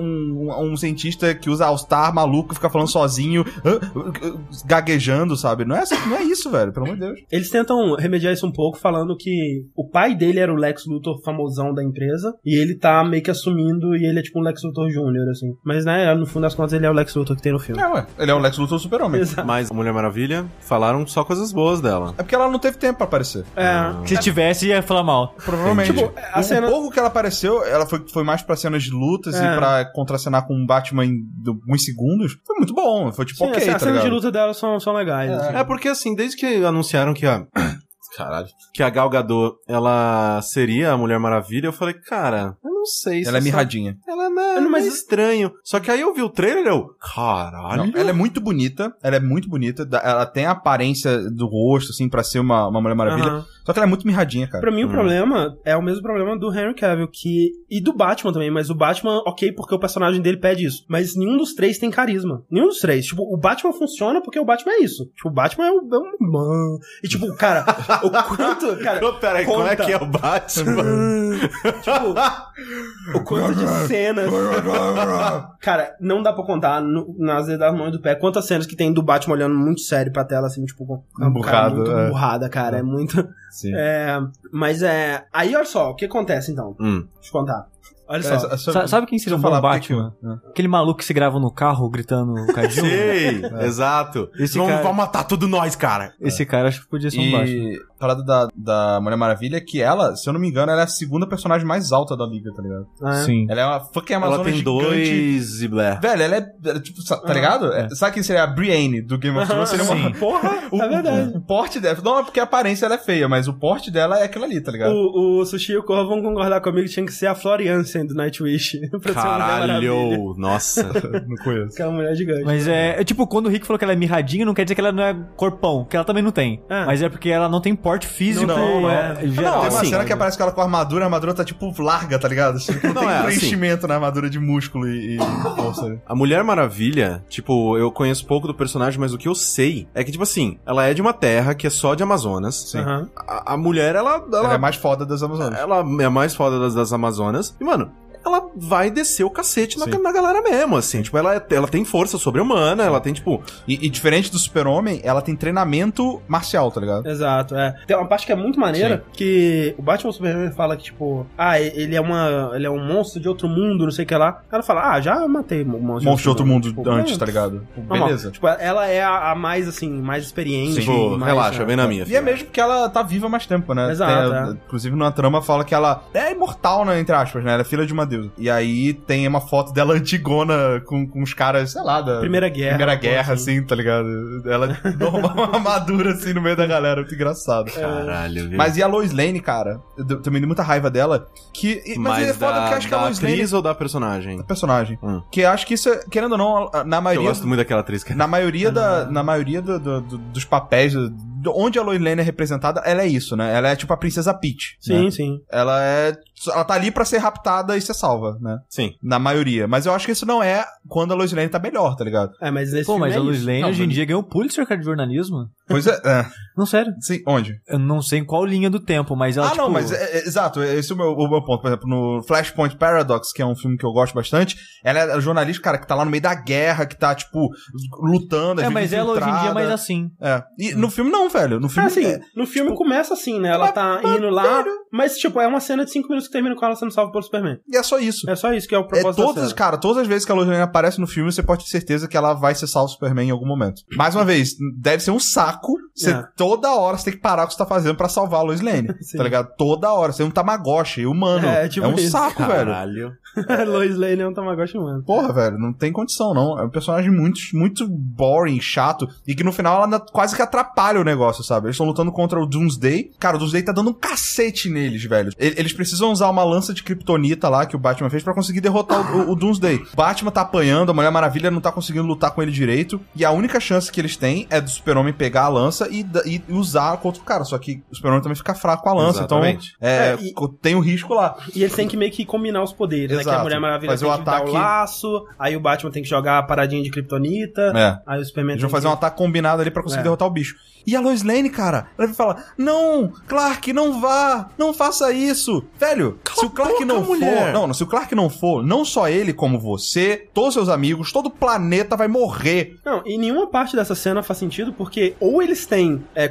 Speaker 2: um- um cientista que usa All-Star maluco, fica falando sozinho, hã, hã, gaguejando, sabe? Não é, assim- não é isso, velho, pelo amor de Deus.
Speaker 1: Eles tentam remediar isso um pouco, falando que o pai dele era o Lex Luthor famosão da empresa, e ele tá meio que assumindo, e ele é tipo um Lex Luthor Júnior, assim. Mas, né, no fundo das contas, ele é o Lex Luthor que tem no filme.
Speaker 2: É, ué. Ele é um Lex Luthor super-homem.
Speaker 1: Exato.
Speaker 4: Mas a Mulher Maravilha falaram só coisas boas dela.
Speaker 2: É porque ela não teve tempo pra aparecer.
Speaker 1: É.
Speaker 3: Se tivesse, ia falar mal.
Speaker 2: Provavelmente.
Speaker 1: Tipo, a
Speaker 2: o
Speaker 1: cena-
Speaker 2: pouco que ela apareceu, ela foi, foi mais pra cenas de lutas
Speaker 1: É.
Speaker 2: e pra contracenar com o Batman em do- alguns segundos. Foi muito bom. Foi tipo,
Speaker 1: Sim,
Speaker 2: ok,
Speaker 1: as-
Speaker 2: tá
Speaker 1: as cenas
Speaker 2: ligado?
Speaker 1: de luta dela são, são legais. assim.
Speaker 4: É porque assim, desde que anunciaram que a Caralho. Que a Gal Gadot, ela seria a Mulher Maravilha, eu falei, cara, eu não não sei
Speaker 2: Ela é
Speaker 4: essa-
Speaker 2: mirradinha.
Speaker 4: Ela é,
Speaker 1: não, mas-
Speaker 4: mas estranho. Só que aí eu vi o trailer e eu. Caralho.
Speaker 2: Não, ela é muito bonita, ela é muito bonita, da- ela tem a aparência do rosto, assim, pra ser uma, uma Mulher Maravilha.
Speaker 1: Aham.
Speaker 2: Só que ela é muito mirradinha, cara.
Speaker 1: Pra mim, o
Speaker 4: Hum.
Speaker 1: problema é o mesmo problema do Henry Cavill, que. E do Batman também, mas o Batman, ok, porque o personagem dele pede isso. Mas nenhum dos três tem carisma. Nenhum dos três. Tipo, o Batman funciona porque o Batman é isso. Tipo, o Batman é um. É um man. E, tipo, cara, o quanto. Cara,
Speaker 4: Ô, peraí, como é
Speaker 1: conta.
Speaker 4: que é o Batman?
Speaker 1: tipo, o quanto de cenas. Cara, não dá pra contar no- nas dedas das mãos do pé quantas cenas que tem do Batman olhando muito sério pra tela, assim, tipo, com com a cara
Speaker 2: Emburrado,
Speaker 1: muito
Speaker 2: é.
Speaker 1: burrada, cara. É muito.
Speaker 2: Sim.
Speaker 1: É, mas é. Aí, olha só, o que acontece então?
Speaker 4: Hum.
Speaker 1: Deixa eu contar. Olha só.
Speaker 2: É, só- só-
Speaker 3: Sa- sabe quem seria um bom
Speaker 2: falar, por que que-
Speaker 3: Batman?
Speaker 1: né?
Speaker 3: Aquele maluco que se grava no carro gritando o cadinho.
Speaker 4: Sei, exato.
Speaker 3: Esse
Speaker 4: Vão-
Speaker 3: cara-
Speaker 4: vão matar tudo nós, cara.
Speaker 3: Esse cara acho que podia ser um Batman.
Speaker 2: E a parada da, da Mulher Maravilha é que ela, se eu não me engano, ela é a segunda personagem mais alta da liga, tá ligado?
Speaker 1: É.
Speaker 3: Sim.
Speaker 2: Ela é uma fucking
Speaker 4: Ela
Speaker 2: Amazona
Speaker 4: tem
Speaker 2: gigante.
Speaker 4: dois e blé.
Speaker 2: Velho, ela é, ela é tipo, sa- tá
Speaker 1: Ah.
Speaker 2: ligado? É, Sabe quem seria a Brienne do Game of Thrones? Seria uma...
Speaker 1: Sim. Porra,
Speaker 2: O,
Speaker 1: é verdade.
Speaker 2: o- o porte dela, não é porque a aparência ela é feia, mas o porte dela é aquilo ali, tá ligado?
Speaker 1: O, o Sushi e o Corvo vão concordar comigo tinha que ser a Floriansen do Nightwish. pra ser uma Mulher Maravilha.
Speaker 4: Caralho, nossa.
Speaker 2: Não conheço.
Speaker 1: Que é uma mulher gigante.
Speaker 3: Mas é, é tipo, quando o Rick falou que ela é mirradinha, não quer dizer que ela não é corpão, que ela também não tem.
Speaker 1: É.
Speaker 3: Mas é porque ela não tem porte físico.
Speaker 1: Não, não,
Speaker 3: é, geral.
Speaker 2: tem uma
Speaker 4: assim,
Speaker 2: cena que aparece que ela com a armadura, a armadura tá tipo larga, tá ligado? Assim, não,
Speaker 4: Não,
Speaker 2: tem
Speaker 4: é, assim.
Speaker 2: preenchimento na armadura de músculo e, e bolsa.
Speaker 4: A Mulher Maravilha, tipo, eu conheço pouco do personagem, mas o que eu sei é que, tipo assim, ela é de uma terra que é só de Amazonas.
Speaker 1: Aham.
Speaker 4: A, a mulher, ela. Ela,
Speaker 2: Ela é mais foda das Amazonas.
Speaker 4: ela é a mais foda das, das Amazonas. E, mano. Ela vai descer o cacete na,
Speaker 2: Sim.
Speaker 4: na galera mesmo, assim. Tipo, ela, é- ela tem força sobre-humana, ela tem, tipo.
Speaker 2: E, e diferente do Super-Homem, ela tem treinamento marcial, tá ligado?
Speaker 1: Exato, é. Tem uma parte que é muito maneira que o Batman Superman fala que, tipo, ah, ele é uma. ele é um monstro de outro mundo, não sei o que lá. Ela fala, ah, já matei um monstro.
Speaker 2: Monstro de outro mundo
Speaker 1: Tipo,
Speaker 2: antes,
Speaker 1: é,
Speaker 2: tá ligado? Tipo,
Speaker 1: normal.
Speaker 2: Beleza.
Speaker 1: Tipo, ela é a, a mais, assim, mais experiente.
Speaker 4: Tipo,
Speaker 1: mais,
Speaker 4: relaxa,
Speaker 1: é.
Speaker 4: vem na
Speaker 2: E
Speaker 4: minha.
Speaker 2: é
Speaker 4: filha.
Speaker 2: mesmo porque ela tá viva há mais tempo, né?
Speaker 1: Exato,
Speaker 2: Tem-
Speaker 1: é.
Speaker 2: Inclusive, numa trama fala que ela é imortal, né? Entre aspas, né? Ela é filha de uma deusa. E aí tem uma foto dela antigona com, com os caras, sei lá, da.
Speaker 1: Primeira guerra.
Speaker 2: Primeira guerra,
Speaker 1: pô,
Speaker 2: assim, tá ligado? Ela normal uma armadura, assim, no meio da galera. Muito engraçado.
Speaker 1: É.
Speaker 4: Caralho, viu?
Speaker 2: Mas e a Lois Lane, cara? Eu deu- também dei muita raiva dela. Que, e- mas,
Speaker 4: Mas
Speaker 2: é foda
Speaker 4: da,
Speaker 2: porque acho que a
Speaker 4: da
Speaker 2: Lois Lane
Speaker 4: atriz ou da personagem?
Speaker 2: é personagem.
Speaker 4: Hum.
Speaker 2: Que acho que isso, é- querendo ou não, a- na
Speaker 4: Eu
Speaker 2: maioria
Speaker 4: gosto muito daquela atriz, é cara.
Speaker 2: na maioria,
Speaker 3: Ah.
Speaker 2: da, na maioria do- do- do- dos papéis, do- do- onde a Lois Lane é representada, ela é isso, né? Ela é tipo a princesa Peach.
Speaker 1: Sim,
Speaker 2: né?
Speaker 1: sim.
Speaker 2: Ela é. Ela tá ali pra ser raptada e ser salva, né?
Speaker 4: Sim.
Speaker 2: Na maioria. Mas eu acho que isso não é quando a Lois Lane tá melhor, tá ligado?
Speaker 1: É, mas nesse
Speaker 3: Pô,
Speaker 1: filme
Speaker 3: mas
Speaker 1: é
Speaker 3: a Luz
Speaker 1: isso.
Speaker 3: Lane
Speaker 2: Não,
Speaker 3: hoje em
Speaker 2: mas-
Speaker 3: dia ganhou o Pulitzer, cara, de jornalismo.
Speaker 2: Pois é. é.
Speaker 3: Não, sério.
Speaker 2: Sim, onde?
Speaker 3: Eu não sei em qual linha do tempo, mas ela,
Speaker 2: ah, não,
Speaker 3: tipo,
Speaker 2: mas é- é- exato, esse é o meu, o meu ponto. Por exemplo, no Flashpoint Paradox, que é um filme que eu gosto bastante, ela é a jornalista, cara, que tá lá no meio da guerra, que tá, tipo, lutando. às
Speaker 3: É,
Speaker 2: vezes
Speaker 3: mas ela hoje em dia é
Speaker 2: infiltrada.
Speaker 3: mais assim.
Speaker 2: É. E no filme não, velho. No
Speaker 1: É
Speaker 2: filme
Speaker 1: assim,
Speaker 2: é-
Speaker 1: no filme
Speaker 3: Tipo,
Speaker 1: começa assim, né? Ela tá indo lá, mas, tipo, é uma cena de 5 minutos que termina com ela sendo salva pelo Superman.
Speaker 2: e é só isso.
Speaker 1: É só isso que é o
Speaker 2: É,
Speaker 1: propósito da
Speaker 2: todas,
Speaker 1: cena.
Speaker 2: cara, todas as vezes que a Lois Lane aparece no filme, você pode ter certeza que ela vai ser salvo Superman em algum momento. Mais uma vez, deve ser um saco. Você,
Speaker 1: É.
Speaker 2: Toda hora você tem que parar o que você tá fazendo pra salvar a Lois Lane.
Speaker 1: Sim.
Speaker 2: tá ligado? Toda hora. Você é um Tamagotchi humano.
Speaker 1: É,
Speaker 2: É,
Speaker 1: é tipo
Speaker 2: um
Speaker 1: isso.
Speaker 2: saco, velho.
Speaker 4: Caralho.
Speaker 1: Lois Lane é um Tamagotchi humano.
Speaker 2: Porra, velho, não tem condição, não. É um personagem muito, muito boring, chato, e que no final ela ainda quase que atrapalha o negócio, sabe? Eles estão lutando contra o Doomsday. Cara, o Doomsday tá dando um cacete neles, velho. E- Eles precisam usar uma lança de kryptonita lá que o Batman fez pra conseguir derrotar o, o Doomsday. O Batman tá apanhando, a Mulher Maravilha não tá conseguindo lutar com ele direito, e a única chance que eles têm é do Super-Homem pegar a lança e, da- e usar contra o cara. Só que o Super-Homem também fica fraco com a lança,
Speaker 4: Exatamente.
Speaker 2: então é,
Speaker 1: É, e-
Speaker 2: co- tem o risco lá.
Speaker 1: E eles têm que meio que combinar os poderes, né? Que a
Speaker 2: Exato.
Speaker 1: Mulher Maravilha
Speaker 2: Fazer
Speaker 1: tem
Speaker 2: o
Speaker 1: que dar
Speaker 2: ataque-
Speaker 1: o laço, aí o Batman tem que jogar a paradinha de Kryptonita,
Speaker 2: É.
Speaker 1: aí o Superman
Speaker 2: Eles
Speaker 1: tem
Speaker 2: vão fazer um
Speaker 1: que...
Speaker 2: ataque combinado ali pra conseguir
Speaker 1: É.
Speaker 2: derrotar o bicho. E a Lois Lane, cara, ela vai falar: Não, Clark, não vá! Não faça isso! Velho, se o Clark
Speaker 4: boca,
Speaker 2: não for.
Speaker 4: mulher!
Speaker 2: Não, não, se o Clark não for, não só ele, como você, todos seus amigos, todo o planeta vai morrer.
Speaker 1: Não, e nenhuma parte dessa cena faz sentido, porque ou eles têm é,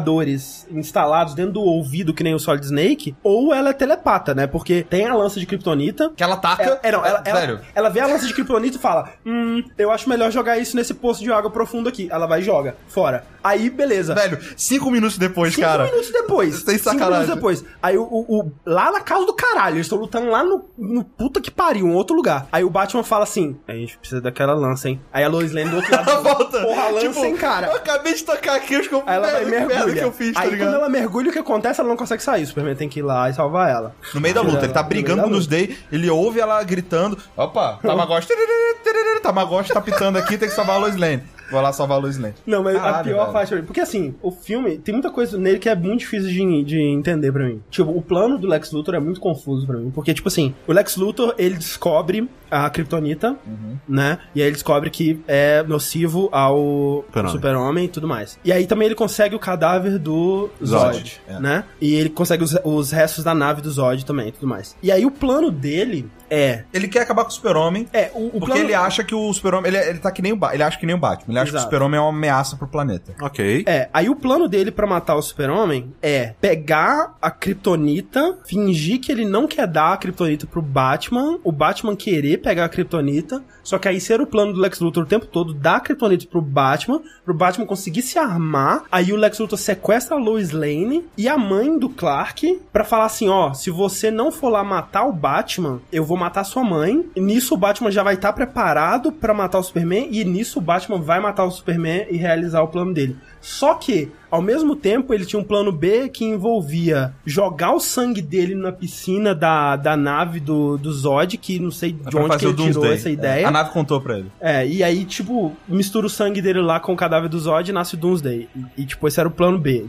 Speaker 1: comunicadores instalados dentro do ouvido, que nem o Solid Snake, ou ela é telepata, né? Porque tem a lança de Kryptonita,
Speaker 2: Que ela ataca.
Speaker 1: Ela, é, não, ela, ela-
Speaker 2: Velho.
Speaker 1: ela vê a lança de Kryptonita e fala: Hum, eu acho melhor jogar isso nesse poço de água profundo aqui. Ela vai e joga, fora. Aí, beleza.
Speaker 2: Velho, cinco minutos depois,
Speaker 1: Cinco
Speaker 2: cara.
Speaker 1: minutos depois.
Speaker 2: Sem
Speaker 1: Cinco
Speaker 2: sacanagem.
Speaker 1: minutos depois. Aí o, o- o- Lá na casa do caralho, eles estão lutando lá no, no puta que pariu, um outro lugar. Aí o Batman fala assim: A gente precisa daquela lança, hein? Aí a Lois Lane do outro lado.
Speaker 2: Volta.
Speaker 1: Porra, a lança,
Speaker 2: Tipo,
Speaker 1: hein,
Speaker 2: Eu
Speaker 1: cara?
Speaker 2: acabei de tocar aqui, eu Deus, que eu
Speaker 1: Aí ela vai
Speaker 2: que merda
Speaker 1: mergulhar.
Speaker 2: que eu fiz, tá
Speaker 1: Aí
Speaker 2: ligado?
Speaker 1: quando ela mergulha, o que acontece? Ela não consegue sair. O Superman tem que ir lá e salvar ela.
Speaker 2: No meio da luta, ele tá
Speaker 1: No meio
Speaker 2: brigando
Speaker 1: da
Speaker 2: com o Nus
Speaker 1: luta.
Speaker 2: Day, ele ouve ela gritando: opa, Tamagotchi, tiriririr, tiriririr, Tamagotchi tá pitando aqui, tem que salvar a Lois Lane. Vou lá salvar a Lois Lane.
Speaker 1: Não, mas a
Speaker 2: Caralho,
Speaker 1: pior
Speaker 2: velho.
Speaker 1: parte. Porque assim, o filme tem muita coisa nele que é muito difícil de, de entender pra mim. Tipo, o plano do Lex Luthor é muito confuso pra mim. Porque, tipo assim, o Lex Luthor ele descobre a Kryptonita,
Speaker 2: Uhum.
Speaker 1: né? E aí ele descobre que é nocivo ao
Speaker 4: Super-Homem.
Speaker 1: Super-Homem e tudo mais. E aí também ele consegue o cadáver do
Speaker 4: Zod,
Speaker 1: Zod,
Speaker 2: é.
Speaker 1: né? E ele consegue os, os restos da nave do Zod também e tudo mais. E aí o plano dele é.
Speaker 2: Ele quer acabar com o Super-Homem.
Speaker 1: É, o, o
Speaker 2: Porque
Speaker 1: plano.
Speaker 2: ele acha que o Super-Homem. Ele, ele tá que nem o Ba- Ele acha que nem o Batman. Ele acha que
Speaker 1: Exato.
Speaker 2: o Super-Homem é uma ameaça pro planeta.
Speaker 4: Ok.
Speaker 1: É, aí o plano dele pra matar o super-homem é pegar a Kryptonita, fingir que ele não quer dar a Kryptonita pro Batman, o Batman querer pegar a Kryptonita, só que aí ser o plano do Lex Luthor o tempo todo, dar a Kryptonita pro Batman, pro Batman conseguir se armar, aí o Lex Luthor sequestra a Lois Lane e a mãe do Clark pra falar assim, ó, se você não for lá matar o Batman, eu vou matar sua mãe. E nisso o Batman já vai estar preparado pra matar o Superman e nisso o Batman vai matar o Superman e realizar o plano dele. Só que, ao mesmo tempo, ele tinha um plano B que envolvia jogar o sangue dele na piscina da, da nave do, do Zod, que não sei de
Speaker 2: Pra
Speaker 1: onde que
Speaker 2: fazer
Speaker 1: ele
Speaker 2: o
Speaker 1: tirou
Speaker 2: Doomsday.
Speaker 1: essa
Speaker 2: É.
Speaker 1: ideia.
Speaker 2: A nave contou pra ele.
Speaker 1: É, e aí, tipo, mistura o sangue dele lá com o cadáver do Zod e nasce o Doomsday. E, e, tipo, esse era o plano B.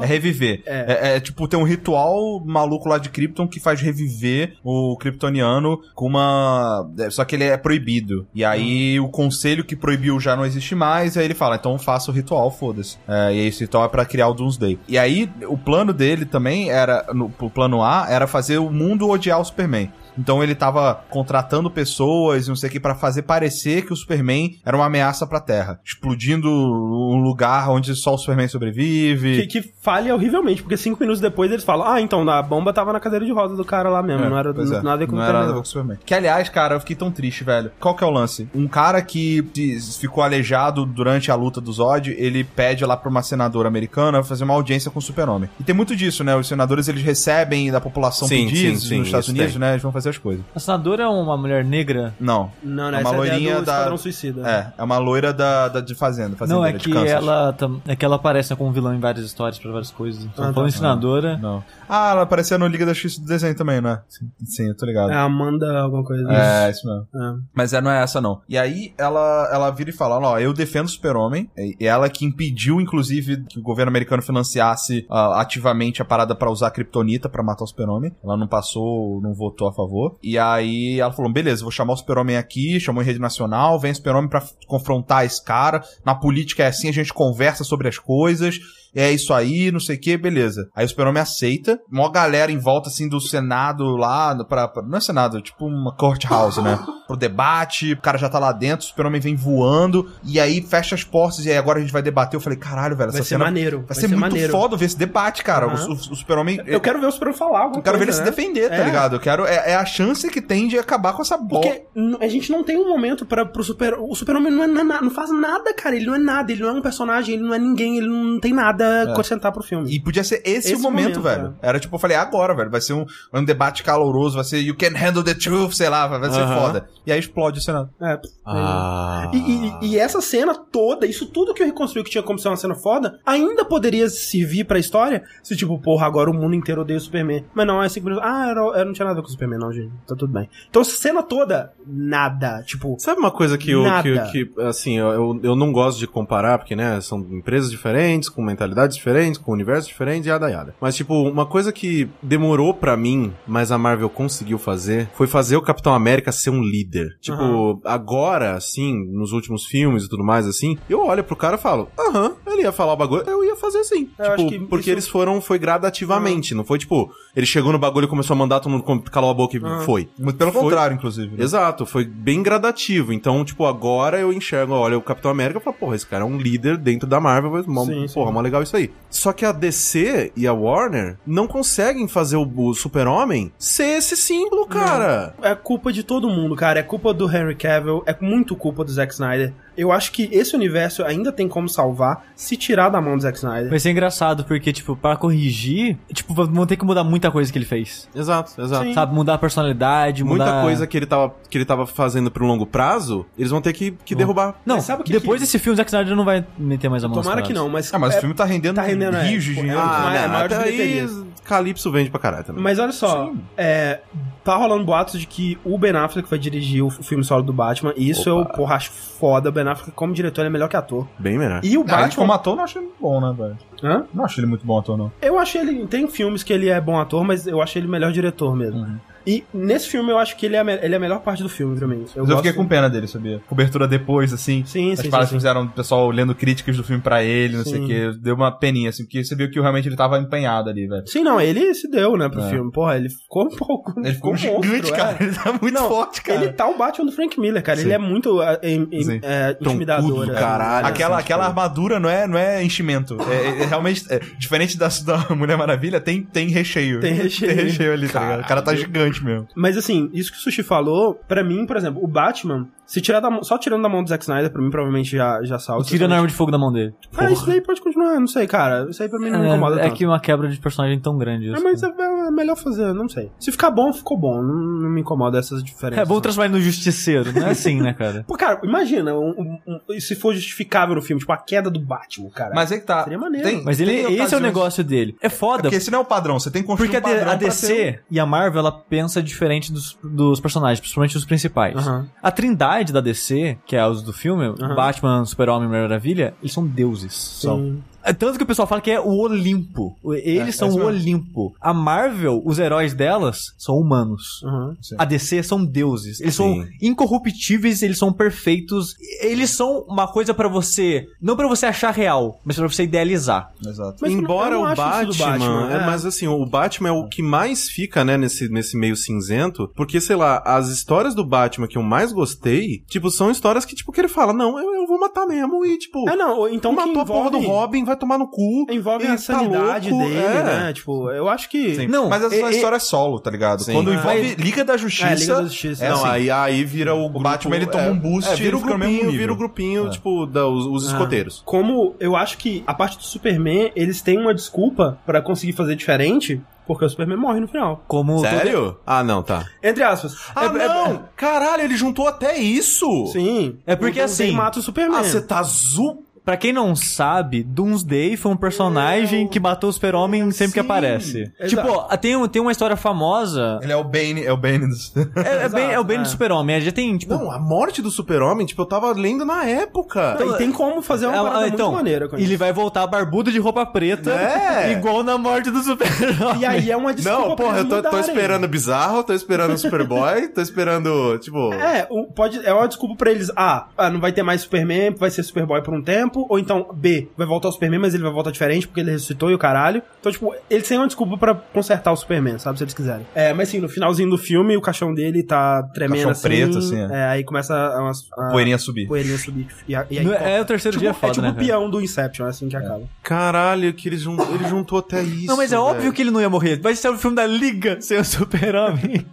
Speaker 2: É reviver. É. é, tipo, tem um ritual maluco lá de Krypton que faz reviver o kryptoniano com uma. é, Só que ele é proibido. E aí o conselho que proibiu já não existe mais. E aí ele fala, então faça o ritual, foda-se. É, e aí esse ritual é pra criar o Doomsday. E aí o plano dele também era. No, o plano A era fazer o mundo odiar o Superman. Então ele tava contratando pessoas e não sei o que pra fazer parecer que o Superman era uma ameaça pra Terra, explodindo um lugar onde só o Superman sobrevive.
Speaker 1: Que, que falha horrivelmente, porque cinco minutos depois eles falam: Ah, então, a bomba tava na cadeira de rodas do cara lá mesmo,
Speaker 2: É,
Speaker 1: não era
Speaker 2: pois é.
Speaker 1: nada a ver com o
Speaker 2: Não era
Speaker 1: Superman,
Speaker 2: nada com
Speaker 1: não.
Speaker 2: o Superman. Que, aliás, cara, eu fiquei tão triste, velho. Qual que é o lance? Um cara que diz- ficou aleijado durante a luta do Zod, ele pede lá pra uma senadora americana fazer uma audiência com o super-homem. E tem muito disso, né? Os senadores, eles recebem da população
Speaker 4: Sim,
Speaker 2: pedidos
Speaker 4: sim, sim,
Speaker 2: nos Estados
Speaker 4: isso
Speaker 2: Unidos,
Speaker 4: tem.
Speaker 2: né? Eles vão fazer as coisas.
Speaker 3: A senadora é uma mulher negra?
Speaker 2: Não.
Speaker 1: Não, né?
Speaker 2: É uma
Speaker 1: Essa é a
Speaker 2: loirinha
Speaker 1: ideia do
Speaker 2: da-
Speaker 1: Esquadrão Suicida.
Speaker 2: É, é uma loira da, da- de fazenda,
Speaker 3: Não,
Speaker 2: fazendeira
Speaker 3: é
Speaker 2: de
Speaker 3: que,
Speaker 2: Kansas.
Speaker 3: ela tam- é que ela aparece como vilã em várias histórias, pra várias coisas. Então,
Speaker 1: Ah, tá.
Speaker 3: falando em senadora,
Speaker 2: Não. Ah, ela aparecia no Liga da Justiça do desenho também, né? Sim, sim eu tô ligado.
Speaker 1: É a Amanda, alguma coisa.
Speaker 2: É, isso mesmo.
Speaker 1: É.
Speaker 2: Mas é, não é essa, não. E aí ela, ela vira e fala: ó, eu defendo o super-homem. E e ela que impediu, inclusive, que o governo americano financiasse ah, ativamente a parada pra usar a kriptonita pra matar o super-homem. Ela não passou, não votou a favor. E aí ela falou: beleza, vou chamar o super-homem aqui, chamou em rede nacional, vem o super-homem pra f- confrontar esse cara. Na política é assim, a gente conversa sobre as coisas. É isso aí, não sei o que, beleza. Aí o super-homem aceita. Mó galera em volta, assim, do Senado lá, pra, pra- não é Senado, é tipo uma courthouse, né? pro debate, o cara já tá lá dentro, o super-homem vem voando, e aí fecha as portas, e aí agora a gente vai debater. Eu falei, caralho, velho,
Speaker 1: Vai
Speaker 2: essa
Speaker 1: ser
Speaker 2: cena vai,
Speaker 1: maneiro. Vai,
Speaker 2: ser, muito
Speaker 1: maneiro.
Speaker 2: foda ver esse debate, cara.
Speaker 1: Aham.
Speaker 2: O, o- o super-homem...
Speaker 1: Eu quero ver o Superman falar alguma
Speaker 2: eu quero ver ele
Speaker 1: coisa,
Speaker 2: se
Speaker 1: né?
Speaker 2: defender, tá
Speaker 1: É.
Speaker 2: ligado? Eu quero... É, é a chance que tem de acabar com essa bola.
Speaker 1: Porque n- a gente não tem um momento para pro super. O super-homem não, é na- na- não faz nada, cara. Ele não é nada, ele não é um personagem, ele não é ninguém, ele não tem nada a acrescentar pro filme.
Speaker 2: É. E podia ser esse,
Speaker 1: Esse
Speaker 2: o
Speaker 1: momento,
Speaker 2: momento,
Speaker 1: é.
Speaker 2: velho. Era tipo, eu falei, agora, velho. Vai ser um, um debate caloroso, vai ser you can handle the truth, sei lá, vai vai ser
Speaker 4: Aham.
Speaker 2: foda. E aí explode o Senado.
Speaker 1: É.
Speaker 4: Ah.
Speaker 1: E, e- e essa cena toda, isso tudo que eu reconstruí que tinha como ser uma cena foda, ainda poderia servir pra história se, tipo, porra, agora o mundo inteiro odeia o Superman. Mas não, é cinco minutos. Ah, era, era- não tinha nada a ver com o Superman, não, gente. Tá tudo bem. Então, cena toda, nada. Tipo,
Speaker 4: Sabe uma coisa que eu, que,
Speaker 1: Nada.
Speaker 4: que, assim, eu- eu, eu não gosto de comparar, porque, né, são empresas diferentes, com mentalidades diferentes, com universos diferentes, yada yada. Mas, tipo, uma coisa que demorou pra mim, mas a Marvel conseguiu fazer, foi fazer o Capitão América ser um líder. Tipo, agora, assim, nos últimos filmes e tudo mais, assim, eu olho pro cara e falo, aham, ele ia falar o bagulho, eu ia fazer assim.
Speaker 1: Eu acho que
Speaker 4: tipo, porque
Speaker 1: isso-
Speaker 4: eles foram, foi gradativamente, não foi, tipo, ele chegou no bagulho e começou a mandar, todo mundo calou a boca e
Speaker 1: Aham.
Speaker 4: foi.
Speaker 2: Muito pelo
Speaker 4: Foi-
Speaker 2: contrário, inclusive. né?
Speaker 4: Exato, foi bem gradativo. Então, tipo, agora eu enxergo, olha, o Capitão América e falo, porra, esse cara é um líder dentro da Marvel, mas mó,
Speaker 1: Sim, sim.
Speaker 4: porra, mó legal isso aí. Só que a DC e a Warner não conseguem fazer o, o Super-Homem ser esse símbolo, cara.
Speaker 1: é culpa de todo mundo, cara. É culpa do Henry Cavill, é muito culpa do Zack Snyder. eu acho que esse universo ainda tem como salvar se tirar da mão do Zack Snyder.
Speaker 3: Vai ser engraçado, porque, tipo, pra corrigir, tipo, vão ter que mudar muita coisa que ele fez.
Speaker 4: Exato, exato.
Speaker 3: Sabe, mudar a personalidade, mudar...
Speaker 4: Muita coisa que ele, tava, que ele tava fazendo pro longo prazo, eles vão ter que, que derrubar.
Speaker 3: Não,
Speaker 1: Mas sabe o que
Speaker 3: depois
Speaker 1: que-
Speaker 3: desse filme, o Zack Snyder não vai meter mais a mão nas
Speaker 1: Tomara que
Speaker 3: paradas.
Speaker 1: não, mas.
Speaker 2: Ah, mas
Speaker 1: é-
Speaker 2: o filme tá rendendo,
Speaker 1: tá rendendo, é.
Speaker 2: rios de
Speaker 1: Pô, é
Speaker 2: dinheiro.
Speaker 1: uma-
Speaker 4: Ah,
Speaker 1: é
Speaker 4: não,
Speaker 1: maior
Speaker 4: até
Speaker 1: do que
Speaker 4: aí,
Speaker 1: bilheteria.
Speaker 4: Calypso vende pra caralho também.
Speaker 1: Mas olha só, é, tá rolando boatos de que o Ben Affleck vai dirigir o f- filme solo do Batman, e isso eu, porra, acho foda. O Ben Affleck, como diretor, ele é melhor que ator.
Speaker 4: Bem melhor.
Speaker 1: E o
Speaker 2: Ah, ele como
Speaker 1: Batman.
Speaker 2: ator, eu não acho ele bom, né, velho?
Speaker 1: Hã?
Speaker 2: Não acho ele muito bom ator, não.
Speaker 1: Eu acho ele. Tem filmes que ele é bom ator, mas eu acho ele melhor diretor mesmo.
Speaker 2: Uhum.
Speaker 1: E nesse filme eu acho que ele é, a me- ele é a melhor parte do filme pra mim.
Speaker 2: Mas eu fiquei com pena dele, sabia? Cobertura depois, assim.
Speaker 1: Sim,
Speaker 2: As
Speaker 1: sim,
Speaker 2: paradas
Speaker 1: sim, sim.
Speaker 2: fizeram o pessoal lendo críticas do filme pra ele, não sei
Speaker 1: Sim.
Speaker 2: o quê. Deu uma peninha, assim, porque você viu que realmente ele tava empenhado ali, velho.
Speaker 1: Sim, não, ele se deu, né, pro
Speaker 2: É.
Speaker 1: filme. Porra, ele ficou um pouco.
Speaker 2: Ele ficou um
Speaker 1: monstro,
Speaker 2: gigante,
Speaker 1: é.
Speaker 2: cara. Ele tá muito
Speaker 1: Não,
Speaker 2: forte, cara.
Speaker 1: Ele tá o Batman do Frank Miller, cara. Ele é muito é, é,
Speaker 2: Sim.
Speaker 1: é,
Speaker 4: do
Speaker 1: intimidador. assim.
Speaker 4: caralho.
Speaker 2: Aquela,
Speaker 4: assim,
Speaker 2: aquela
Speaker 4: tipo-
Speaker 2: armadura não é, não é enchimento. É, é- é realmente. é, diferente da, da Mulher Maravilha, tem, tem recheio.
Speaker 1: Tem recheio.
Speaker 2: Tem recheio ali, tá ligado? O cara tá gigante mesmo.
Speaker 1: Mas assim, isso que o Sushi falou, pra mim, por exemplo, o Batman, se tirar da mão, só tirando da mão do Zack Snyder, pra mim provavelmente já, já salta.
Speaker 3: Tira a arma de fogo da mão dele.
Speaker 1: Ah, isso daí pode continuar, não sei, cara. Isso aí pra mim não me incomoda
Speaker 3: É, é
Speaker 1: tanto.
Speaker 3: que uma quebra de personagem tão grande.
Speaker 1: É,
Speaker 3: isso.
Speaker 1: mas é, é melhor fazer, não sei. Se ficar bom, ficou bom. Não, não me incomoda essas diferenças.
Speaker 3: É bom transformar ele no justiceiro. Não é assim, né, cara?
Speaker 1: Pô, cara, imagina, um- um- um- se for justificável no filme, tipo, a queda do Batman, cara.
Speaker 2: Mas é que tá.
Speaker 1: Seria maneiro.
Speaker 2: Tem-
Speaker 3: Mas ele,
Speaker 2: tem
Speaker 3: esse é o
Speaker 2: ocasiões-
Speaker 3: negócio dele. É
Speaker 2: É
Speaker 3: foda,
Speaker 2: Porque esse não é o padrão, você tem que construir
Speaker 3: Porque a,
Speaker 2: um
Speaker 3: D-
Speaker 2: padrão
Speaker 3: a
Speaker 2: pra
Speaker 3: DC
Speaker 2: ter
Speaker 1: um-
Speaker 3: e a Marvel, ela pensa diferente dos, dos personagens, principalmente os principais.
Speaker 1: Aham.
Speaker 3: A trindade da DC, que é os do filme,
Speaker 1: Aham.
Speaker 3: Batman, Super-Homem e Mulher Maravilha, eles são deuses. São.
Speaker 1: Sim.
Speaker 3: É Tanto que o pessoal fala que é o Olimpo. O- Eles são o Olimpo. A Marvel, os heróis delas, são humanos.
Speaker 1: Aham.
Speaker 3: A DC são deuses. Eles são
Speaker 4: Sim.
Speaker 3: incorruptíveis, eles são perfeitos. Eles são uma coisa pra você, não pra você achar real, mas pra você idealizar.
Speaker 2: um- Exato.
Speaker 1: Mas eu não- eu
Speaker 4: Embora
Speaker 1: não
Speaker 4: o
Speaker 1: acho isso
Speaker 4: Batman,
Speaker 1: do Batman,
Speaker 4: é,
Speaker 1: é.
Speaker 4: mas assim, o Batman é o que mais fica, né, nesse, nesse meio cinzento, porque, sei lá, as histórias do Batman que eu mais gostei, tipo, são histórias que, tipo, que ele fala, não, eu, eu vou matar mesmo, e, tipo,
Speaker 1: Ah, não, ou então que
Speaker 4: matou
Speaker 1: envolve, É
Speaker 4: a porra do Robin, vai tomar no cu.
Speaker 1: envolve
Speaker 4: ele
Speaker 1: a
Speaker 4: tá
Speaker 1: sanidade
Speaker 4: louco,
Speaker 1: dele,
Speaker 4: é.
Speaker 1: né? Tipo, eu acho que...
Speaker 2: Sim.
Speaker 3: Não,
Speaker 2: mas essa
Speaker 3: e- e-
Speaker 2: história é solo, tá ligado?
Speaker 4: Sim.
Speaker 2: Quando
Speaker 4: Ah,
Speaker 2: envolve
Speaker 1: é.
Speaker 2: Liga da Justiça.
Speaker 1: É, Liga da Justiça.
Speaker 2: É
Speaker 4: não,
Speaker 2: assim.
Speaker 4: aí, aí vira o, grupo-
Speaker 2: Batman, ele toma um boost
Speaker 4: é,
Speaker 2: e ele
Speaker 4: vira o
Speaker 2: fica no mesmo
Speaker 4: grupinho,
Speaker 2: nível.
Speaker 4: vira o grupinho,
Speaker 2: É.
Speaker 4: tipo, da, os, os
Speaker 1: Ah.
Speaker 4: escoteiros.
Speaker 1: Como eu acho que a parte do Superman, eles têm uma desculpa pra conseguir fazer diferente, porque o Superman morre no final.
Speaker 3: Como
Speaker 4: Sério? Ah, não, tá.
Speaker 1: Entre aspas. É,
Speaker 4: Ah,
Speaker 2: É,
Speaker 4: não! Caralho, ele juntou até isso!
Speaker 1: Sim.
Speaker 3: É porque
Speaker 1: O- o
Speaker 3: assim-
Speaker 1: Doomsday mata o Superman.
Speaker 4: Ah, você tá azul?
Speaker 3: Pra quem não sabe, Doomsday foi um personagem que matou o super-homem sempre que
Speaker 4: Sim,
Speaker 3: aparece.
Speaker 1: exato.
Speaker 3: Tipo, tem, um- tem uma história famosa.
Speaker 2: Ele é o Bane, é o Bane dos...
Speaker 3: É, é bem, é o bem
Speaker 1: é.
Speaker 3: do super-homem. Já tem, tipo.
Speaker 4: Não, a morte do super-homem, tipo, eu tava lendo na época.
Speaker 1: Tem, tem como fazer uma
Speaker 3: ela-
Speaker 1: parada
Speaker 4: ah,
Speaker 3: então,
Speaker 1: muito maneira com isso.
Speaker 3: ele vai voltar barbudo de roupa preta,
Speaker 4: É.
Speaker 3: igual na morte do super-homem.
Speaker 1: E aí é uma desculpa
Speaker 4: Não,
Speaker 1: pra
Speaker 4: porra, eu
Speaker 1: eles
Speaker 4: tô, tô
Speaker 1: mudarem.
Speaker 4: esperando Bizarro, tô esperando Superboy, tô esperando, tipo...
Speaker 1: É, o- pode, é uma desculpa pra eles. Ah, ah, não vai ter mais Superman, vai ser Superboy por um tempo. Ou então, B, vai voltar o Superman, mas ele vai voltar diferente porque ele ressuscitou e o caralho. Então, tipo, eles têm uma desculpa pra consertar o Superman, sabe? Se eles quiserem. É, mas sim, no finalzinho do filme, o caixão dele tá tremendo
Speaker 2: Caixão
Speaker 1: assim.
Speaker 2: preto, assim, é.
Speaker 1: é. aí começa a, umas- a
Speaker 2: Poeirinha subir.
Speaker 1: poeirinha subir. E, a- e aí,
Speaker 3: Não,
Speaker 1: corta.
Speaker 3: é o terceiro
Speaker 1: tipo,
Speaker 3: dia
Speaker 1: é
Speaker 3: foda,
Speaker 1: tipo
Speaker 3: né,
Speaker 1: o
Speaker 3: cara?
Speaker 1: peão do Inception, é assim que acaba.
Speaker 4: Caralho, que ele, jun... ele juntou até isso,
Speaker 3: Não, mas é óbvio
Speaker 4: velho.
Speaker 3: que ele não ia morrer. Vai ser o filme da Liga sem o super-homem.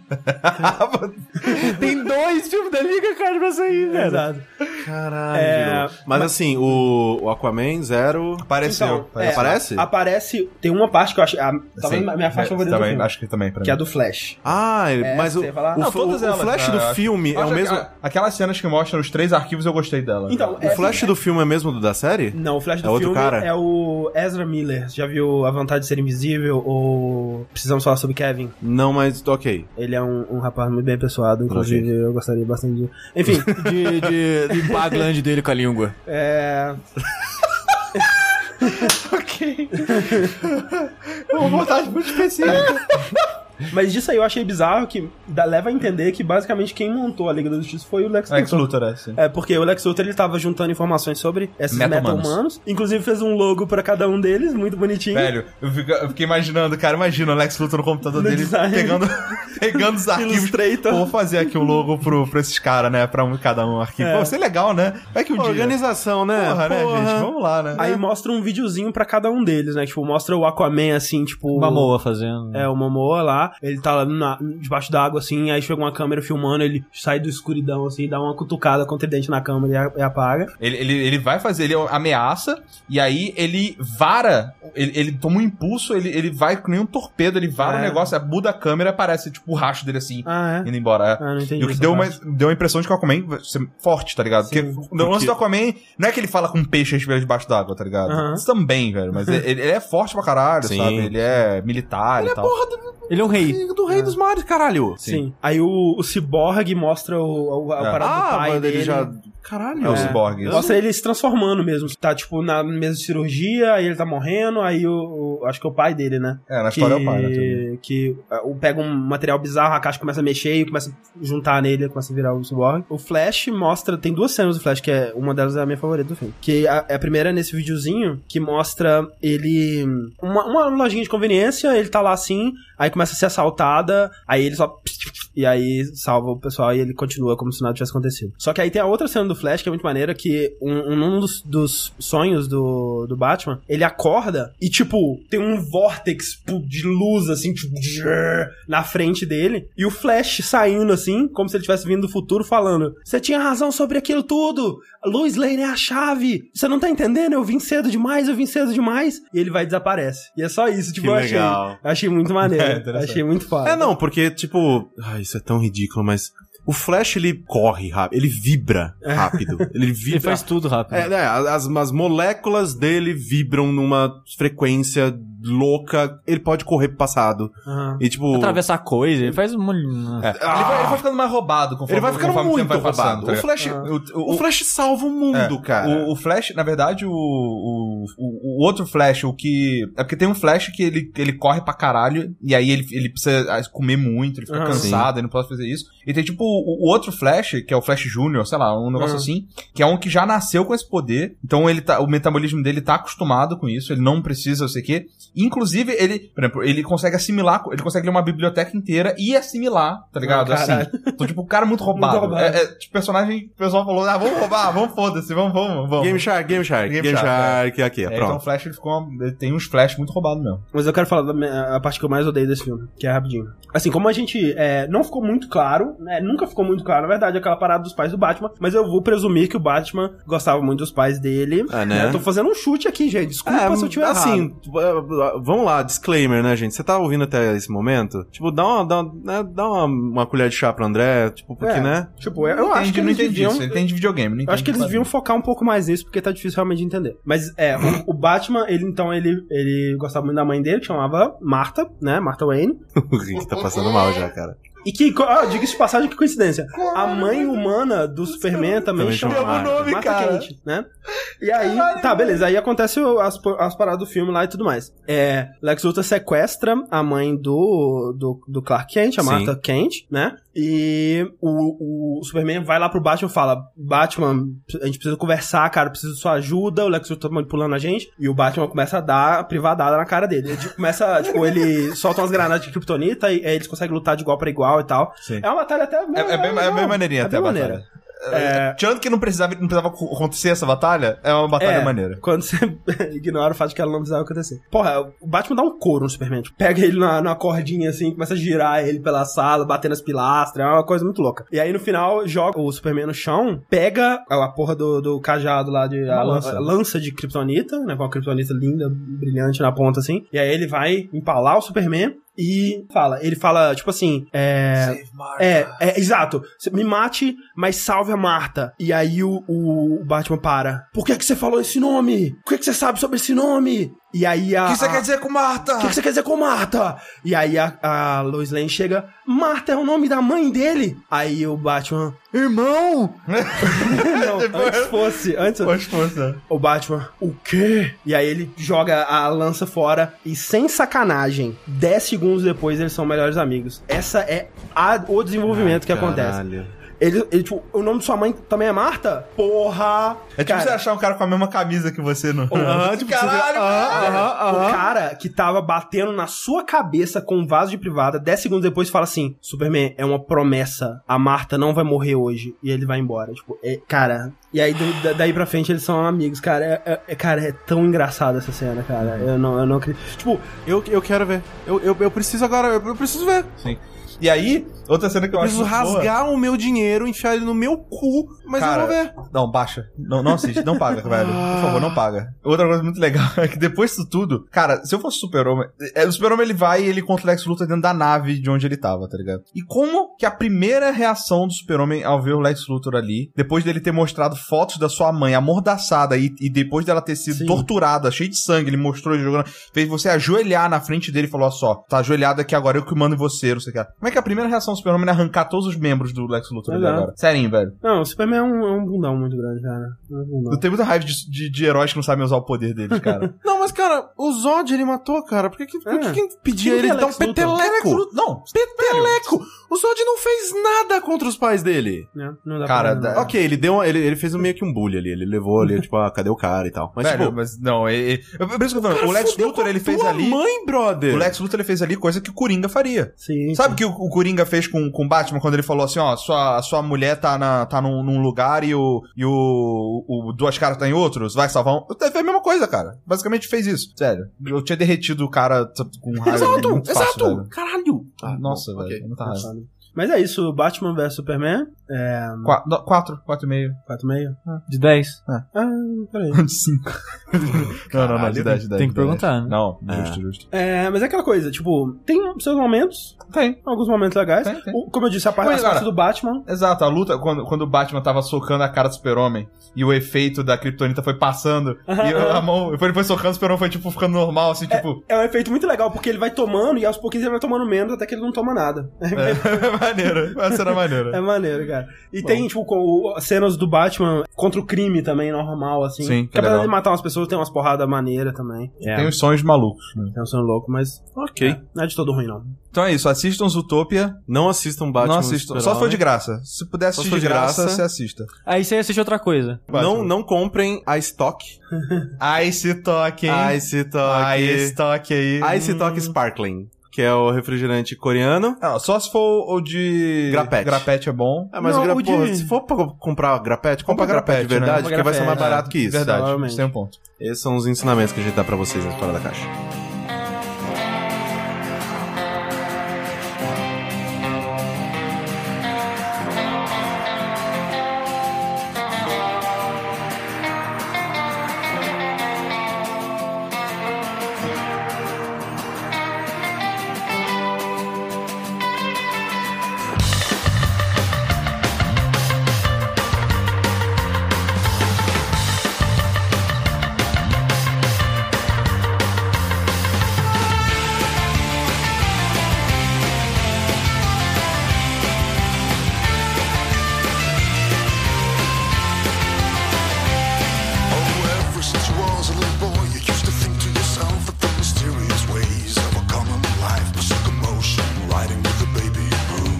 Speaker 3: tem dois filmes da Liga, cara, pra sair, velho.
Speaker 1: Exato.
Speaker 4: Caralho.
Speaker 1: É,
Speaker 4: Mas, assim, o, o Aquaman, zero...
Speaker 2: Apareceu.
Speaker 1: Então,
Speaker 2: apareceu.
Speaker 4: Aparece?
Speaker 1: Aparece, tem uma parte que eu acho. A, talvez
Speaker 2: Sim.
Speaker 1: a minha faixa
Speaker 2: É,
Speaker 1: favorita do
Speaker 2: também,
Speaker 1: filme,
Speaker 2: Acho que também, pra
Speaker 1: que é a
Speaker 2: mim.
Speaker 1: do Flash.
Speaker 4: Ah,
Speaker 1: É,
Speaker 4: mas o,
Speaker 1: você ia falar?
Speaker 4: o,
Speaker 2: Não,
Speaker 4: f-
Speaker 2: todas
Speaker 4: o
Speaker 2: elas, né,
Speaker 4: flash do
Speaker 2: eu acho.
Speaker 4: filme é
Speaker 2: Acho
Speaker 4: o
Speaker 2: que
Speaker 4: mesmo...
Speaker 2: a- Aquelas cenas que mostram os três arquivos, eu gostei dela.
Speaker 1: Então,
Speaker 4: O flash do filme é o mesmo do da série?
Speaker 1: Não, o Flash do
Speaker 4: É outro
Speaker 1: filme
Speaker 4: cara?
Speaker 1: é o Ezra Miller. Você Já viu A Vontade de Ser Invisível ou Precisamos Falar Sobre Kevin?
Speaker 4: Não, mas ok.
Speaker 1: Ele é um, um rapaz muito bem pessoado, inclusive eu gostaria bastante de... Enfim,
Speaker 3: De, de limpar a glande dele com a língua.
Speaker 1: é...
Speaker 2: uma vontade muito específica.
Speaker 1: Mas disso aí eu achei bizarro que dá- leva a entender que basicamente quem montou a Liga da Justiça foi o Lex
Speaker 2: Lex
Speaker 1: Luthor.
Speaker 2: Luthor, é assim.
Speaker 1: É, porque o Lex Luthor ele tava juntando informações sobre esses
Speaker 2: Meta-humanos.
Speaker 1: meta-humanos. Inclusive fez um logo pra cada um deles, muito bonitinho.
Speaker 2: Velho, eu fico- eu fiquei imaginando, cara, imagina o Lex Luthor no computador
Speaker 1: No
Speaker 2: dele
Speaker 1: design.
Speaker 2: pegando, pegando os arquivos.
Speaker 1: Illustrator.
Speaker 2: Pô, Vou fazer aqui o logo pro, pra esses caras, né? Pra um, cada um arquivo. Pô, isso é legal, né? Vai que um dia...
Speaker 4: Organização, né?
Speaker 2: Porra, né, gente? Vamos lá, né?
Speaker 1: Aí mostra um videozinho pra cada um deles, né? Tipo, mostra o Aquaman assim, tipo.
Speaker 3: Uma moa fazendo.
Speaker 1: É, o Momoa lá. lá, ele tá lá na- debaixo da água, assim, aí chega uma câmera filmando, ele sai do escuridão, assim, dá uma cutucada com o tridente na câmera e a- e apaga.
Speaker 2: Ele, ele, ele vai fazer, ele ameaça, e aí ele vara, ele, ele toma um impulso, ele, ele vai com nenhum torpedo, ele vara
Speaker 1: É.
Speaker 2: o negócio, muda a câmera, aparece tipo o racho dele assim,
Speaker 1: Ah, é?
Speaker 2: indo embora. é.
Speaker 1: Ah, não entendi.
Speaker 2: E o que
Speaker 1: essa
Speaker 2: deu uma,
Speaker 1: parte.
Speaker 2: deu a impressão de que o Aquaman vai ser forte, tá ligado? Porque
Speaker 1: Sim.
Speaker 2: o lance do Aquaman não é que ele fala com um peixe respirando debaixo d'água, tá ligado?
Speaker 1: Aham.
Speaker 2: Isso também, velho. Mas ele, ele é forte pra caralho,
Speaker 4: Sim.
Speaker 2: sabe? Ele é militar e tal.
Speaker 3: Ele é um rei.
Speaker 4: Do rei dos mares, caralho.
Speaker 1: Sim. Aí o, o Cyborg mostra o, o, a
Speaker 2: É.
Speaker 1: parada do
Speaker 4: Ah,
Speaker 1: pai
Speaker 4: mas
Speaker 1: dele.
Speaker 4: ele já. Caralho.
Speaker 2: É o cyborg. isso.
Speaker 1: Mostra ele se transformando mesmo. Tá, tipo, na mesa de cirurgia, aí ele tá morrendo, aí o, o- acho que é o pai dele, né?
Speaker 2: É, na história
Speaker 1: que,
Speaker 2: é o pai, né? também.
Speaker 1: Que ah, o- pega um material bizarro, a caixa começa a mexer e começa a juntar nele, ele começa a virar o Cyborg. O Flash mostra, tem duas cenas do Flash, que é uma delas é a minha favorita do filme. Que a, a primeira é nesse videozinho, que mostra ele. Uma, uma lojinha de conveniência, ele tá lá assim, aí começa a ser assaltada, aí ele só. E aí salva o pessoal e ele continua como se nada tivesse acontecido. Só que aí tem a outra cena do Flash que é muito maneira, que um, um, um dos, dos sonhos do, do Batman, ele acorda e, tipo, tem um vórtex pu- de luz, assim, tipo, zzzz, na frente dele, e o Flash saindo, assim, como se ele tivesse vindo do futuro, falando, você tinha razão sobre aquilo tudo, Lois Lane é a chave, você não tá entendendo, eu vim cedo demais, eu vim cedo demais, e ele vai e desaparece. E é só isso, tipo,
Speaker 4: Que
Speaker 1: eu achei...
Speaker 4: legal.
Speaker 1: Achei muito maneiro.
Speaker 2: É, interessante.
Speaker 1: achei muito fácil.
Speaker 4: É, não, porque, tipo. Ai, isso é tão ridículo, mas. O Flash, ele corre rápido. Ele vibra
Speaker 2: É.
Speaker 4: rápido. Ele
Speaker 3: Ele
Speaker 4: vibra
Speaker 3: faz tudo rápido.
Speaker 4: É, né, as, as moléculas dele vibram numa frequência louca. Ele pode correr pro passado.
Speaker 1: Aham.
Speaker 4: E tipo.
Speaker 3: Atravessar coisa, ele faz um.
Speaker 2: É. Ele, vai, ele vai ficando mais roubado conforme
Speaker 4: Ele vai ficando
Speaker 2: conforme o
Speaker 4: muito
Speaker 2: tempo vai passando,
Speaker 4: roubado.
Speaker 2: tá
Speaker 4: o,
Speaker 2: ligado?
Speaker 4: Flash,
Speaker 2: O- o-
Speaker 4: o Flash salva o
Speaker 2: É.
Speaker 4: mundo, cara.
Speaker 2: O, o Flash, na verdade, o, o, o- o outro Flash, o que. É porque tem um Flash que ele, ele corre pra caralho, e aí ele, ele precisa ah, comer muito, ele fica
Speaker 1: Aham.
Speaker 2: cansado, ele não pode fazer isso. E tem tipo o, o outro Flash, que é o Flash Júnior, sei lá, um negócio
Speaker 1: Aham.
Speaker 2: assim, que é um que já nasceu com esse poder, então ele tá, o metabolismo dele tá acostumado com isso, ele não precisa, não sei o quê. Inclusive, ele, por exemplo, ele consegue assimilar, ele consegue ler uma biblioteca inteira e assimilar, tá ligado?
Speaker 1: Ah,
Speaker 2: assim.
Speaker 1: caralho.
Speaker 2: Então, tipo, o cara é muito roubado.
Speaker 1: Muito roubado.
Speaker 2: É, é, tipo, personagem, o pessoal falou, ah, vamos roubar, vamos foda-se, vamos, vamos, vamos.
Speaker 4: Game Shark, Game Shark,
Speaker 2: Game
Speaker 4: Game,
Speaker 2: Shark,
Speaker 4: Shark, aqui,
Speaker 2: É, então o
Speaker 4: pronto.
Speaker 2: Flash ele ficou uma- ele tem uns Flash muito roubado mesmo.
Speaker 1: Mas eu quero falar da minha- a parte que eu mais odeio desse filme, que é rapidinho. Assim, como a gente é, não ficou muito claro, né, nunca ficou muito claro, na verdade, aquela parada dos pais do Batman, mas eu vou presumir que o Batman gostava muito dos pais dele.
Speaker 4: É,
Speaker 2: Ah,
Speaker 4: né?
Speaker 1: Eu tô fazendo um chute aqui, gente. Desculpa
Speaker 4: É,
Speaker 1: se eu tiver errado.
Speaker 4: assim, eh, vamos lá, disclaimer, né, gente? Você tá ouvindo até esse momento? Tipo, dá uma, dá, né, dá uma, uma colher de chá pro André, tipo, porque,
Speaker 1: É.
Speaker 4: né?
Speaker 1: Tipo, eu, eu acho que
Speaker 2: não
Speaker 1: eles
Speaker 2: entendi
Speaker 1: deviam...
Speaker 2: isso. Ele tem de videogame, não
Speaker 1: Eu acho
Speaker 2: entendi
Speaker 1: que eles
Speaker 2: quase.
Speaker 1: deviam focar um pouco mais nisso, porque tá difícil realmente de entender. Mas é, o, o Batman, ele então, ele, ele gostava muito da mãe dele, que chamava Martha, né? Martha Wayne.
Speaker 4: O Rick tá passando mal já, cara.
Speaker 1: E que, ah, diga isso de passagem, que coincidência. A mãe humana do Superman também
Speaker 4: Também
Speaker 1: chama
Speaker 4: chama
Speaker 1: Martha.
Speaker 2: nome,
Speaker 1: Martha
Speaker 2: cara.
Speaker 1: Kent, né? E aí, tá, beleza. Aí acontece o- as, as paradas do filme lá e tudo mais. É, Lex Luthor sequestra a mãe do, do, do Clark Kent, a
Speaker 4: Sim.
Speaker 1: Martha Kent, né? E o, o Superman vai lá pro Batman e fala: Batman, a gente precisa conversar, cara, eu preciso de sua ajuda. O Lex Luthor tá manipulando a gente. E o Batman começa a dar a privadada na cara dele. Ele tipo, começa, tipo, ele solta umas granadas de kryptonita e aí eles conseguem lutar de igual pra igual e tal.
Speaker 2: Sim.
Speaker 1: É uma batalha até.
Speaker 2: É, é bem, é bem maneirinha até a
Speaker 1: maneira.
Speaker 2: batalha. É, Tirando que não precisava, não precisava acontecer essa batalha, é uma batalha
Speaker 1: É.
Speaker 2: maneira.
Speaker 1: Quando você ignora o fato de que ela não precisava acontecer. Porra, o Batman dá um couro no Superman. Tipo, pega ele na, na cordinha assim, começa a girar ele pela sala, batendo as pilastras, é uma coisa muito louca. E aí no final joga o Superman no chão, pega é a, a porra do, do cajado lá de. A
Speaker 2: Uma
Speaker 1: lança.
Speaker 2: lança.
Speaker 1: a lança de Kryptonita, né? Com a Kryptonita linda, brilhante na ponta assim. E aí ele vai empalar o Superman. E fala, ele fala, tipo assim, é. É, é, exato. Cê Me mate, mas salve a Marta. E aí o, o Batman para. Por que que você falou esse nome? O que que você sabe sobre esse nome? E aí a...
Speaker 2: O que você
Speaker 1: a-
Speaker 2: quer dizer com Marta?
Speaker 1: o que que você quer dizer com Marta? E aí a, a Lois Lane chega, Marta é o nome da mãe dele. Aí o Batman, irmão! Não, antes fosse, antes
Speaker 2: Pode força.
Speaker 1: o Batman, o quê? E aí ele joga a lança fora e, sem sacanagem, 10 segundos depois eles são melhores amigos. Essa é a- o desenvolvimento que acontece.
Speaker 4: Caralho.
Speaker 1: Ele, ele, tipo, o nome de sua mãe também é Marta? Porra!
Speaker 2: É tipo você achar um cara com a mesma camisa que você no.
Speaker 1: Aham, tipo, você-
Speaker 2: Caralho,
Speaker 1: Aham,
Speaker 2: cara.
Speaker 1: aham, aham. O cara que tava batendo na sua cabeça com um vaso de privada, 10 segundos depois fala assim: Superman, é uma promessa. A Marta não vai morrer hoje. E ele vai embora. Tipo, é, cara. E aí, do- da- daí pra frente, eles são amigos, cara. É, é- é- cara, é tão engraçado essa cena, cara. Eu não, eu não acredito. Tipo,
Speaker 4: Eu, eu quero ver. Eu, eu, eu preciso agora, eu, eu preciso ver.
Speaker 2: Sim. E aí, outra cena que eu,
Speaker 4: Eu
Speaker 2: acho.
Speaker 4: preciso
Speaker 2: muito boa-
Speaker 4: rasgar o meu dinheiro, enfiar ele no meu cu, mas
Speaker 2: Cara,
Speaker 4: eu vou ver.
Speaker 2: Não, baixa. Não, não assiste, não paga, velho. Por favor, não paga. Outra coisa muito legal é que depois disso tudo, cara, se eu fosse super-homem, é, o super-homem ele vai e ele contra o Lex Luthor dentro da nave de onde ele tava, tá ligado? E como que a primeira reação do super-homem ao ver o Lex Luthor ali, depois dele ter mostrado fotos da sua mãe amordaçada e, e depois dela ter sido
Speaker 1: Sim.
Speaker 2: torturada, cheia de sangue, ele mostrou ele jogando, fez você ajoelhar na frente dele e falou, ó só, tá ajoelhado aqui agora, eu que mando em você, não sei o que. lá. Como é que a primeira reação do super-homem é arrancar todos os membros do Lex Luthor ali
Speaker 1: Exato.
Speaker 2: agora? Serinho, velho.
Speaker 1: não, o Superman é um, é um bundão muito grande, cara. É um
Speaker 2: Eu
Speaker 1: bundão.
Speaker 2: tenho muita raiva de, de, de heróis que não sabem usar o poder deles, cara.
Speaker 4: Não, mas cara, o Zod ele matou, cara. Por que, que, por que que
Speaker 1: É.
Speaker 4: pedia
Speaker 1: Quem
Speaker 4: ele
Speaker 1: que é
Speaker 4: dar um
Speaker 1: Lex Luthor?
Speaker 4: peteleco?
Speaker 2: não,
Speaker 4: Peteleco! O Zod não fez nada contra os pais dele.
Speaker 1: Né? Não dá
Speaker 2: Cara,
Speaker 1: pra.
Speaker 2: dá-
Speaker 4: Ok, ele deu uma- ele, ele fez um- meio que um bullying ali. Ele levou ali, tipo, ah, cadê o cara e tal. Mas,
Speaker 2: mas, velho,
Speaker 4: tipo,
Speaker 2: mas não, é, é- eu- por isso que eu tô falando, o
Speaker 4: cara,
Speaker 2: Lex
Speaker 4: fudeu
Speaker 2: Luthor
Speaker 4: com a
Speaker 2: ele fez
Speaker 4: tua
Speaker 2: ali.
Speaker 4: mãe, brother!
Speaker 2: O Lex Luthor ele fez ali coisa que o Coringa faria.
Speaker 1: Sim.
Speaker 2: Sabe o que o, o Coringa fez com com o Batman quando ele falou assim, ó, sua, a sua mulher tá, na, tá num, num lugar e o, e o, o Duas Caras tá em outros, vai salvar um. Eu- Foi a mesma coisa, cara. Basicamente fez isso. Sério. Eu tinha derretido o cara t- com raiva.
Speaker 4: Exato,
Speaker 2: muito fácil,
Speaker 4: exato!
Speaker 2: velho.
Speaker 4: Caralho! Ah,
Speaker 2: Nossa,
Speaker 4: bom,
Speaker 2: velho.
Speaker 4: ok.
Speaker 2: Muita raiva.
Speaker 1: tá Mas é isso, Batman vs Superman. É.
Speaker 2: Qua- no- Quatro, quatro e meio.
Speaker 1: 4,5.
Speaker 3: De 10.
Speaker 1: Ah, peraí.
Speaker 2: De 5. Não,
Speaker 3: Ah,
Speaker 2: não, não, de 10, de 10.
Speaker 3: Tem que perguntar, né?
Speaker 2: Não,
Speaker 4: É.
Speaker 2: justo, justo.
Speaker 1: É, mas é aquela coisa, tipo, tem seus momentos,
Speaker 2: Tem.
Speaker 1: alguns momentos legais.
Speaker 2: Tem, tem.
Speaker 1: O- como eu disse, a parte,
Speaker 2: Mas,
Speaker 1: as partes
Speaker 2: cara,
Speaker 1: do Batman.
Speaker 2: Exato, a luta, quando, quando o Batman tava socando a cara do super-homem e o efeito da kryptonita foi passando, e a mão, depois ele foi socando, o super-homem foi, tipo, ficando normal, assim, tipo...
Speaker 1: É um efeito muito legal, porque ele vai tomando e aos pouquinhos ele vai tomando menos até que ele não toma nada.
Speaker 2: É maneiro, essa era
Speaker 1: É
Speaker 2: maneira.
Speaker 1: maneiro, cara. E tem, tipo, com o- cenas do Batman contra o crime também, normal, assim.
Speaker 2: Sim, que
Speaker 1: que apesar
Speaker 2: legal. né?
Speaker 1: de matar umas pessoas, tem umas porradas maneiras também. É,
Speaker 2: Tem os sonhos malucos.
Speaker 1: tem um sono louco, mas
Speaker 4: Ok.
Speaker 1: não é de todo ruim, não.
Speaker 2: Então é isso, assistam Zootopia,
Speaker 4: Não assistam Batman.
Speaker 2: não assistam,
Speaker 4: Super
Speaker 2: só se for de
Speaker 4: Homem.
Speaker 2: graça. Se puder
Speaker 4: Só
Speaker 2: assistir
Speaker 4: se for
Speaker 2: de
Speaker 4: de
Speaker 2: graça,
Speaker 4: graça.
Speaker 2: você assista.
Speaker 3: Aí você assiste outra coisa.
Speaker 4: Não, não comprem a Stock.
Speaker 2: Ai, se toque, hein?
Speaker 4: A
Speaker 2: Ai,
Speaker 4: Stock.
Speaker 2: se toque aí.
Speaker 4: A Stock Sparkling, que é o refrigerante coreano.
Speaker 2: Ah, só se for o de...
Speaker 4: Grapete.
Speaker 2: Grapete é bom.
Speaker 4: Ah, mas
Speaker 1: Não,
Speaker 4: o gra-
Speaker 1: o de-
Speaker 4: porra, se for pra comprar grapete, compra,
Speaker 2: Compra
Speaker 4: grapete,
Speaker 2: grapete,
Speaker 4: de verdade,
Speaker 1: né?
Speaker 4: porque vai ser mais
Speaker 1: Grapete,
Speaker 4: barato que isso.
Speaker 2: Verdade,
Speaker 1: provavelmente.
Speaker 2: você tem um ponto.
Speaker 4: é Esses são os ensinamentos que a gente dá pra vocês na Fora da Caixa.
Speaker 7: Oh, ever since you was a little boy, you used to think to yourself that the mysterious ways of a common life was a commotion, riding with the baby boom.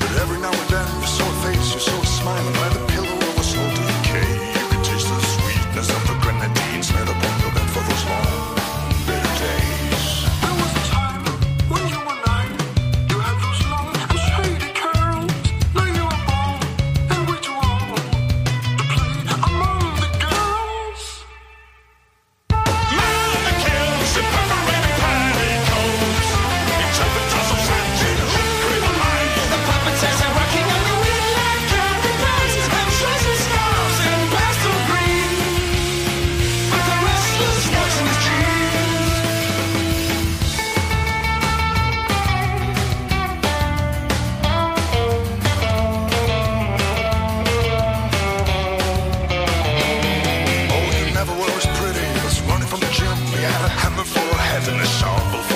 Speaker 7: But every now and then you saw a face, you saw a smile, and by the pillow of a slow decay, you could taste the sweetness of the grenadines laid upon your bed for those long, bitter days. There was a time when you were nine, you had those long and shady curls. Now you are bald and way too old to play among the girls. Murder kills and perforated patty coats. Interpreters of Santino, criminal minds. The puppeteers are rocking on the wind like candy bells. And chasing scarves in pastel green. But the restless watching his dreams. Oh, you never were as pretty as running from the gym. You had a hammer for a head and a shovel